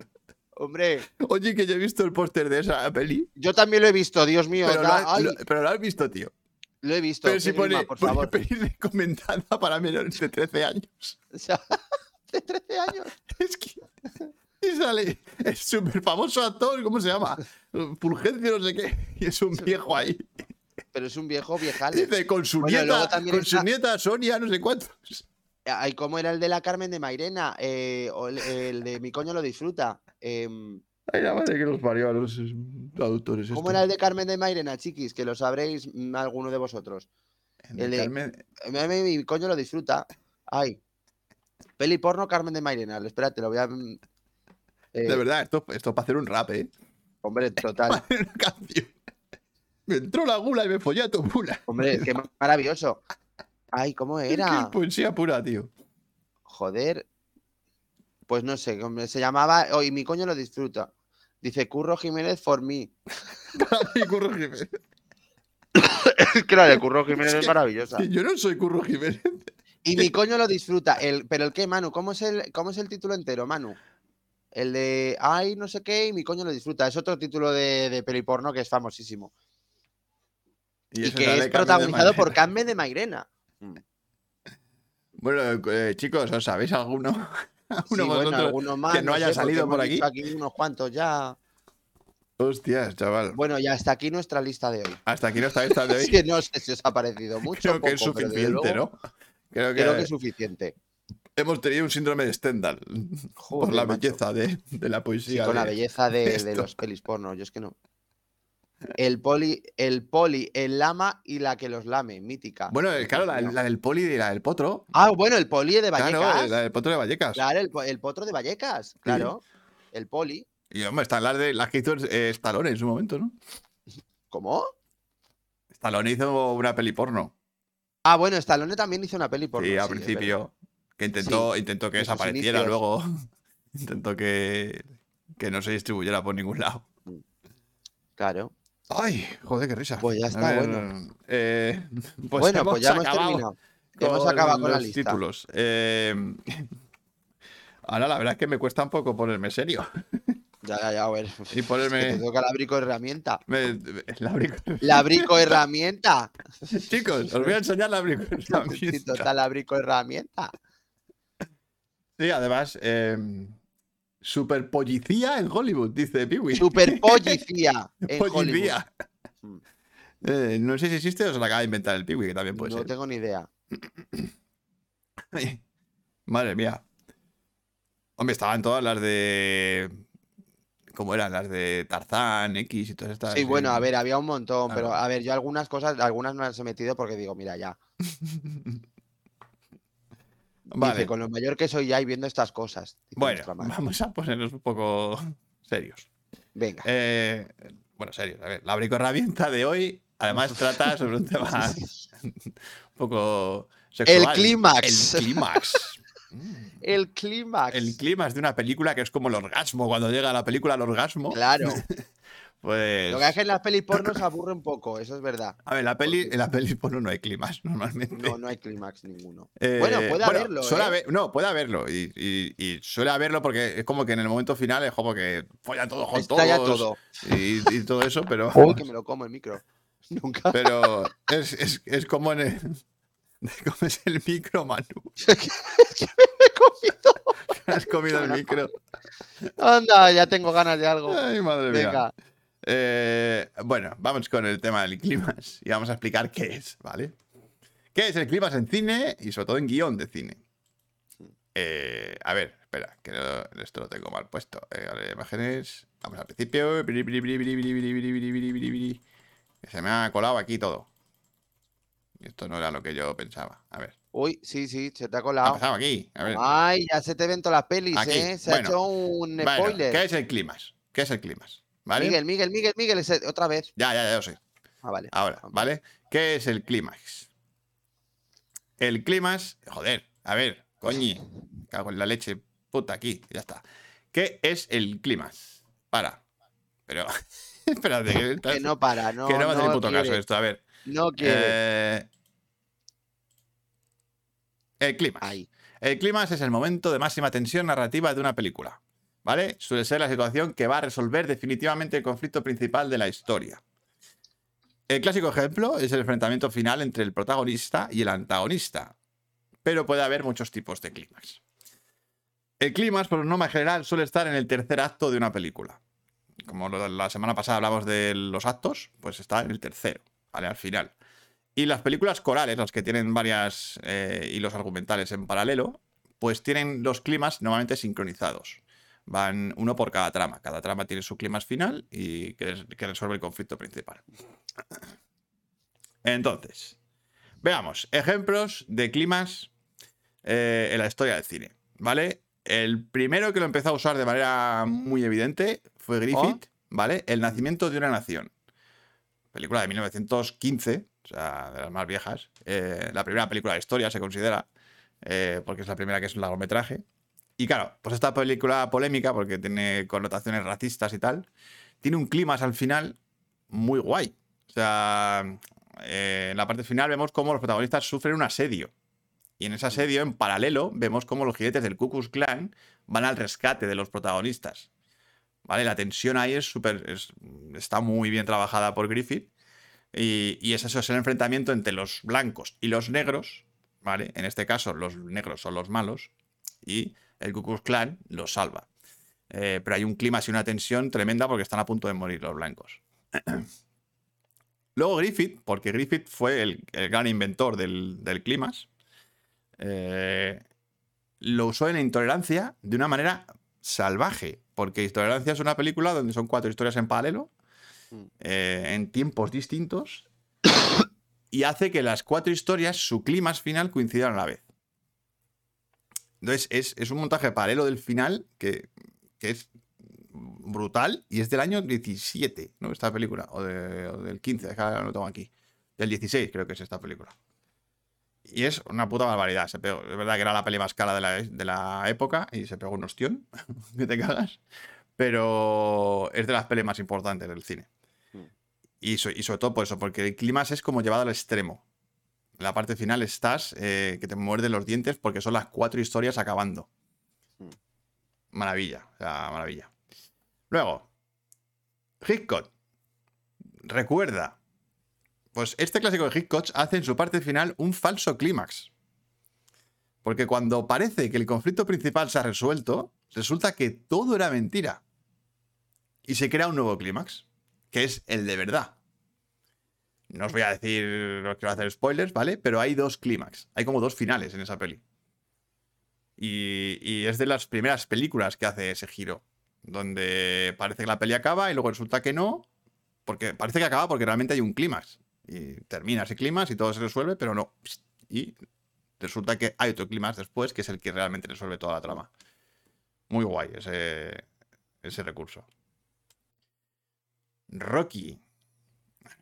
[SPEAKER 3] Hombre,
[SPEAKER 1] Oye, que yo he visto el póster de esa peli.
[SPEAKER 3] yo también lo he visto, Dios mío.
[SPEAKER 1] Pero lo,
[SPEAKER 3] da-
[SPEAKER 1] has,
[SPEAKER 3] ay,
[SPEAKER 1] lo- pero lo has visto, tío.
[SPEAKER 3] lo he visto,
[SPEAKER 1] Pero si
[SPEAKER 3] qué grima,
[SPEAKER 1] pone,
[SPEAKER 3] por
[SPEAKER 1] pone
[SPEAKER 3] favor.
[SPEAKER 1] peli recomendada para menores de 13 años.
[SPEAKER 3] O sea, de 13 años.
[SPEAKER 1] Es que. Y sale el súper famoso actor, ¿cómo se llama? Fulgencio, no sé qué. Y es un viejo ahí.
[SPEAKER 3] Pero es un viejo viejal.
[SPEAKER 1] Dice, con su
[SPEAKER 3] Bueno, luego
[SPEAKER 1] nieta,
[SPEAKER 3] también
[SPEAKER 1] con su
[SPEAKER 3] está-
[SPEAKER 1] nieta Sonia, no sé cuántos.
[SPEAKER 3] Ay, ¿Cómo era el de la Carmen de Mairena? Eh, o el, el de Mi coño lo disfruta. Em,
[SPEAKER 1] Ay, la madre que los parió a los eh, traductores.
[SPEAKER 3] ¿Cómo
[SPEAKER 1] estos.
[SPEAKER 3] era el de Carmen de Mairena, chiquis? Que lo sabréis mm, alguno de vosotros. el de-
[SPEAKER 1] Carmen-
[SPEAKER 3] Me- me- Mi coño lo disfruta. Ay. Peli porno Carmen de Mairena. Espérate, lo voy a. mm, eh,
[SPEAKER 1] De verdad, esto, esto es para hacer un rap, ¿eh?
[SPEAKER 3] Hombre, total.
[SPEAKER 1] Una canción. Me entró la gula y me follé a tu gula.
[SPEAKER 3] Hombre, qué ma- maravilloso. Ay, ¿cómo
[SPEAKER 1] Es que
[SPEAKER 3] era?
[SPEAKER 1] es poesía pura, tío.
[SPEAKER 3] Joder. Pues no sé, hombre, se llamaba. Hoy mi coño lo disfruta. Dice Curro Jiménez for me.
[SPEAKER 1] Para mí, Curro Jiménez.
[SPEAKER 3] claro, de Curro Jiménez
[SPEAKER 1] Es
[SPEAKER 3] es
[SPEAKER 1] que-
[SPEAKER 3] maravillosa.
[SPEAKER 1] Yo no soy Curro Jiménez.
[SPEAKER 3] Y mi coño lo disfruta. El, pero el qué, Manu, ¿cómo es el, cómo es el título entero, Manu? El de Ay, no sé qué, y mi coño lo disfruta. Es otro título de, de peliporno que es famosísimo. Y,
[SPEAKER 1] eso
[SPEAKER 3] que
[SPEAKER 1] sale Carmen
[SPEAKER 3] es
[SPEAKER 1] de
[SPEAKER 3] protagonizado por
[SPEAKER 1] Mairena.
[SPEAKER 3] Carmen de Mairena.
[SPEAKER 1] Bueno, eh, chicos, ¿os sabéis alguno? ¿Alguno
[SPEAKER 3] Sí, bueno,
[SPEAKER 1] vosotros?
[SPEAKER 3] alguno más,
[SPEAKER 1] que no haya
[SPEAKER 3] sé, porque
[SPEAKER 1] salido
[SPEAKER 3] hemos
[SPEAKER 1] por aquí.
[SPEAKER 3] dicho unos cuantos ya.
[SPEAKER 1] Hostias, chaval.
[SPEAKER 3] Bueno, ya hasta aquí nuestra lista de hoy.
[SPEAKER 1] Hasta aquí no está esta de hoy.
[SPEAKER 3] Es que no sé si os ha parecido mucho.
[SPEAKER 1] Creo que es
[SPEAKER 3] poco, pero desde
[SPEAKER 1] suficiente,
[SPEAKER 3] luego
[SPEAKER 1] ¿no? Creo que,
[SPEAKER 3] Creo que es suficiente.
[SPEAKER 1] hemos tenido un síndrome de Stendhal por
[SPEAKER 3] Joder,
[SPEAKER 1] la
[SPEAKER 3] macho.
[SPEAKER 1] belleza de, de la
[SPEAKER 3] Sí,
[SPEAKER 1] poesía.
[SPEAKER 3] con la
[SPEAKER 1] de-
[SPEAKER 3] belleza de, de
[SPEAKER 1] esto.
[SPEAKER 3] los pelis porno, yo es que no. El poli, el poli, el lama y la que los lame, mítica.
[SPEAKER 1] Bueno, eh, claro, la,
[SPEAKER 3] No.
[SPEAKER 1] la del poli y la del potro.
[SPEAKER 3] Ah, bueno, el poli de Vallecas.
[SPEAKER 1] Claro, eh,
[SPEAKER 3] Claro,
[SPEAKER 1] la del potro de Vallecas.
[SPEAKER 3] el, po- el potro de Vallecas, claro. El poli,
[SPEAKER 1] Y hombre, están las, de, las que hizo eh, Stallone en su momento, ¿no?
[SPEAKER 3] ¿cómo?
[SPEAKER 1] Stallone hizo una peli porno.
[SPEAKER 3] Ah, bueno, Stallone también hizo una peli porno.
[SPEAKER 1] sí,
[SPEAKER 3] sí,
[SPEAKER 1] al
[SPEAKER 3] es verdad.
[SPEAKER 1] principio. Que intentó, intentó que
[SPEAKER 3] en sus
[SPEAKER 1] desapareciera
[SPEAKER 3] inicios.
[SPEAKER 1] luego. intentó que, que no se distribuyera por ningún lado.
[SPEAKER 3] Claro.
[SPEAKER 1] Ay, joder, qué risa.
[SPEAKER 3] Pues ya
[SPEAKER 1] A
[SPEAKER 3] está, bueno.
[SPEAKER 1] eh, pues
[SPEAKER 3] bueno, pues ya hemos
[SPEAKER 1] acabado
[SPEAKER 3] terminado. Hemos acabado con la
[SPEAKER 1] los
[SPEAKER 3] lista.
[SPEAKER 1] títulos. Eh, ahora la verdad es que me cuesta un poco ponerme serio.
[SPEAKER 3] Ya, ya, ya, a ver.
[SPEAKER 1] Y
[SPEAKER 3] Es que
[SPEAKER 1] ponerme...
[SPEAKER 3] te toca la brico herramienta.
[SPEAKER 1] me- me- la brico-
[SPEAKER 3] La brico herramienta.
[SPEAKER 1] Chicos, os voy a enseñar la brico- la
[SPEAKER 3] Sí,
[SPEAKER 1] lista.
[SPEAKER 3] total, la brico herramienta.
[SPEAKER 1] Sí, además, eh, superpolicía en Hollywood, dice Piwi.
[SPEAKER 3] Super policía en Hollywood.
[SPEAKER 1] Policía.
[SPEAKER 3] Mm.
[SPEAKER 1] Eh, no sé si existe o se la acaba de inventar el Piwi, que también Eh, puede
[SPEAKER 3] no
[SPEAKER 1] ser.
[SPEAKER 3] tengo ni idea.
[SPEAKER 1] Madre mía. Hombre, estaban todas las de. ¿Cómo eran? Las de Tarzán, X y todas estas.
[SPEAKER 3] Sí, bueno,
[SPEAKER 1] eh.
[SPEAKER 3] a ver, había un montón, pero
[SPEAKER 1] Claro.
[SPEAKER 3] a ver, yo algunas cosas, algunas no las he metido porque digo, mira, ya.
[SPEAKER 1] Vale.
[SPEAKER 3] Dice, con lo mayor que soy ya y viendo estas cosas. dice
[SPEAKER 1] Bueno,
[SPEAKER 3] nuestra madre.
[SPEAKER 1] vamos a ponernos un poco serios.
[SPEAKER 3] Venga.
[SPEAKER 1] Eh, bueno, serios. A ver, la herramienta de hoy, además, trata sobre un tema un poco sexual.
[SPEAKER 3] clímax.
[SPEAKER 1] El clímax. Mm.
[SPEAKER 3] El clímax.
[SPEAKER 1] El clímax de una película que es como el orgasmo. Cuando llega la película al orgasmo,
[SPEAKER 3] Claro.
[SPEAKER 1] pues.
[SPEAKER 3] Lo que es que en las pelis porno se aburre un poco, eso es verdad.
[SPEAKER 1] A ver, la peli,
[SPEAKER 3] Porque-
[SPEAKER 1] en la peli porno no hay climas normalmente.
[SPEAKER 3] No, no hay clímax ninguno.
[SPEAKER 1] Eh,
[SPEAKER 3] bueno, puede haberlo,
[SPEAKER 1] Suele
[SPEAKER 3] ¿eh?
[SPEAKER 1] haber- no, puede haberlo. Y, y- y suele haberlo porque es como que en el momento final es como que follan todos con
[SPEAKER 3] Está ya
[SPEAKER 1] todos
[SPEAKER 3] todo.
[SPEAKER 1] Y, y todo eso, pero,
[SPEAKER 3] Uy, que me lo como el micro. Nunca.
[SPEAKER 1] pero es, es- es como en el. te comes el micro, Manu. Has comido el micro.
[SPEAKER 3] Anda, ya tengo ganas de algo.
[SPEAKER 1] Ay, madre mía.
[SPEAKER 3] Venga.
[SPEAKER 1] Eh, bueno, vamos con el tema del climas y vamos a explicar qué es, ¿vale? ¿Qué es el climas en cine y sobre todo en guión de cine? Eh, a ver, espera, que no- esto lo tengo mal puesto. Eh, ahora imágenes, vamos al principio. Bri, bri, bri, bri, bri, bri, bri, bri, bri, bri, bri. Que se me ha colado aquí todo. Y Esto no era lo que yo pensaba. A ver,
[SPEAKER 3] Uy, sí, sí, se te ha
[SPEAKER 1] ¿qué ha
[SPEAKER 3] colado.
[SPEAKER 1] pasado aquí? A ver.
[SPEAKER 3] Ay, ya se te ven todas las pelis,
[SPEAKER 1] eh. Aquí,
[SPEAKER 3] ¿eh? Se
[SPEAKER 1] bueno.
[SPEAKER 3] ha hecho un
[SPEAKER 1] Bueno,
[SPEAKER 3] spoiler.
[SPEAKER 1] ¿qué es el climas? ¿Qué es el climas? ¿Vale?
[SPEAKER 3] Miguel, Miguel, Miguel, Miguel, ese- otra vez.
[SPEAKER 1] Ya, ya, ya lo sé.
[SPEAKER 3] Ah, vale.
[SPEAKER 1] Ahora, ¿vale? ¿Qué es el clímax? El clímax, joder, a ver, coñi, me cago en la leche, puta, aquí, ya está. ¿Qué es el clímax? Para, pero, espérate, que,
[SPEAKER 3] Que no para, no.
[SPEAKER 1] que no va a hacer puto
[SPEAKER 3] quiere,
[SPEAKER 1] caso esto, a ver.
[SPEAKER 3] No quiere.
[SPEAKER 1] eh, el clímax.
[SPEAKER 3] Ay,
[SPEAKER 1] El clímax es el momento de máxima tensión narrativa de una película, ¿vale? Suele ser la situación que va a resolver definitivamente el conflicto principal de la historia. El clásico ejemplo es el enfrentamiento final entre el protagonista y el antagonista, pero puede haber muchos tipos de clímax. El clímax, por norma general, suele estar en el tercer acto de una película. Como lo- la semana pasada hablamos de los actos, pues está en el tercero, ¿vale? Al final. Y las películas corales, las que tienen varias eh, hilos argumentales en paralelo, pues tienen los climas normalmente sincronizados. Van uno por cada trama. Cada trama tiene su clima final y que, res- que resuelve el conflicto principal. Entonces, veamos ejemplos de climas eh, en la historia del cine. ¿Vale? El primero que lo empezó a usar de manera muy evidente fue Griffith, ¿vale? El nacimiento de una nación película de 1915, o sea, de las más viejas. eh, la primera película de historia se considera, eh, porque es la primera que es un largometraje. Y claro, pues esta película polémica, porque tiene connotaciones racistas y tal, tiene un clima al final muy guay. O sea, eh, en la parte final vemos cómo los protagonistas sufren un asedio. Y en ese asedio, en paralelo, vemos cómo los jinetes del Ku Klux Klan van al rescate de los protagonistas. ¿Vale? La tensión ahí es súper. es- está muy bien trabajada por Griffith. Y, y es eso, es el enfrentamiento entre los blancos y los negros. ¿Vale? En este caso, los negros son los malos. Y el Ku Klux Klan los salva. Eh, pero hay un clima y una tensión tremenda porque están a punto de morir los blancos. Luego Griffith, porque Griffith fue el, el gran inventor del, del climas, eh, lo usó en Intolerancia de una manera salvaje, porque Intolerancia es una película donde son cuatro historias en paralelo,
[SPEAKER 3] Mm.
[SPEAKER 1] eh, en tiempos distintos, y hace que las cuatro historias, su climas final, coincidan a la vez. Entonces, es, es un montaje paralelo del final que, que es brutal y es del año 17, ¿no? Esta película, o, de- o del 15, déjame lo tengo aquí. Del 16 creo que es esta película. Y es una puta barbaridad. Se pegó- es verdad que era la peli más cara de la, de la época y se pegó un ostión, que te cagas. Pero es de las pelis más importantes del cine.
[SPEAKER 3] Mm.
[SPEAKER 1] Y, so- y sobre todo por eso, porque el clima es como llevado al extremo. En la parte final estás eh, que te muerden los dientes porque son las cuatro historias acabando.
[SPEAKER 3] Mm.
[SPEAKER 1] Maravilla, o sea, maravilla. Luego, Hitchcock. Recuerda, pues este clásico de Hitchcock hace en su parte final un falso clímax. Porque cuando parece que el conflicto principal se ha resuelto, resulta que todo era mentira. Y se crea un nuevo clímax, que es el de verdad. No os voy a decir, no os quiero hacer spoilers, ¿vale? Pero hay dos clímax, hay como dos finales en esa peli. Y, y es de las primeras películas que hace ese giro, donde parece que la peli acaba y luego resulta que no, porque parece que acaba porque realmente hay un clímax. Y termina ese clímax y todo se resuelve, pero no. Psst. Y resulta que hay otro clímax después que es el que realmente resuelve toda la trama. Muy guay ese, ese recurso. Rocky.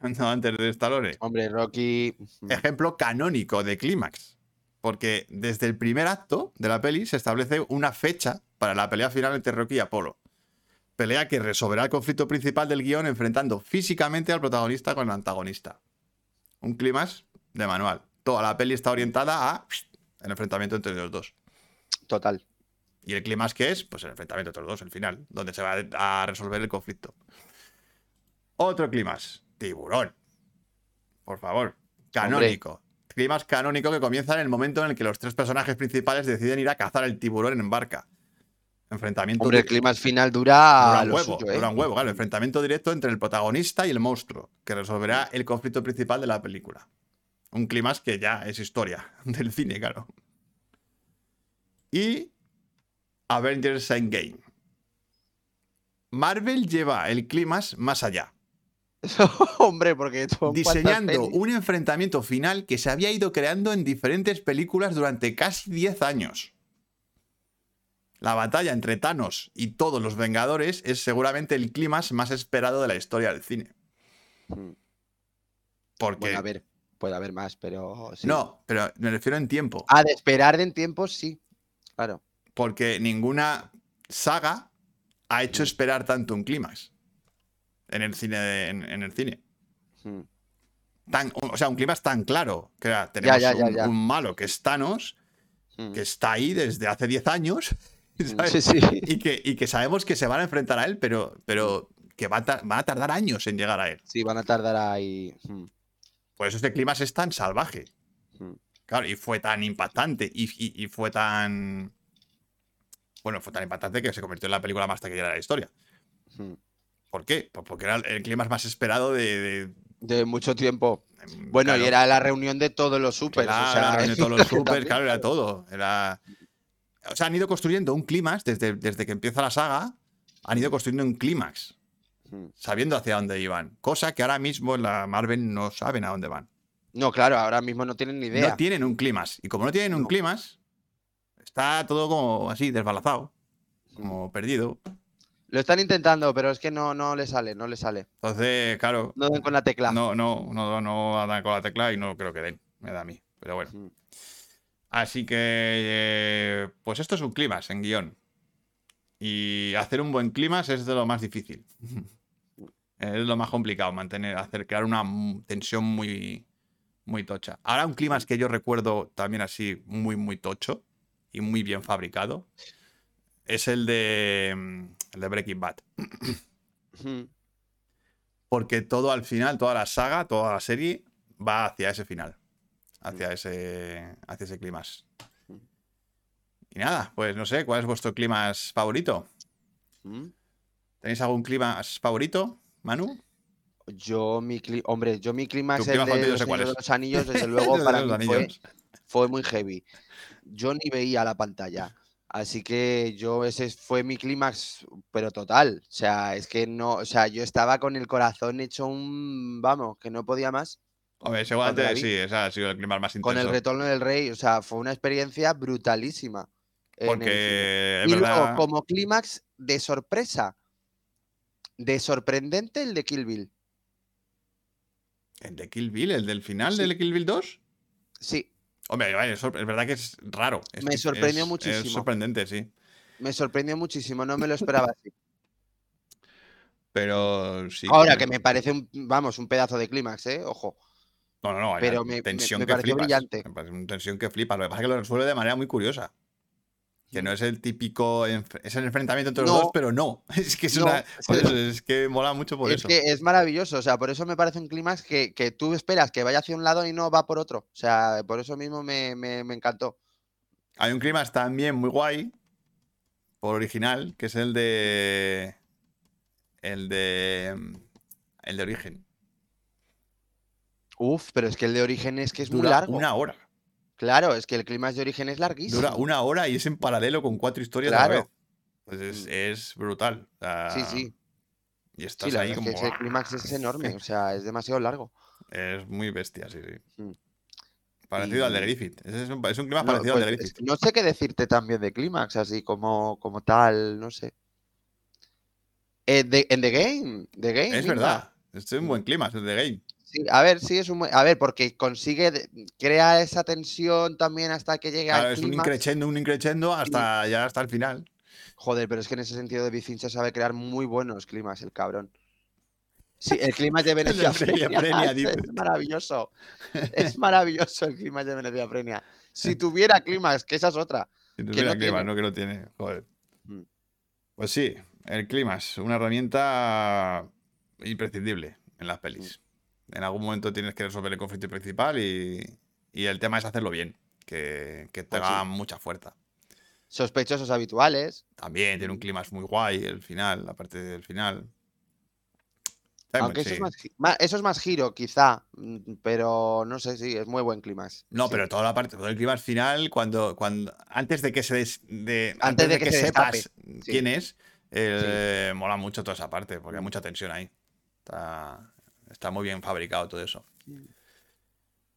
[SPEAKER 1] No, antes de Stallone.
[SPEAKER 3] Hombre, Rocky.
[SPEAKER 1] Ejemplo canónico de clímax. Porque desde el primer acto de la peli se establece una fecha para la pelea final entre Rocky y Apolo. Pelea que resolverá el conflicto principal del guión enfrentando físicamente al protagonista con el antagonista. Un clímax de manual. Toda la peli está orientada a el enfrentamiento entre los dos.
[SPEAKER 3] Total.
[SPEAKER 1] Y el clímax que es, pues el enfrentamiento entre los dos, el final, donde se va a resolver el conflicto. Otro clímax, tiburón. Por favor, canónico. Clímax canónico que comienza en el momento en el que los tres personajes principales deciden ir a cazar el tiburón en barca. Enfrentamiento
[SPEAKER 3] Hombre, el
[SPEAKER 1] di-
[SPEAKER 3] clima final
[SPEAKER 1] dura
[SPEAKER 3] dura a
[SPEAKER 1] un
[SPEAKER 3] lo
[SPEAKER 1] huevo,
[SPEAKER 3] suyo, ¿eh?
[SPEAKER 1] dura un huevo, claro. Enfrentamiento directo entre el protagonista y el monstruo, que resolverá el conflicto principal de la película. Un clímax que ya es historia del cine, claro. Y Avengers Endgame. Marvel lleva el clímax más allá,
[SPEAKER 3] Hombre, porque son cuantas
[SPEAKER 1] diseñando
[SPEAKER 3] pelis.
[SPEAKER 1] un enfrentamiento final que se había ido creando en diferentes películas durante casi 10 años. La batalla entre Thanos y todos los Vengadores es seguramente el clímax más esperado de la historia del cine.
[SPEAKER 3] Mm.
[SPEAKER 1] Porque.
[SPEAKER 3] Bueno, a ver, puede haber más, pero. sí.
[SPEAKER 1] No, pero me refiero en tiempo.
[SPEAKER 3] Ah, de esperar en tiempo, sí. Claro.
[SPEAKER 1] Porque ninguna saga ha hecho esperar tanto un clímax en el cine. de- en- en el cine.
[SPEAKER 3] Mm.
[SPEAKER 1] Tan, o sea, un clímax tan claro. Que era, tenemos
[SPEAKER 3] ya, ya,
[SPEAKER 1] un-
[SPEAKER 3] ya.
[SPEAKER 1] un malo que es Thanos
[SPEAKER 3] Mm.
[SPEAKER 1] que está ahí desde hace 10 años ¿sabes?
[SPEAKER 3] Sí, sí.
[SPEAKER 1] Y, que, y que sabemos que se van a enfrentar a él, pero, pero que va a, tar- va a tardar años en llegar a él.
[SPEAKER 3] Sí, van a tardar ahí. Mm,
[SPEAKER 1] Por eso este clima es tan salvaje.
[SPEAKER 3] mm.
[SPEAKER 1] Claro, y fue tan impactante y, y- y fue tan... Bueno, fue tan impactante que se convirtió en la película más taquillera de la historia.
[SPEAKER 3] Mm.
[SPEAKER 1] ¿Por qué? Pues porque era el clima más esperado de... de-
[SPEAKER 3] De mucho tiempo.
[SPEAKER 1] em,
[SPEAKER 3] Bueno,
[SPEAKER 1] claro,
[SPEAKER 3] y era la reunión de todos los supers.
[SPEAKER 1] claro,
[SPEAKER 3] Pues, o sea,
[SPEAKER 1] la reunión de todos los
[SPEAKER 3] también,
[SPEAKER 1] super, claro, era todo. Era... O sea, han ido construyendo un clímax desde, desde que empieza la saga. Han ido construyendo un clímax.
[SPEAKER 3] Mm.
[SPEAKER 1] sabiendo hacia dónde iban. Cosa que ahora mismo en la Marvel no saben a dónde van.
[SPEAKER 3] No, claro, ahora mismo no tienen ni idea.
[SPEAKER 1] No tienen un clímax. Y como no tienen un
[SPEAKER 3] No.
[SPEAKER 1] clímax, está todo como así, desbalazado, como perdido.
[SPEAKER 3] Lo están intentando, pero es que no, no le sale, no le sale.
[SPEAKER 1] Entonces, claro,
[SPEAKER 3] No den con la tecla.
[SPEAKER 1] no, no, no, no dan con la tecla y no creo que den. Me da a mí. Pero bueno.
[SPEAKER 3] Mm.
[SPEAKER 1] Así que, eh, pues esto es un clímax en guión. Y hacer un buen clímax es de lo más difícil. es lo más complicado, mantener, hacer, crear una m- tensión muy, muy tocha. Ahora un clima es que yo recuerdo también así muy, muy tocho y muy bien fabricado. Es el de, mm, el de Breaking Bad.
[SPEAKER 3] Mm.
[SPEAKER 1] Porque todo al final, toda la saga, toda la serie va hacia ese final.
[SPEAKER 3] Mm.
[SPEAKER 1] Hacia ese, hacia ese clima. Y nada, pues no sé, ¿cuál es vuestro clima favorito?
[SPEAKER 3] Mm.
[SPEAKER 1] ¿Tenéis algún clima favorito, Manu?
[SPEAKER 3] Yo, mi cli- hombre, yo mi clima
[SPEAKER 1] Tu
[SPEAKER 3] es el
[SPEAKER 1] clima
[SPEAKER 3] de
[SPEAKER 1] favorito, yo
[SPEAKER 3] Los
[SPEAKER 1] sé cuál
[SPEAKER 3] Señores de
[SPEAKER 1] es.
[SPEAKER 3] los Anillos, desde
[SPEAKER 1] El
[SPEAKER 3] luego
[SPEAKER 1] de
[SPEAKER 3] para
[SPEAKER 1] los
[SPEAKER 3] mí fue,
[SPEAKER 1] anillos.
[SPEAKER 3] fue muy heavy. Yo ni veía la pantalla. Así que yo ese fue mi clímax, pero total. O sea, es que no, o sea, yo estaba con el corazón hecho un, vamos, que no podía más.
[SPEAKER 1] Hombre, seguramente
[SPEAKER 3] David.
[SPEAKER 1] sí, ese ha sido el clima más
[SPEAKER 3] Con
[SPEAKER 1] intenso.
[SPEAKER 3] el retorno del rey, o sea, fue una experiencia brutalísima. en el cine.
[SPEAKER 1] porque es
[SPEAKER 3] y
[SPEAKER 1] verdad.
[SPEAKER 3] luego, como clímax de sorpresa, de sorprendente el de Kill Bill.
[SPEAKER 1] ¿El de Kill Bill? ¿El del final
[SPEAKER 3] Sí.
[SPEAKER 1] del Kill Bill 2?
[SPEAKER 3] Sí,
[SPEAKER 1] Hombre, vale, es, sor- es verdad que es raro. es
[SPEAKER 3] Me
[SPEAKER 1] que
[SPEAKER 3] sorprendió
[SPEAKER 1] es- Es
[SPEAKER 3] muchísimo.
[SPEAKER 1] sorprendente, sí.
[SPEAKER 3] me sorprendió muchísimo, no me lo esperaba así.
[SPEAKER 1] Pero sí.
[SPEAKER 3] Ahora, que me parece un, vamos, un pedazo de clímax, ¿eh? Ojo.
[SPEAKER 1] No, no, no. hay
[SPEAKER 3] pero
[SPEAKER 1] una
[SPEAKER 3] me- me-
[SPEAKER 1] tensión
[SPEAKER 3] me
[SPEAKER 1] que
[SPEAKER 3] pareció
[SPEAKER 1] flipas.
[SPEAKER 3] brillante.
[SPEAKER 1] Me parece una tensión que flipas. Lo que pasa es que lo resuelve de manera muy curiosa. Que no es el típico. enf- Es el enfrentamiento entre los
[SPEAKER 3] Mm. No.
[SPEAKER 1] dos, pero no. Es que es
[SPEAKER 3] No,
[SPEAKER 1] una.
[SPEAKER 3] es
[SPEAKER 1] por
[SPEAKER 3] que-
[SPEAKER 1] eso, es que mola mucho por
[SPEAKER 3] es
[SPEAKER 1] eso.
[SPEAKER 3] que es maravilloso, o sea, por eso me parece un clímax que, que tú esperas que vaya hacia un lado y no va por otro. O sea, por eso mismo me, me- me encantó.
[SPEAKER 1] Hay un clima también muy guay, por original, que es el de. El de. El de origen.
[SPEAKER 3] Uf, pero es que el de origen es que es muy
[SPEAKER 1] Dura
[SPEAKER 3] largo.
[SPEAKER 1] una hora.
[SPEAKER 3] Claro, es que el clímax de origen es larguísimo.
[SPEAKER 1] Dura una hora y es en paralelo con cuatro historias a la
[SPEAKER 3] Claro.
[SPEAKER 1] vez. Pues es,
[SPEAKER 3] Mm.
[SPEAKER 1] es brutal. o sea,
[SPEAKER 3] Sí, sí,
[SPEAKER 1] Y
[SPEAKER 3] sí,
[SPEAKER 1] estás
[SPEAKER 3] la
[SPEAKER 1] ahí
[SPEAKER 3] verdad
[SPEAKER 1] como.
[SPEAKER 3] es que ese clímax es enorme, o sea, es demasiado largo.
[SPEAKER 1] Es muy bestia, sí, sí.
[SPEAKER 3] Mm.
[SPEAKER 1] Parecido al de
[SPEAKER 3] Y-
[SPEAKER 1] Griffith. Ese Es un, es un clima
[SPEAKER 3] No,
[SPEAKER 1] parecido al
[SPEAKER 3] pues,
[SPEAKER 1] de
[SPEAKER 3] es
[SPEAKER 1] Griffith.
[SPEAKER 3] que no sé qué decirte también de clímax, así como, como tal, no sé. Eh, de- en The Game, The Game.
[SPEAKER 1] Es
[SPEAKER 3] misma.
[SPEAKER 1] verdad. Este es
[SPEAKER 3] Mm.
[SPEAKER 1] un buen clima, es el de Game.
[SPEAKER 3] Sí, a ver, sí, es un buen- A ver, porque consigue, de- crea esa tensión también hasta que llega
[SPEAKER 1] Claro,
[SPEAKER 3] al
[SPEAKER 1] es un
[SPEAKER 3] clímax.
[SPEAKER 1] increchendo, un increchendo hasta ya hasta el final.
[SPEAKER 3] Joder, pero es que en ese sentido David Fincher sabe crear muy buenos climas, el cabrón. Sí, el clima de Venecia
[SPEAKER 1] Venecia
[SPEAKER 3] Frenia,
[SPEAKER 1] Frenia,
[SPEAKER 3] es-
[SPEAKER 1] dices.
[SPEAKER 3] es maravilloso. Es maravilloso el clima de Venecia Frenia. Si tuviera climas, que esa es otra.
[SPEAKER 1] Si tuviera
[SPEAKER 3] no
[SPEAKER 1] clima,
[SPEAKER 3] tiene.
[SPEAKER 1] no que lo tiene. Joder.
[SPEAKER 3] Mm.
[SPEAKER 1] Pues sí, el clima es una herramienta imprescindible en las pelis.
[SPEAKER 3] Mm.
[SPEAKER 1] En algún momento tienes que resolver el conflicto principal y, y el tema es hacerlo bien, que, que
[SPEAKER 3] Pues sí.
[SPEAKER 1] tenga mucha fuerza.
[SPEAKER 3] Sospechosos habituales.
[SPEAKER 1] También
[SPEAKER 3] Mm.
[SPEAKER 1] tiene un clima muy guay el final, la parte del final. Está muy-
[SPEAKER 3] Aunque
[SPEAKER 1] Em,
[SPEAKER 3] eso,
[SPEAKER 1] sí.
[SPEAKER 3] es más, gi- ma- eso es más giro, quizá. mm, Pero no sé, sí, es muy buen climax.
[SPEAKER 1] No,
[SPEAKER 3] sí.
[SPEAKER 1] pero toda la parte, todo el clima al final, cuando, cuando antes de que se des- de- antes,
[SPEAKER 3] de
[SPEAKER 1] de que,
[SPEAKER 3] que se
[SPEAKER 1] sepas
[SPEAKER 3] sí. Mm.
[SPEAKER 1] quién es, eh, mola mucho toda esa parte, porque hay mucha tensión ahí. Está, está muy bien fabricado todo eso.
[SPEAKER 3] Mm.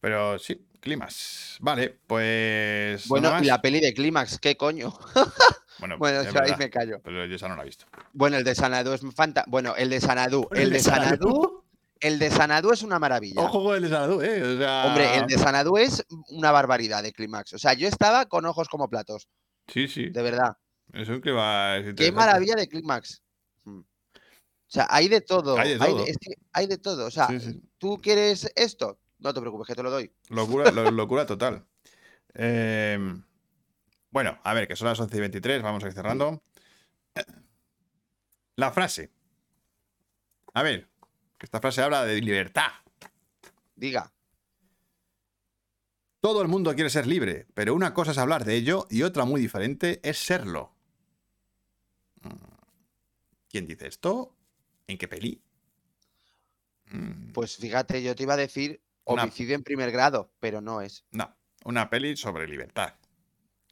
[SPEAKER 1] Pero sí, climas. Vale, pues.
[SPEAKER 3] Bueno,
[SPEAKER 1] nada
[SPEAKER 3] y la
[SPEAKER 1] más.
[SPEAKER 3] peli de clímax, ¿qué coño?
[SPEAKER 1] bueno,
[SPEAKER 3] Bueno,
[SPEAKER 1] Em, es
[SPEAKER 3] yo ahí
[SPEAKER 1] verdad,
[SPEAKER 3] me callo.
[SPEAKER 1] Pero yo esa no la he visto.
[SPEAKER 3] Bueno, el de Sanadú es fanta. Bueno, el de Sanadú. El de Sanadú. El de Sanadú es una maravilla.
[SPEAKER 1] Ojo con el de Sanadú, eh. o sea,
[SPEAKER 3] Hombre, el de Sanadú es una barbaridad de clímax. O sea, yo estaba con ojos como platos,
[SPEAKER 1] Sí, sí.
[SPEAKER 3] de verdad.
[SPEAKER 1] Es un clima. es
[SPEAKER 3] Qué
[SPEAKER 1] interesante.
[SPEAKER 3] maravilla de clímax. Mm. O sea, hay de todo.
[SPEAKER 1] Hay de todo.
[SPEAKER 3] es que hay de todo. O sea,
[SPEAKER 1] Sí, sí.
[SPEAKER 3] ¿tú quieres esto? No te preocupes, que te lo doy.
[SPEAKER 1] Locura, lo- locura total. Em, bueno, a ver, que son las 11 y 23, vamos a ir cerrando. La frase. A ver, que esta frase habla de libertad.
[SPEAKER 3] Diga.
[SPEAKER 1] Todo el mundo quiere ser libre, pero una cosa es hablar de ello y otra muy diferente es serlo. Mm. ¿Quién dice esto? ¿En qué peli? Mm,
[SPEAKER 3] Pues fíjate, yo te iba a decir
[SPEAKER 1] Una-
[SPEAKER 3] homicidio en primer grado, pero no es.
[SPEAKER 1] No, una peli sobre libertad.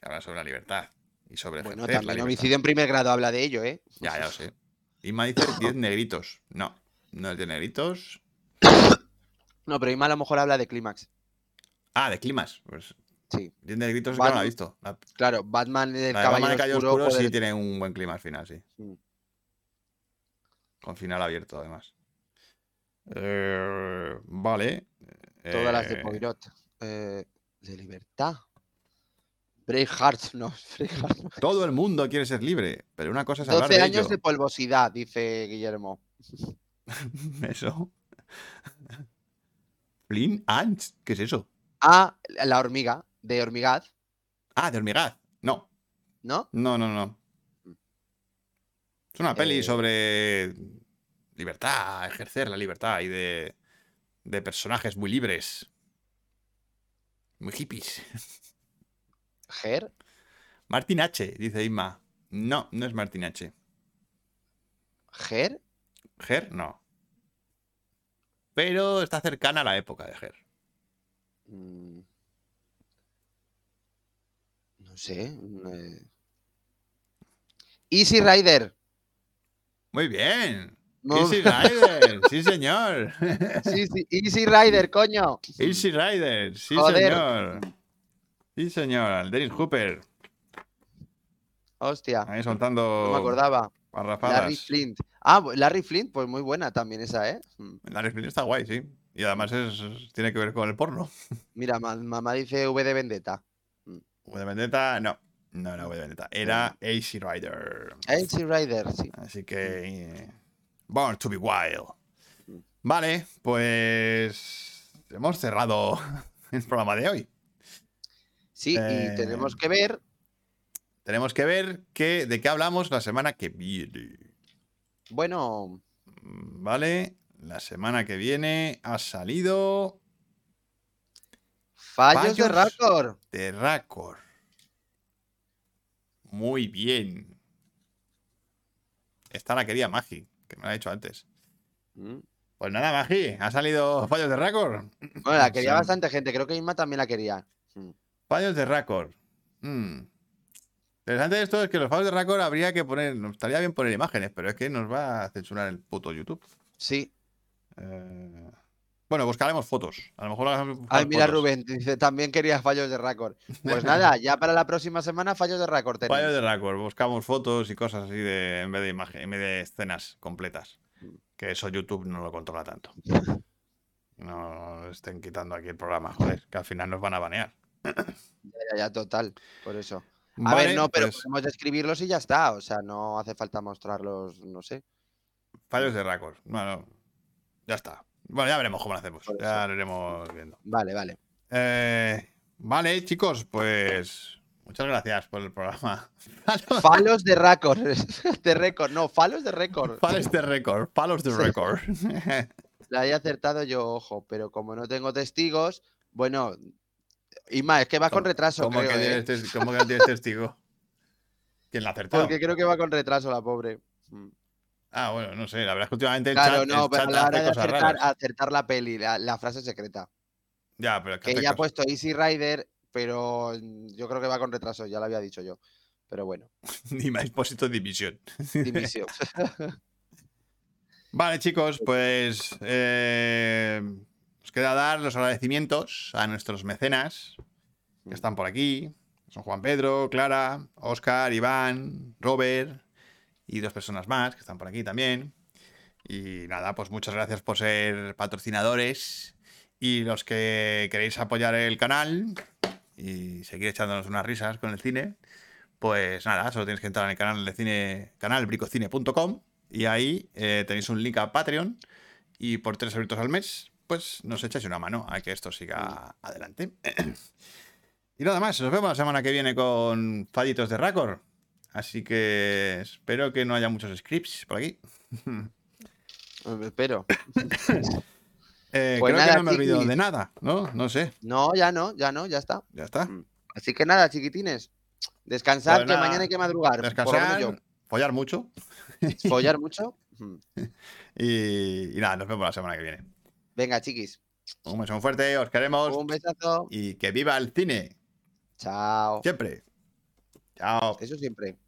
[SPEAKER 1] Que habla sobre la libertad y sobre
[SPEAKER 3] Bueno,
[SPEAKER 1] ejercer la
[SPEAKER 3] también
[SPEAKER 1] libertad.
[SPEAKER 3] homicidio en primer grado habla de ello, ¿eh?
[SPEAKER 1] Ya, ya lo sé. Inma dice 10 negritos. No, no es de negritos.
[SPEAKER 3] No, pero Ima a lo mejor habla de clímax.
[SPEAKER 1] Ah, de climas. Pues
[SPEAKER 3] Sí.
[SPEAKER 1] 10 negritos es que
[SPEAKER 3] Vale.
[SPEAKER 1] no la he visto. La,
[SPEAKER 3] Claro, Batman del
[SPEAKER 1] la de Batman
[SPEAKER 3] Caballero
[SPEAKER 1] de Calle
[SPEAKER 3] Oscuro,
[SPEAKER 1] Oscuro,
[SPEAKER 3] puede-
[SPEAKER 1] sí tiene un buen clima al final, sí.
[SPEAKER 3] Sí.
[SPEAKER 1] Con final abierto, además. Eh, vale.
[SPEAKER 3] todas las de
[SPEAKER 1] Eh,
[SPEAKER 3] Poirot. Eh, de libertad. Braveheart, no, Braveheart. no.
[SPEAKER 1] Todo el mundo quiere ser libre, pero una cosa es Pues hablar
[SPEAKER 3] 12
[SPEAKER 1] de
[SPEAKER 3] años
[SPEAKER 1] ello.
[SPEAKER 3] de polvosidad, dice Guillermo.
[SPEAKER 1] Eso. Flint Ants. ¿Qué es eso?
[SPEAKER 3] A Ah, la hormiga, de hormigaz,
[SPEAKER 1] Ah, de hormigaz. No,
[SPEAKER 3] ¿no?
[SPEAKER 1] no, no, no. Es una peli
[SPEAKER 3] Eh.
[SPEAKER 1] sobre libertad, ejercer la libertad y de, de personajes muy libres. Muy hippies.
[SPEAKER 3] Ger.
[SPEAKER 1] Martin H, dice Isma. No, no es Martin H.
[SPEAKER 3] Ger.
[SPEAKER 1] Ger, no. Pero está cercana a la época de Ger.
[SPEAKER 3] mm, No sé. mm, eh. Easy Rider.
[SPEAKER 1] Muy bien.
[SPEAKER 3] Muy-
[SPEAKER 1] Easy Rider, sí señor.
[SPEAKER 3] Sí, sí, Easy Rider, coño.
[SPEAKER 1] Easy Rider, sí
[SPEAKER 3] Joder.
[SPEAKER 1] señor. Sí señor, al Dennis Hooper.
[SPEAKER 3] Hostia,
[SPEAKER 1] Ahí soltando
[SPEAKER 3] no me acordaba. Larry
[SPEAKER 1] parrafadas.
[SPEAKER 3] Flint. Ah, bu- Larry Flint, pues muy buena también esa, ¿eh? Mm.
[SPEAKER 1] Larry Flint está guay, sí. Y además es, tiene que ver con el porno.
[SPEAKER 3] Mira, ma- mamá dice V de Vendetta.
[SPEAKER 1] V de Vendetta, no. No era V de Vendetta. Era Easy Rider.
[SPEAKER 3] Easy Rider, sí.
[SPEAKER 1] Así que. eh, Born to be wild. Vale, pues. Hemos cerrado el programa de hoy.
[SPEAKER 3] Sí,
[SPEAKER 1] Eh,
[SPEAKER 3] y tenemos que ver
[SPEAKER 1] Tenemos que ver qué- de qué hablamos la semana que viene.
[SPEAKER 3] Bueno,
[SPEAKER 1] Vale, la semana que viene ha salido
[SPEAKER 3] fallos, de
[SPEAKER 1] Fallos.
[SPEAKER 3] Raptor.
[SPEAKER 1] Terracor. Muy bien. Esta la quería Magi, que me la ha dicho antes.
[SPEAKER 3] Mm.
[SPEAKER 1] Pues nada, Magi, ha salido fallos de Raccord.
[SPEAKER 3] Bueno, la quería
[SPEAKER 1] Sí.
[SPEAKER 3] bastante gente. Creo que Isma también la quería.
[SPEAKER 1] Fallos de Raccord. Mm. Interesante de esto es que los fallos de Raccord habría que poner. Nos estaría bien poner imágenes, pero es que nos va a censurar el puto YouTube.
[SPEAKER 3] Sí.
[SPEAKER 1] Eh, Bueno, buscaremos fotos. A lo mejor hagamos
[SPEAKER 3] Ay, mira,
[SPEAKER 1] fotos.
[SPEAKER 3] Rubén dice, también quería fallos de Raccord. Pues nada, ya para la próxima semana fallos de Raccord. tenéis.
[SPEAKER 1] Fallos de Raccord. Buscamos fotos y cosas así de, en vez de imagen, en vez de escenas completas.
[SPEAKER 3] Mm.
[SPEAKER 1] Que eso YouTube no lo controla tanto. No estén quitando aquí el programa, joder, que al final nos van a banear.
[SPEAKER 3] Ya, ya, total. Por eso. A
[SPEAKER 1] Vale,
[SPEAKER 3] ver, no, pero
[SPEAKER 1] pues,
[SPEAKER 3] podemos describirlos y ya está. O sea, no hace falta mostrarlos, no sé.
[SPEAKER 1] fallos de Raccord. Bueno, ya está. Bueno, ya veremos cómo lo hacemos.
[SPEAKER 3] Por
[SPEAKER 1] Ya
[SPEAKER 3] eso.
[SPEAKER 1] lo iremos viendo.
[SPEAKER 3] Vale, vale.
[SPEAKER 1] Eh, vale, chicos, pues muchas gracias por el programa.
[SPEAKER 3] Falos de Raccord. De récord. No, falos de récord.
[SPEAKER 1] Palos de récord, palos de
[SPEAKER 3] Pues Sí.
[SPEAKER 1] récord.
[SPEAKER 3] La he acertado yo, ojo, pero como no tengo testigos, bueno, Isma, es que vas con
[SPEAKER 1] ¿Cómo-
[SPEAKER 3] retraso,
[SPEAKER 1] ¿Cómo,
[SPEAKER 3] creo,
[SPEAKER 1] que
[SPEAKER 3] ¿eh?
[SPEAKER 1] tienes tes- cómo que no tienes testigo? ¿Quién la ha acertado?
[SPEAKER 3] Porque creo que va con retraso la pobre. Mm.
[SPEAKER 1] Ah, bueno, no sé. La verdad es que últimamente el
[SPEAKER 3] Claro,
[SPEAKER 1] chat, el
[SPEAKER 3] no, pero
[SPEAKER 1] chat
[SPEAKER 3] a la
[SPEAKER 1] hace
[SPEAKER 3] hora de
[SPEAKER 1] cosas
[SPEAKER 3] acertar,
[SPEAKER 1] raras.
[SPEAKER 3] acertar la peli, la, la frase secreta.
[SPEAKER 1] Ya, pero es que
[SPEAKER 3] Que
[SPEAKER 1] hace
[SPEAKER 3] ella ha
[SPEAKER 1] cosas-
[SPEAKER 3] puesto Easy Rider, pero mm, yo creo que va con retraso, ya lo había dicho yo. Pero bueno,
[SPEAKER 1] ni más pósito división.
[SPEAKER 3] dimisión.
[SPEAKER 1] Vale, chicos, pues eh, nos queda dar los agradecimientos a nuestros mecenas que están por aquí. Son Juan Pedro, Clara, Oscar, Iván, Robert y dos personas más que están por aquí también. Y nada, pues muchas gracias por ser patrocinadores y los que queréis apoyar el canal y seguir echándonos unas risas con el cine, pues nada, solo tienes que entrar en el canal de cine, canalbricocine.com y ahí eh, tenéis un link a Patreon y por tres euros al mes, pues nos echáis una mano a que esto siga adelante. y nada más, nos vemos la semana que viene con fallitos de Raccord. Así que espero que no haya muchos scripts por aquí.
[SPEAKER 3] Espero.
[SPEAKER 1] Eh,
[SPEAKER 3] Pues
[SPEAKER 1] creo
[SPEAKER 3] nada,
[SPEAKER 1] que no me olvido
[SPEAKER 3] chiquis.
[SPEAKER 1] de nada, ¿no? No sé,
[SPEAKER 3] No, ya no, ya no, ya está.
[SPEAKER 1] ya está.
[SPEAKER 3] Así que nada, chiquitines. Descansar,
[SPEAKER 1] Pues
[SPEAKER 3] que
[SPEAKER 1] nada,
[SPEAKER 3] mañana hay que madrugar. por lo menos
[SPEAKER 1] Descansar, follar mucho
[SPEAKER 3] yo. Follar mucho. Mm.
[SPEAKER 1] y, y nada, nos vemos la semana que viene.
[SPEAKER 3] Venga, chiquis.
[SPEAKER 1] Un beso muy fuerte, os queremos
[SPEAKER 3] Un besazo.
[SPEAKER 1] y que viva el cine,
[SPEAKER 3] Chao.
[SPEAKER 1] siempre. Chao.
[SPEAKER 3] Eso siempre.